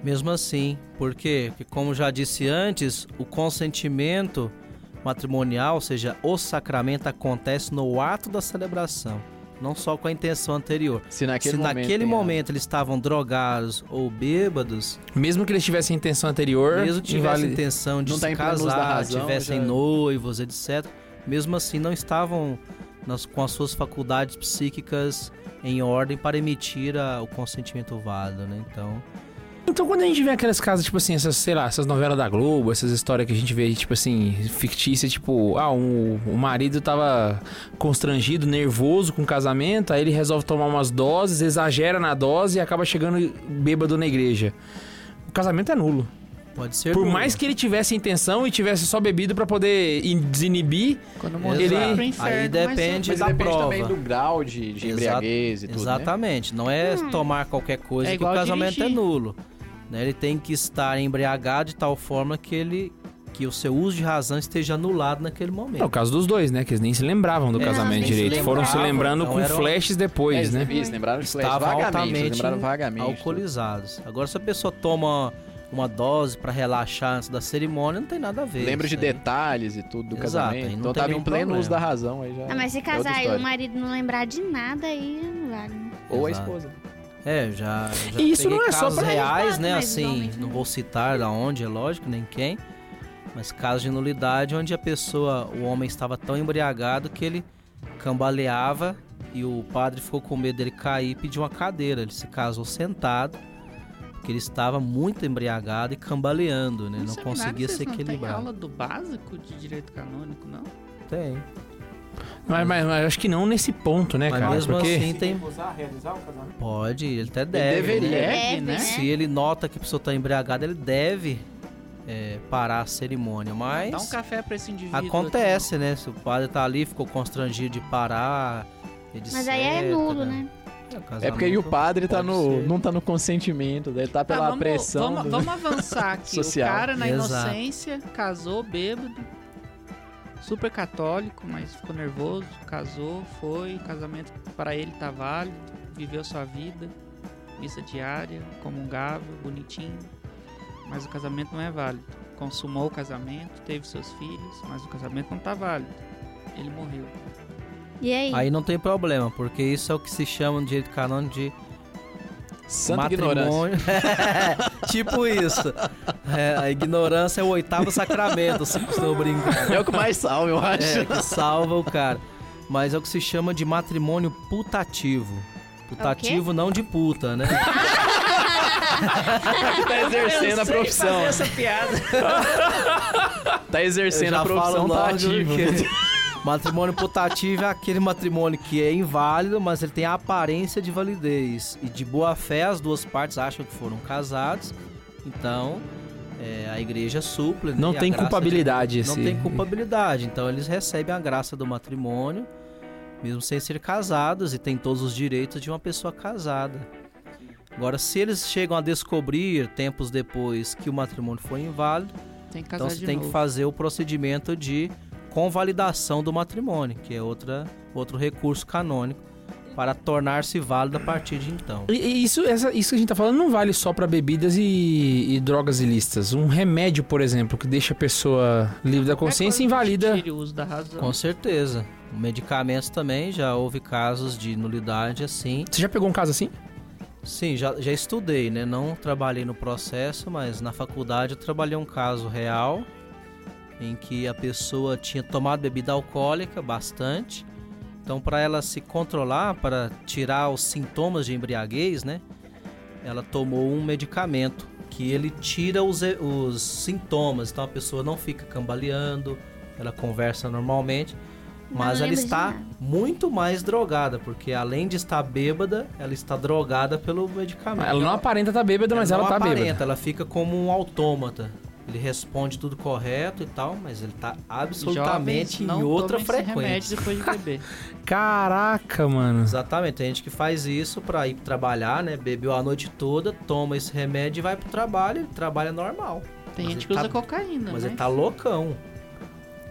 [SPEAKER 5] Mesmo assim, por quê? Porque, como já disse antes, o consentimento matrimonial, ou seja, o sacramento, acontece no ato da celebração, não só com a intenção anterior.
[SPEAKER 3] Se naquele
[SPEAKER 5] Se
[SPEAKER 3] momento. é.
[SPEAKER 5] naquele
[SPEAKER 3] tem-
[SPEAKER 5] momento eles estavam drogados ou bêbados,
[SPEAKER 1] Mesmo que eles tivessem intenção anterior,
[SPEAKER 5] mesmo que tivessem
[SPEAKER 1] invali-
[SPEAKER 5] intenção de
[SPEAKER 3] Não tá
[SPEAKER 5] se
[SPEAKER 3] em pleno uso da
[SPEAKER 5] casar,
[SPEAKER 3] razão,
[SPEAKER 5] tivessem
[SPEAKER 3] já-
[SPEAKER 5] noivos, etc., mesmo assim não estavam nas- com as suas faculdades psíquicas em ordem para emitir a- o consentimento válido, né? Então,
[SPEAKER 1] Então, quando a gente vê aquelas casas, tipo assim, essas, sei lá, essas novelas da Globo, essas histórias que a gente vê, tipo assim, fictícia, tipo, ah, um, o marido tava constrangido, nervoso com o casamento, aí ele resolve tomar umas doses, exagera na dose e acaba chegando bêbado na igreja. O casamento é nulo.
[SPEAKER 5] pode ser.
[SPEAKER 1] Por
[SPEAKER 5] É nulo.
[SPEAKER 1] mais que ele tivesse intenção e tivesse só bebido pra poder in- desinibir,
[SPEAKER 2] Quando
[SPEAKER 5] Exato.
[SPEAKER 2] morrer,
[SPEAKER 1] Ele-
[SPEAKER 2] vai pro inferno.
[SPEAKER 5] Aí
[SPEAKER 2] mas-
[SPEAKER 5] depende
[SPEAKER 3] Mas
[SPEAKER 5] da
[SPEAKER 3] depende
[SPEAKER 5] prova.
[SPEAKER 3] também do grau de, de
[SPEAKER 5] Exato-
[SPEAKER 3] embriaguez e tudo. né?
[SPEAKER 5] Exatamente. Não é tomar qualquer coisa
[SPEAKER 2] É
[SPEAKER 5] que o
[SPEAKER 2] igual
[SPEAKER 5] casamento é
[SPEAKER 2] dirigir.
[SPEAKER 5] nulo. né? Ele tem que estar embriagado de tal forma que ele que o seu uso de razão esteja anulado naquele
[SPEAKER 1] é o
[SPEAKER 5] momento.
[SPEAKER 1] caso dos dois, né? Que eles nem se lembravam do
[SPEAKER 5] É,
[SPEAKER 1] casamento
[SPEAKER 4] nem se
[SPEAKER 1] direito. Foram se
[SPEAKER 5] lembravam,
[SPEAKER 1] lembrando
[SPEAKER 5] então
[SPEAKER 1] com
[SPEAKER 5] eram-
[SPEAKER 1] flashes
[SPEAKER 3] É,
[SPEAKER 1] depois,
[SPEAKER 3] eles
[SPEAKER 1] né?
[SPEAKER 3] Isso, lembraram de flash.
[SPEAKER 5] Estavam
[SPEAKER 3] Vagamente. eles
[SPEAKER 5] altamente
[SPEAKER 3] Lembraram vagamente. né?
[SPEAKER 5] Alcoolizados. Agora, se a pessoa toma uma dose para relaxar antes da cerimônia, não tem nada a ver.
[SPEAKER 3] Lembra
[SPEAKER 5] isso
[SPEAKER 3] de
[SPEAKER 5] aí.
[SPEAKER 3] detalhes e tudo do
[SPEAKER 5] Exato, aí
[SPEAKER 3] casamento.
[SPEAKER 5] não
[SPEAKER 3] Então
[SPEAKER 5] tem
[SPEAKER 3] tava em
[SPEAKER 5] nenhum
[SPEAKER 3] pleno uso
[SPEAKER 5] problema.
[SPEAKER 3] da razão aí já.
[SPEAKER 4] Ah, mas se
[SPEAKER 3] é outra
[SPEAKER 4] casar e
[SPEAKER 3] história.
[SPEAKER 4] o marido não lembrar de nada, aí não vale. né?
[SPEAKER 3] Ou a
[SPEAKER 5] Exato.
[SPEAKER 3] esposa.
[SPEAKER 5] É, já. já
[SPEAKER 1] E isso
[SPEAKER 5] peguei
[SPEAKER 1] não é só
[SPEAKER 5] casos
[SPEAKER 1] pra-
[SPEAKER 5] reais, né?
[SPEAKER 4] Mas
[SPEAKER 5] Assim,
[SPEAKER 4] normalmente
[SPEAKER 5] não
[SPEAKER 4] não.
[SPEAKER 5] vou citar da onde, é lógico, nem quem. Mas casos de nulidade onde a pessoa, o homem estava tão embriagado que ele cambaleava e o padre ficou com medo dele cair e pediu uma cadeira. Ele se casou sentado, porque ele estava muito embriagado e cambaleando, né?
[SPEAKER 2] No
[SPEAKER 5] Não
[SPEAKER 2] seminário
[SPEAKER 5] conseguia
[SPEAKER 2] vocês
[SPEAKER 5] se
[SPEAKER 2] não têm
[SPEAKER 5] equilibrar.
[SPEAKER 2] aula do básico de direito canônico, não?
[SPEAKER 5] Tem.
[SPEAKER 1] Mas, mas- mas acho que não nesse ponto, né,
[SPEAKER 5] Mas
[SPEAKER 1] cara?
[SPEAKER 5] mesmo
[SPEAKER 1] Porque...
[SPEAKER 5] assim tem.
[SPEAKER 7] Usar, realizar o casamento?
[SPEAKER 5] Pode, ele até deve.
[SPEAKER 3] deveria.
[SPEAKER 5] né?
[SPEAKER 4] Deve, né?
[SPEAKER 5] Se ele nota que a pessoa está embriagada, ele deve é, parar a cerimônia, mas
[SPEAKER 2] Dá um café pra esse indivíduo.
[SPEAKER 5] É acontece, né? Se o padre tá ali, ficou constrangido de parar, etc.
[SPEAKER 4] Mas aí é nulo, né?
[SPEAKER 3] É porque aí o padre tá
[SPEAKER 5] pode
[SPEAKER 3] no,
[SPEAKER 5] ser.
[SPEAKER 3] não tá no consentimento, daí
[SPEAKER 2] Tá,
[SPEAKER 3] tá pela
[SPEAKER 2] vamos,
[SPEAKER 3] pressão.
[SPEAKER 2] Vamos,
[SPEAKER 3] do-
[SPEAKER 2] vamos avançar aqui.
[SPEAKER 3] social.
[SPEAKER 2] O cara, na
[SPEAKER 5] Exato.
[SPEAKER 2] inocência, casou bêbado, super católico, mas ficou nervoso, casou, foi, o casamento para ele tá válido, viveu sua vida, missa diária, comungava, bonitinho, mas o casamento não é válido. Consumou o casamento, teve seus filhos, mas o casamento não tá válido. Ele morreu.
[SPEAKER 4] E aí?
[SPEAKER 5] Aí não tem problema, porque isso é o que se chama no direito canônico de
[SPEAKER 3] Santa ignorância.
[SPEAKER 5] matrimônio. É, tipo isso. É, a ignorância é o oitavo sacramento, se estou brincando.
[SPEAKER 3] É o que mais salva, eu acho.
[SPEAKER 5] É, que salva o cara. Mas é o que se chama de matrimônio putativo. Putativo não de puta, né?
[SPEAKER 3] Tá exercendo a profissão.
[SPEAKER 5] essa piada.
[SPEAKER 3] Tá exercendo a profissão, tá ativo.
[SPEAKER 5] matrimônio putativo é aquele matrimônio que é inválido, mas ele tem a aparência de validez. E de boa fé, as duas partes acham que foram casados. Então, é, a igreja suple. né?
[SPEAKER 1] Não
[SPEAKER 5] E a
[SPEAKER 1] tem
[SPEAKER 5] graça de-
[SPEAKER 1] culpabilidade assim. esse.
[SPEAKER 5] Não tem culpabilidade. Então, eles recebem a graça do matrimônio, mesmo sem ser casados, e têm todos os direitos de uma pessoa casada. Agora, se eles chegam a descobrir, tempos depois, que o matrimônio foi inválido,
[SPEAKER 2] Tem que casar
[SPEAKER 5] então você
[SPEAKER 2] de
[SPEAKER 5] tem que
[SPEAKER 2] novo.
[SPEAKER 5] fazer o procedimento de convalidação do matrimônio, que é outra, outro recurso canônico para tornar-se válido a partir de então.
[SPEAKER 1] E- E isso, essa- isso que a gente tá falando não vale só pra bebidas e, e drogas ilícitas. Um remédio, por exemplo, que deixa a pessoa livre da consciência
[SPEAKER 2] É quando a gente
[SPEAKER 1] invalida.
[SPEAKER 2] tira o uso da razão.
[SPEAKER 5] Com certeza. Medicamentos também, já houve casos de nulidade assim.
[SPEAKER 1] Você já pegou um caso assim?
[SPEAKER 5] Sim, já, já estudei, né? Não trabalhei no processo, mas na faculdade eu trabalhei um caso real em que a pessoa tinha tomado bebida alcoólica bastante. Então, para ela se controlar, para tirar os sintomas de embriaguez, né? Ela tomou um medicamento que ele tira os, e- os sintomas. Então, a pessoa não fica cambaleando, ela conversa normalmente.
[SPEAKER 4] Não
[SPEAKER 5] Mas ela
[SPEAKER 4] lembro de
[SPEAKER 5] está
[SPEAKER 4] nada.
[SPEAKER 5] muito mais drogada, porque além de estar bêbada, ela está drogada pelo medicamento.
[SPEAKER 1] Ela não aparenta tá bêbada, mas ela
[SPEAKER 5] não
[SPEAKER 1] tá
[SPEAKER 5] aparenta,
[SPEAKER 1] bêbada.
[SPEAKER 5] Ah, Ela fica como um autômata. Ele responde tudo correto e tal, mas ele tá absolutamente
[SPEAKER 2] Jovens, não
[SPEAKER 5] em outra
[SPEAKER 2] tomem esse remédio
[SPEAKER 5] frequência.
[SPEAKER 2] depois de beber.
[SPEAKER 1] Caraca, mano.
[SPEAKER 5] Exatamente, tem gente que faz isso pra ir trabalhar, né? Bebeu a noite toda, toma esse remédio e vai pro trabalho, ele trabalha normal.
[SPEAKER 2] Tem
[SPEAKER 5] Mas
[SPEAKER 2] gente
[SPEAKER 5] ele
[SPEAKER 2] que
[SPEAKER 5] tá-
[SPEAKER 2] usa cocaína,
[SPEAKER 5] Mas
[SPEAKER 2] né?
[SPEAKER 5] ele tá loucão.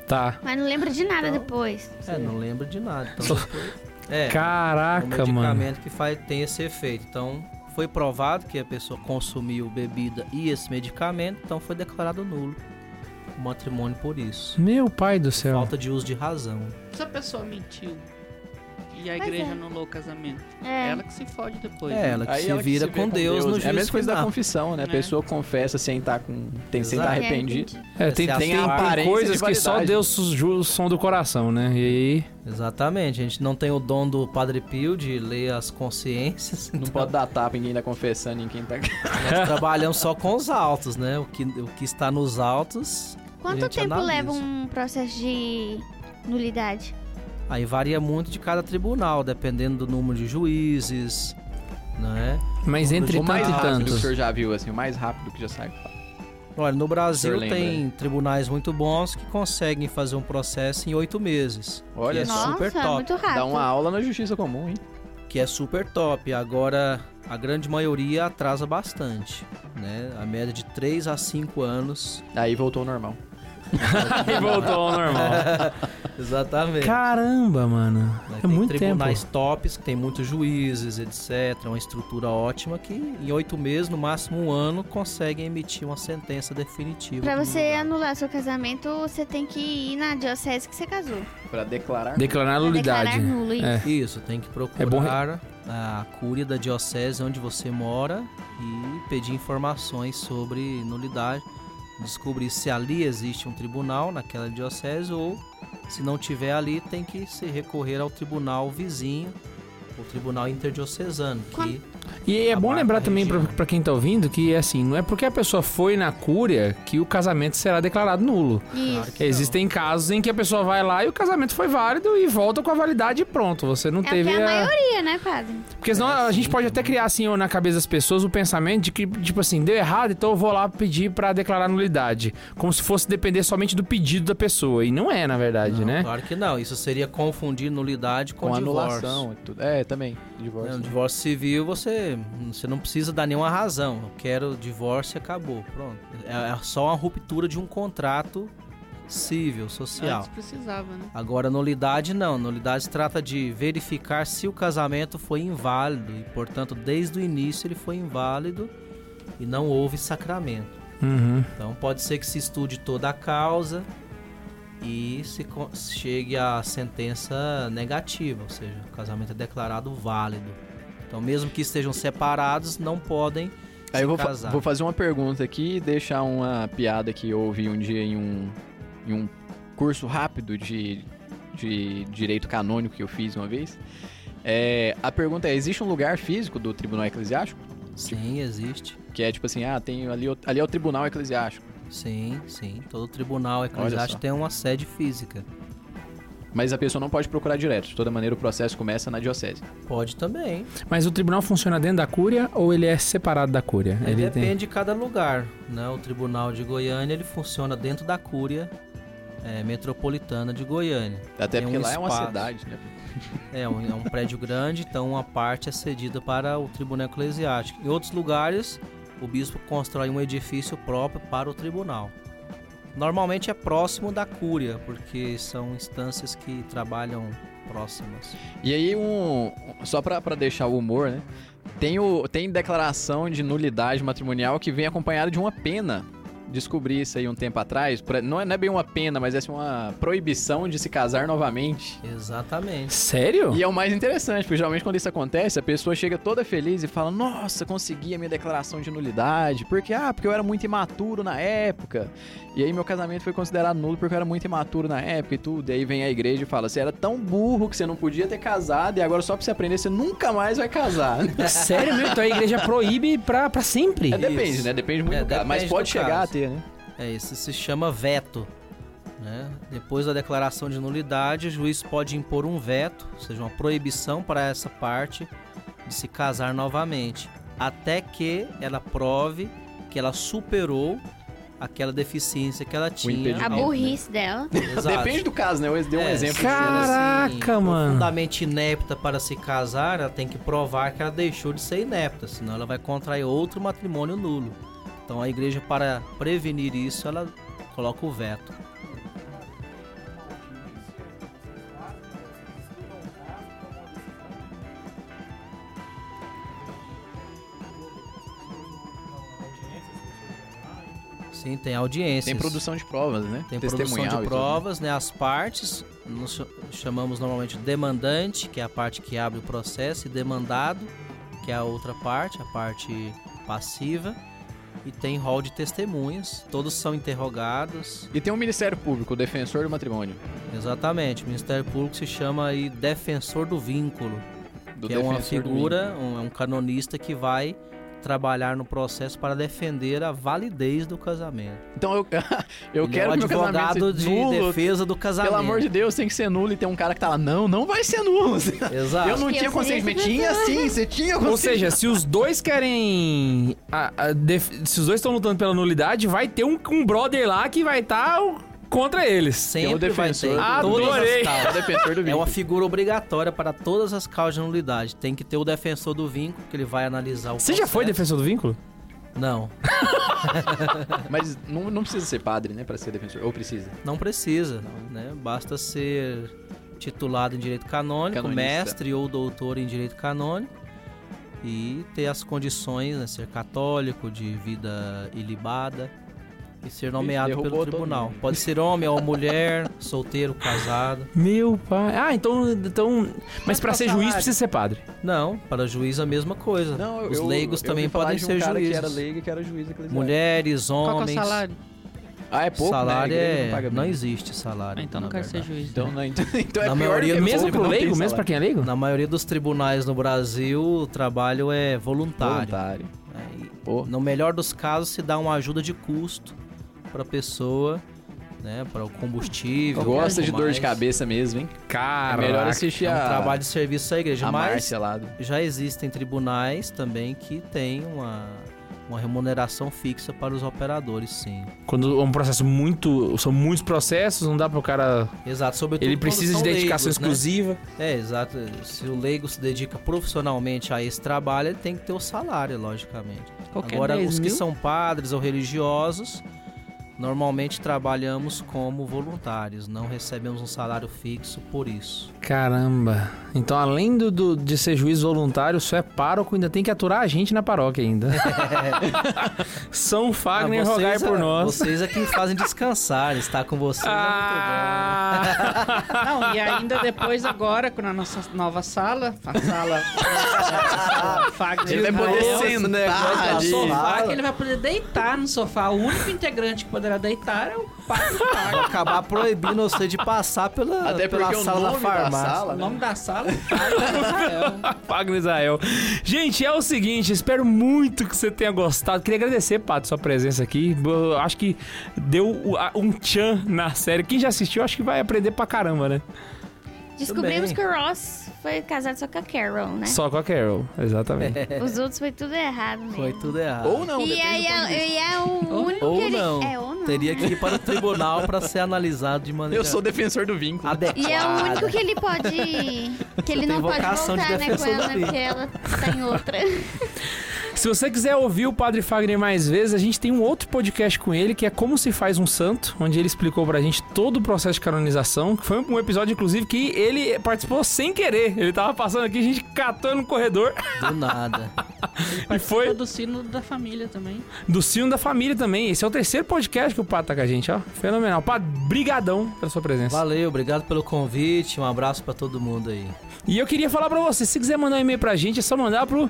[SPEAKER 1] Tá.
[SPEAKER 4] Mas não lembra de nada
[SPEAKER 5] Então-
[SPEAKER 4] depois.
[SPEAKER 5] É, não lembro de nada. Então, depois- é, É um
[SPEAKER 1] Caraca, mano.
[SPEAKER 5] medicamento que faz, tem esse efeito. Então, foi provado que a pessoa consumiu bebida e esse medicamento, então foi declarado nulo o matrimônio por isso.
[SPEAKER 1] Meu pai do céu.
[SPEAKER 5] Falta de uso de razão.
[SPEAKER 2] Se a pessoa mentiu e a
[SPEAKER 4] Mas
[SPEAKER 2] igreja
[SPEAKER 4] é.
[SPEAKER 2] anulou o casamento,
[SPEAKER 4] É.
[SPEAKER 2] ela que se fode depois.
[SPEAKER 5] É,
[SPEAKER 2] né?
[SPEAKER 5] ela que
[SPEAKER 3] Aí
[SPEAKER 5] se
[SPEAKER 3] ela que
[SPEAKER 5] vira
[SPEAKER 3] se vê
[SPEAKER 5] com, Deus, no juízo
[SPEAKER 3] É a mesma coisa da
[SPEAKER 5] final.
[SPEAKER 3] confissão, né? A
[SPEAKER 2] É.
[SPEAKER 3] pessoa confessa sem estar com. Tem, sem estar
[SPEAKER 5] Exato.
[SPEAKER 3] tá arrependido.
[SPEAKER 1] É, tem,
[SPEAKER 5] Essa é a
[SPEAKER 1] tem,
[SPEAKER 5] sua
[SPEAKER 1] tem
[SPEAKER 3] aparência
[SPEAKER 1] coisas
[SPEAKER 3] de
[SPEAKER 1] que só
[SPEAKER 3] validade.
[SPEAKER 1] Deus ju- o som do coração, né? E aí.
[SPEAKER 5] Exatamente, a gente não tem o dom do Padre Pio de ler as consciências.
[SPEAKER 3] Não pode dar tapa em quem tá confessando, em quem tá.
[SPEAKER 5] Nós trabalhamos só com os altos, né? O que, o que está nos altos
[SPEAKER 4] Quanto
[SPEAKER 5] gente
[SPEAKER 4] tempo
[SPEAKER 5] analisa.
[SPEAKER 4] leva um processo de nulidade?
[SPEAKER 5] Aí varia muito de cada tribunal, dependendo do número de juízes, né?
[SPEAKER 1] Mas entre
[SPEAKER 3] o
[SPEAKER 1] tanto
[SPEAKER 3] mais
[SPEAKER 1] e
[SPEAKER 3] rápido que o
[SPEAKER 1] tanto.
[SPEAKER 3] senhor já viu, assim, o mais rápido que já saiu.
[SPEAKER 5] Olha, no Brasil
[SPEAKER 3] O senhor né?
[SPEAKER 5] tem tribunais muito bons que conseguem fazer um processo em oito meses.
[SPEAKER 3] Olha
[SPEAKER 5] que é
[SPEAKER 3] só.
[SPEAKER 5] super
[SPEAKER 4] Nossa,
[SPEAKER 5] top.
[SPEAKER 4] muito rápido.
[SPEAKER 3] Dá um uma aula na justiça comum, hein?
[SPEAKER 5] Que é super top. Agora, a grande maioria atrasa bastante, né? A média de três a cinco anos.
[SPEAKER 3] Aí voltou ao normal.
[SPEAKER 1] E voltou ao normal.
[SPEAKER 5] Exatamente.
[SPEAKER 1] Caramba, mano.
[SPEAKER 5] Né?
[SPEAKER 1] É
[SPEAKER 5] Tem
[SPEAKER 1] muito tempo.
[SPEAKER 5] tribunais tops, que tem muitos juízes, etc. Uma estrutura ótima que em oito meses, no máximo um ano, conseguem emitir uma sentença definitiva.
[SPEAKER 4] Pra
[SPEAKER 5] do
[SPEAKER 4] você
[SPEAKER 5] lugar.
[SPEAKER 4] anular seu casamento, você tem que ir na diocese que você casou.
[SPEAKER 3] Pra declarar.
[SPEAKER 1] Declarar a
[SPEAKER 4] Pra
[SPEAKER 1] nulidade.
[SPEAKER 4] Declarar né? nulo isso.
[SPEAKER 1] É.
[SPEAKER 5] Isso, tem que procurar
[SPEAKER 1] É bom re-
[SPEAKER 5] a cúria da diocese onde você mora e pedir informações sobre nulidade, descobrir se ali existe um tribunal naquela diocese ou se não tiver ali tem que se recorrer ao tribunal vizinho, o tribunal interdiocesano, que
[SPEAKER 1] E é bom
[SPEAKER 5] Abarca
[SPEAKER 1] lembrar
[SPEAKER 5] Tá a
[SPEAKER 1] também pra,
[SPEAKER 5] região.
[SPEAKER 1] pra quem tá ouvindo que, assim, não é porque a pessoa foi na cúria que o casamento será declarado nulo.
[SPEAKER 4] Isso.
[SPEAKER 5] que não.
[SPEAKER 1] Existem casos em que a pessoa vai lá e o casamento foi válido e volta com a validade e pronto. Você não
[SPEAKER 4] É o que
[SPEAKER 1] teve
[SPEAKER 4] a
[SPEAKER 1] a...
[SPEAKER 4] maioria, né, padre?
[SPEAKER 1] Porque senão a gente pode até criar, assim, na cabeça das pessoas o pensamento de que, tipo assim, deu errado, então eu vou lá pedir pra declarar nulidade. Como se fosse depender somente do pedido da pessoa. E não é, na verdade,
[SPEAKER 5] Não,
[SPEAKER 1] né?
[SPEAKER 5] Claro que não. Isso seria confundir nulidade com,
[SPEAKER 3] Com
[SPEAKER 5] divórcio.
[SPEAKER 3] anulação e tudo. É, também. Divórcio.
[SPEAKER 5] No divórcio civil, você, você não precisa dar nenhuma razão. Eu quero divórcio e acabou. Pronto. É, é só uma ruptura de um contrato civil, social.
[SPEAKER 2] Antes precisava, né?
[SPEAKER 5] Agora, nulidade não. Nulidade se trata de verificar se o casamento foi inválido. E, portanto, desde o início ele foi inválido e não houve sacramento.
[SPEAKER 1] Uhum.
[SPEAKER 5] Então, pode ser que se estude toda a causa e se con- chegue à sentença negativa, ou seja, o casamento é declarado válido. Então, mesmo que estejam separados, não podem
[SPEAKER 3] Aí
[SPEAKER 5] se
[SPEAKER 3] eu vou, fa-
[SPEAKER 5] casar.
[SPEAKER 3] vou fazer uma pergunta aqui e deixar uma piada que eu ouvi um dia em um, em um curso rápido de, de direito canônico que eu fiz uma vez. É, a pergunta é: existe um lugar físico do tribunal eclesiástico?
[SPEAKER 5] Sim, existe.
[SPEAKER 3] Que é tipo assim, ah, tem ali, o- ali é o tribunal eclesiástico.
[SPEAKER 5] Sim, sim. Todo tribunal eclesiástico tem uma sede física.
[SPEAKER 3] Mas a pessoa não pode procurar direto. De toda maneira, o processo começa na diocese.
[SPEAKER 5] Pode também.
[SPEAKER 1] Mas o tribunal funciona dentro da cúria ou ele é separado da cúria?
[SPEAKER 5] Aí depende de cada lugar, né? O Tribunal de Goiânia ele funciona dentro da Cúria eh, Metropolitana de Goiânia.
[SPEAKER 3] Até
[SPEAKER 5] Tem
[SPEAKER 3] porque
[SPEAKER 5] um
[SPEAKER 3] lá é uma
[SPEAKER 5] espaço.
[SPEAKER 3] cidade, né?
[SPEAKER 5] É um, é um prédio grande, então uma parte é cedida para o Tribunal Eclesiástico. Em outros lugares, o bispo constrói um edifício próprio para o tribunal. Normalmente é próximo da Cúria, porque são instâncias que trabalham próximas.
[SPEAKER 3] E aí, um. Só pra, pra deixar o humor, né? Tem, o, tem declaração de nulidade matrimonial que vem acompanhada de uma pena. Descobri isso aí um tempo atrás. pra- não, é, não é bem uma pena, mas é assim, uma proibição de se casar novamente.
[SPEAKER 5] Exatamente.
[SPEAKER 1] Sério?
[SPEAKER 3] E é o mais interessante, porque geralmente quando isso acontece, a pessoa chega toda feliz e fala: Nossa, consegui a minha declaração de nulidade. Porque, ah, porque eu era muito imaturo na época. E aí meu casamento foi considerado nulo porque eu era muito imaturo na época e tudo. E aí vem a igreja e fala: Você era tão burro que você não podia ter casado e agora só pra você aprender você nunca mais vai casar.
[SPEAKER 1] Sério mesmo? Então a igreja proíbe pra, pra sempre.
[SPEAKER 3] É, depende, né? Depende muito
[SPEAKER 5] É,
[SPEAKER 3] do caso. Mas
[SPEAKER 5] depende do
[SPEAKER 3] pode chegar
[SPEAKER 5] caso.
[SPEAKER 3] a ter, né?
[SPEAKER 5] É, isso se chama veto. né? Depois da declaração de nulidade, o juiz pode impor um veto, ou seja, uma proibição para essa parte de se casar novamente, até que ela prove que ela superou aquela deficiência que ela tinha.
[SPEAKER 3] impedimento.
[SPEAKER 4] A
[SPEAKER 5] ao-
[SPEAKER 4] burrice dela.
[SPEAKER 5] Exato.
[SPEAKER 3] Depende do caso, né? Eu dei um
[SPEAKER 5] É,
[SPEAKER 3] exemplo.
[SPEAKER 5] se ela, assim,
[SPEAKER 1] Caraca, mano.
[SPEAKER 5] Profundamente inepta para se casar, ela tem que provar que ela deixou de ser inepta, senão ela vai contrair outro matrimônio nulo. Então a igreja, para prevenir isso, ela coloca o veto. Sim, tem audiências.
[SPEAKER 3] Tem produção de provas, né?
[SPEAKER 5] Tem produção
[SPEAKER 3] Testemunhal
[SPEAKER 5] de
[SPEAKER 3] e tudo, né?
[SPEAKER 5] provas, né? As partes, nós cha- chamamos normalmente demandante, que é a parte que abre o processo, e demandado, que é a outra parte, a parte passiva. E tem rol de testemunhas, todos são interrogados.
[SPEAKER 3] E tem um Ministério Público, o defensor do matrimônio.
[SPEAKER 5] Exatamente, o Ministério Público se chama aí defensor do vínculo,
[SPEAKER 3] Do
[SPEAKER 5] que é uma
[SPEAKER 3] defensor do
[SPEAKER 5] figura, um, é um canonista que vai trabalhar no processo para defender a validez do casamento.
[SPEAKER 3] Então eu, eu
[SPEAKER 5] Ele
[SPEAKER 3] quero
[SPEAKER 5] é um
[SPEAKER 3] que meu casamento
[SPEAKER 5] advogado
[SPEAKER 3] seja
[SPEAKER 5] de
[SPEAKER 3] nulo.
[SPEAKER 5] defesa do casamento.
[SPEAKER 3] Pelo amor de Deus, tem que ser nulo e tem um cara que tá lá, não, não vai ser nulo.
[SPEAKER 5] Exato.
[SPEAKER 3] Eu não
[SPEAKER 4] que
[SPEAKER 3] tinha
[SPEAKER 4] eu seria
[SPEAKER 3] consentimento. Tinha
[SPEAKER 4] essa
[SPEAKER 3] sim, você tinha
[SPEAKER 1] Ou
[SPEAKER 3] consentimento.
[SPEAKER 1] seja, se os dois querem. a- a def- se os dois estão lutando pela nulidade, vai ter um, um brother lá que vai estar contra eles.
[SPEAKER 3] É o
[SPEAKER 5] Sempre vai
[SPEAKER 3] defensor
[SPEAKER 5] ter.
[SPEAKER 3] do
[SPEAKER 5] em todas as
[SPEAKER 1] Adorei.
[SPEAKER 5] causas.
[SPEAKER 3] É o defensor do
[SPEAKER 5] É uma
[SPEAKER 3] vínculo.
[SPEAKER 5] figura obrigatória para todas as causas de nulidade. Tem que ter o defensor do vínculo, que ele vai analisar o
[SPEAKER 1] Você
[SPEAKER 3] Tá
[SPEAKER 1] já foi
[SPEAKER 5] processo.
[SPEAKER 1] defensor do vínculo?
[SPEAKER 5] Não,
[SPEAKER 3] Mas não, não precisa ser padre, né, pra ser defensor. Ou precisa.
[SPEAKER 5] não precisa. Né? Basta ser titulado em direito canônico,
[SPEAKER 3] Canonista.
[SPEAKER 5] mestre ou doutor em direito canônico e ter as condições, né? ser católico, de vida ilibada e ser nomeado
[SPEAKER 3] derrubou
[SPEAKER 5] pelo
[SPEAKER 3] todo
[SPEAKER 5] tribunal.
[SPEAKER 3] mundo.
[SPEAKER 5] Pode ser homem ou mulher, solteiro, casado.
[SPEAKER 1] Meu pai. Ah, então. então... Mas pra ser juiz precisa ser padre.
[SPEAKER 5] Não, para juiz a mesma coisa. Os leigos também podem ser juízes.
[SPEAKER 3] leigo e um que era juiz eclesiástico.
[SPEAKER 5] Mulheres,
[SPEAKER 2] Qual que
[SPEAKER 5] homens.
[SPEAKER 2] é o salário?
[SPEAKER 3] Ah, é pouco,
[SPEAKER 5] salário
[SPEAKER 3] né? A igreja
[SPEAKER 5] é.
[SPEAKER 3] Não, paga
[SPEAKER 5] Não,
[SPEAKER 3] bem.
[SPEAKER 5] existe salário.
[SPEAKER 2] Ah, então
[SPEAKER 5] na
[SPEAKER 2] não quero
[SPEAKER 5] verdade.
[SPEAKER 2] ser juiz.
[SPEAKER 3] Então, não, então, então
[SPEAKER 5] Na
[SPEAKER 3] é pior do
[SPEAKER 5] maioria
[SPEAKER 3] que
[SPEAKER 5] dos
[SPEAKER 1] Mesmo
[SPEAKER 3] pouco,
[SPEAKER 1] pro
[SPEAKER 3] não tem
[SPEAKER 1] leigo? Mesmo pra
[SPEAKER 3] salário.
[SPEAKER 1] quem é leigo?
[SPEAKER 5] Na maioria dos tribunais no Brasil, o trabalho é voluntário.
[SPEAKER 3] Voluntário.
[SPEAKER 5] né? E
[SPEAKER 3] Pô.
[SPEAKER 5] No melhor dos casos, se dá uma ajuda de custo para pessoa, né? Para o combustível.
[SPEAKER 3] Gosta de
[SPEAKER 5] tudo
[SPEAKER 3] dor de
[SPEAKER 5] mais.
[SPEAKER 3] cabeça mesmo, hein? É
[SPEAKER 1] Cara.
[SPEAKER 3] melhor assistir
[SPEAKER 5] É um
[SPEAKER 3] a,
[SPEAKER 5] trabalho de serviço à igreja.
[SPEAKER 3] a
[SPEAKER 5] mas
[SPEAKER 3] Márcia lá. do-
[SPEAKER 5] já existem tribunais também que têm uma Uma remuneração fixa para os operadores, sim.
[SPEAKER 1] Quando é um processo muito. São muitos processos, não dá pro cara.
[SPEAKER 5] Exato, sobretudo
[SPEAKER 1] Ele
[SPEAKER 5] quando
[SPEAKER 1] precisa de
[SPEAKER 5] são
[SPEAKER 1] dedicação
[SPEAKER 5] leigos, né?
[SPEAKER 1] exclusiva.
[SPEAKER 5] É, exato. Se o leigo se dedica profissionalmente a esse trabalho, ele tem que ter o salário, logicamente.
[SPEAKER 1] é
[SPEAKER 2] Qualquer
[SPEAKER 5] Agora,
[SPEAKER 2] 10
[SPEAKER 5] os que
[SPEAKER 2] mil?
[SPEAKER 5] são padres ou religiosos, normalmente trabalhamos como voluntários, não recebemos um salário fixo por isso.
[SPEAKER 1] Caramba. Então, além do, do- de ser juiz voluntário, só é pároco, ainda tem que aturar a gente na paróquia ainda. São Fagner,
[SPEAKER 5] Ah,
[SPEAKER 1] rogai por
[SPEAKER 5] ah,
[SPEAKER 1] nós.
[SPEAKER 5] Vocês aqui fazem descansar, estar com é vocês
[SPEAKER 1] Ah!
[SPEAKER 2] Não, e ainda depois agora, com a nossa nova sala, a sala... Fagner
[SPEAKER 3] Ele vai poder
[SPEAKER 2] Raul,
[SPEAKER 3] sentar
[SPEAKER 1] é,
[SPEAKER 5] Tá,
[SPEAKER 1] tá
[SPEAKER 2] vai ter um
[SPEAKER 3] ali.
[SPEAKER 2] sofá,
[SPEAKER 3] Fala.
[SPEAKER 2] que ele vai poder deitar no sofá. O único integrante que poderá deitar é o pai do
[SPEAKER 5] é muito bom. Vou acabar proibindo você de passar pela,
[SPEAKER 3] Até
[SPEAKER 5] pela
[SPEAKER 3] porque o
[SPEAKER 5] sala da
[SPEAKER 3] nome da
[SPEAKER 5] farmácia.
[SPEAKER 3] sala- né?
[SPEAKER 2] O nome da sala é Fagner Israel.
[SPEAKER 1] Fagner Israel. Gente, é o seguinte, espero muito que você tenha gostado. Queria agradecer, Pato, sua presença aqui. Eu acho que deu o- a- um tchan na série. Quem já assistiu, acho que vai aprender pra caramba, né?
[SPEAKER 4] Descobrimos
[SPEAKER 5] bem.
[SPEAKER 4] que o Ross foi casado só com a Carol, né?
[SPEAKER 1] Só com a Carol, exatamente.
[SPEAKER 4] Os outros foi tudo errado mesmo.
[SPEAKER 5] Foi tudo errado.
[SPEAKER 3] Ou não,
[SPEAKER 4] E
[SPEAKER 3] depende
[SPEAKER 4] aí
[SPEAKER 3] do ponto de vista.
[SPEAKER 4] é, e é o
[SPEAKER 2] Ou-
[SPEAKER 4] único que
[SPEAKER 5] Ou
[SPEAKER 4] ele...
[SPEAKER 5] não.
[SPEAKER 4] É, ou não.
[SPEAKER 5] Teria
[SPEAKER 4] né?
[SPEAKER 5] que ir para o tribunal para ser analisado de maneira
[SPEAKER 3] Eu sou defensor do né? vínculo.
[SPEAKER 5] adequada.
[SPEAKER 4] E é o único que ele pode... Que ele não pode
[SPEAKER 5] vocação de
[SPEAKER 4] voltar, né, com
[SPEAKER 5] defensor da
[SPEAKER 4] ela, né?
[SPEAKER 5] lei.
[SPEAKER 4] Porque ela tá em outra.
[SPEAKER 1] Se você quiser ouvir o Padre Fagner mais vezes, a gente tem um outro podcast com ele, que é Como Se Faz um Santo, onde ele explicou pra gente todo o processo de canonização. que Foi um episódio, inclusive, que ele participou sem querer. Ele tava passando aqui, a gente catou no corredor
[SPEAKER 5] Do nada.
[SPEAKER 1] e foi...
[SPEAKER 2] Foi do sino da família também.
[SPEAKER 1] do sino da família também. Esse é o terceiro podcast que o Pato tá com a gente, ó. Fenomenal. Pato, brigadão pela sua presença.
[SPEAKER 5] Valeu, obrigado pelo convite. Um abraço para todo mundo aí.
[SPEAKER 1] E eu queria falar pra você, se quiser mandar um e-mail pra gente, é só mandar pro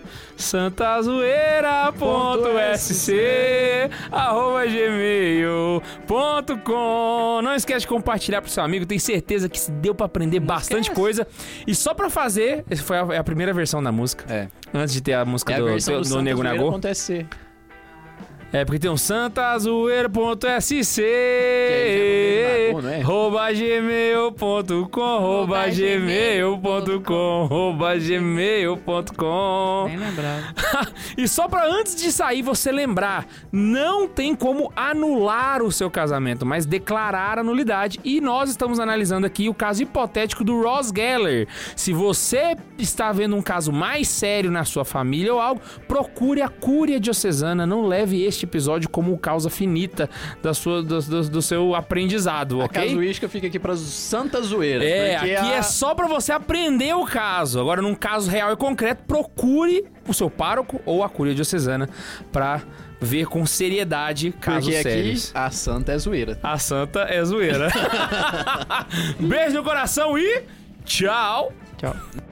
[SPEAKER 1] santazoeira.sc arroba gmail.com Não esquece de compartilhar pro seu amigo, tenho certeza que se deu pra aprender bastante
[SPEAKER 2] esquece.
[SPEAKER 1] coisa. E só pra fazer, essa foi a, é a primeira versão da música,
[SPEAKER 3] É,
[SPEAKER 1] antes de ter a música
[SPEAKER 3] é a
[SPEAKER 1] do,
[SPEAKER 3] versão
[SPEAKER 1] do,
[SPEAKER 3] do,
[SPEAKER 1] do
[SPEAKER 3] Santos
[SPEAKER 1] Nego
[SPEAKER 3] Zoeira
[SPEAKER 1] Nagô.
[SPEAKER 3] acontecer.
[SPEAKER 1] É porque tem um santazoeira.sc
[SPEAKER 3] é Nagô, não é?
[SPEAKER 1] rouba gmail.com rouba gmail.com rouba gmail.com
[SPEAKER 2] Nem lembrava.
[SPEAKER 1] E só pra antes de sair você lembrar, não tem como anular o seu casamento, mas declarar a nulidade. E nós estamos analisando aqui o caso hipotético do Ross Geller. Se você está vendo um caso mais sério na sua família ou algo, procure a Cúria Diocesana. Não leve este episódio como causa finita da sua, do, do- do seu aprendizado,
[SPEAKER 3] A
[SPEAKER 1] ok?
[SPEAKER 3] casuística fica aqui pra Santa Zoeira.
[SPEAKER 1] É,
[SPEAKER 3] porque
[SPEAKER 1] aqui
[SPEAKER 3] a-
[SPEAKER 1] é só pra você aprender o caso. Agora, num caso real e concreto, procure o seu pároco ou a curia diocesana pra ver com seriedade casos
[SPEAKER 3] Porque aqui
[SPEAKER 1] sérios.
[SPEAKER 3] a Santa é zoeira.
[SPEAKER 1] A santa é zoeira. Beijo no coração e tchau! Tchau.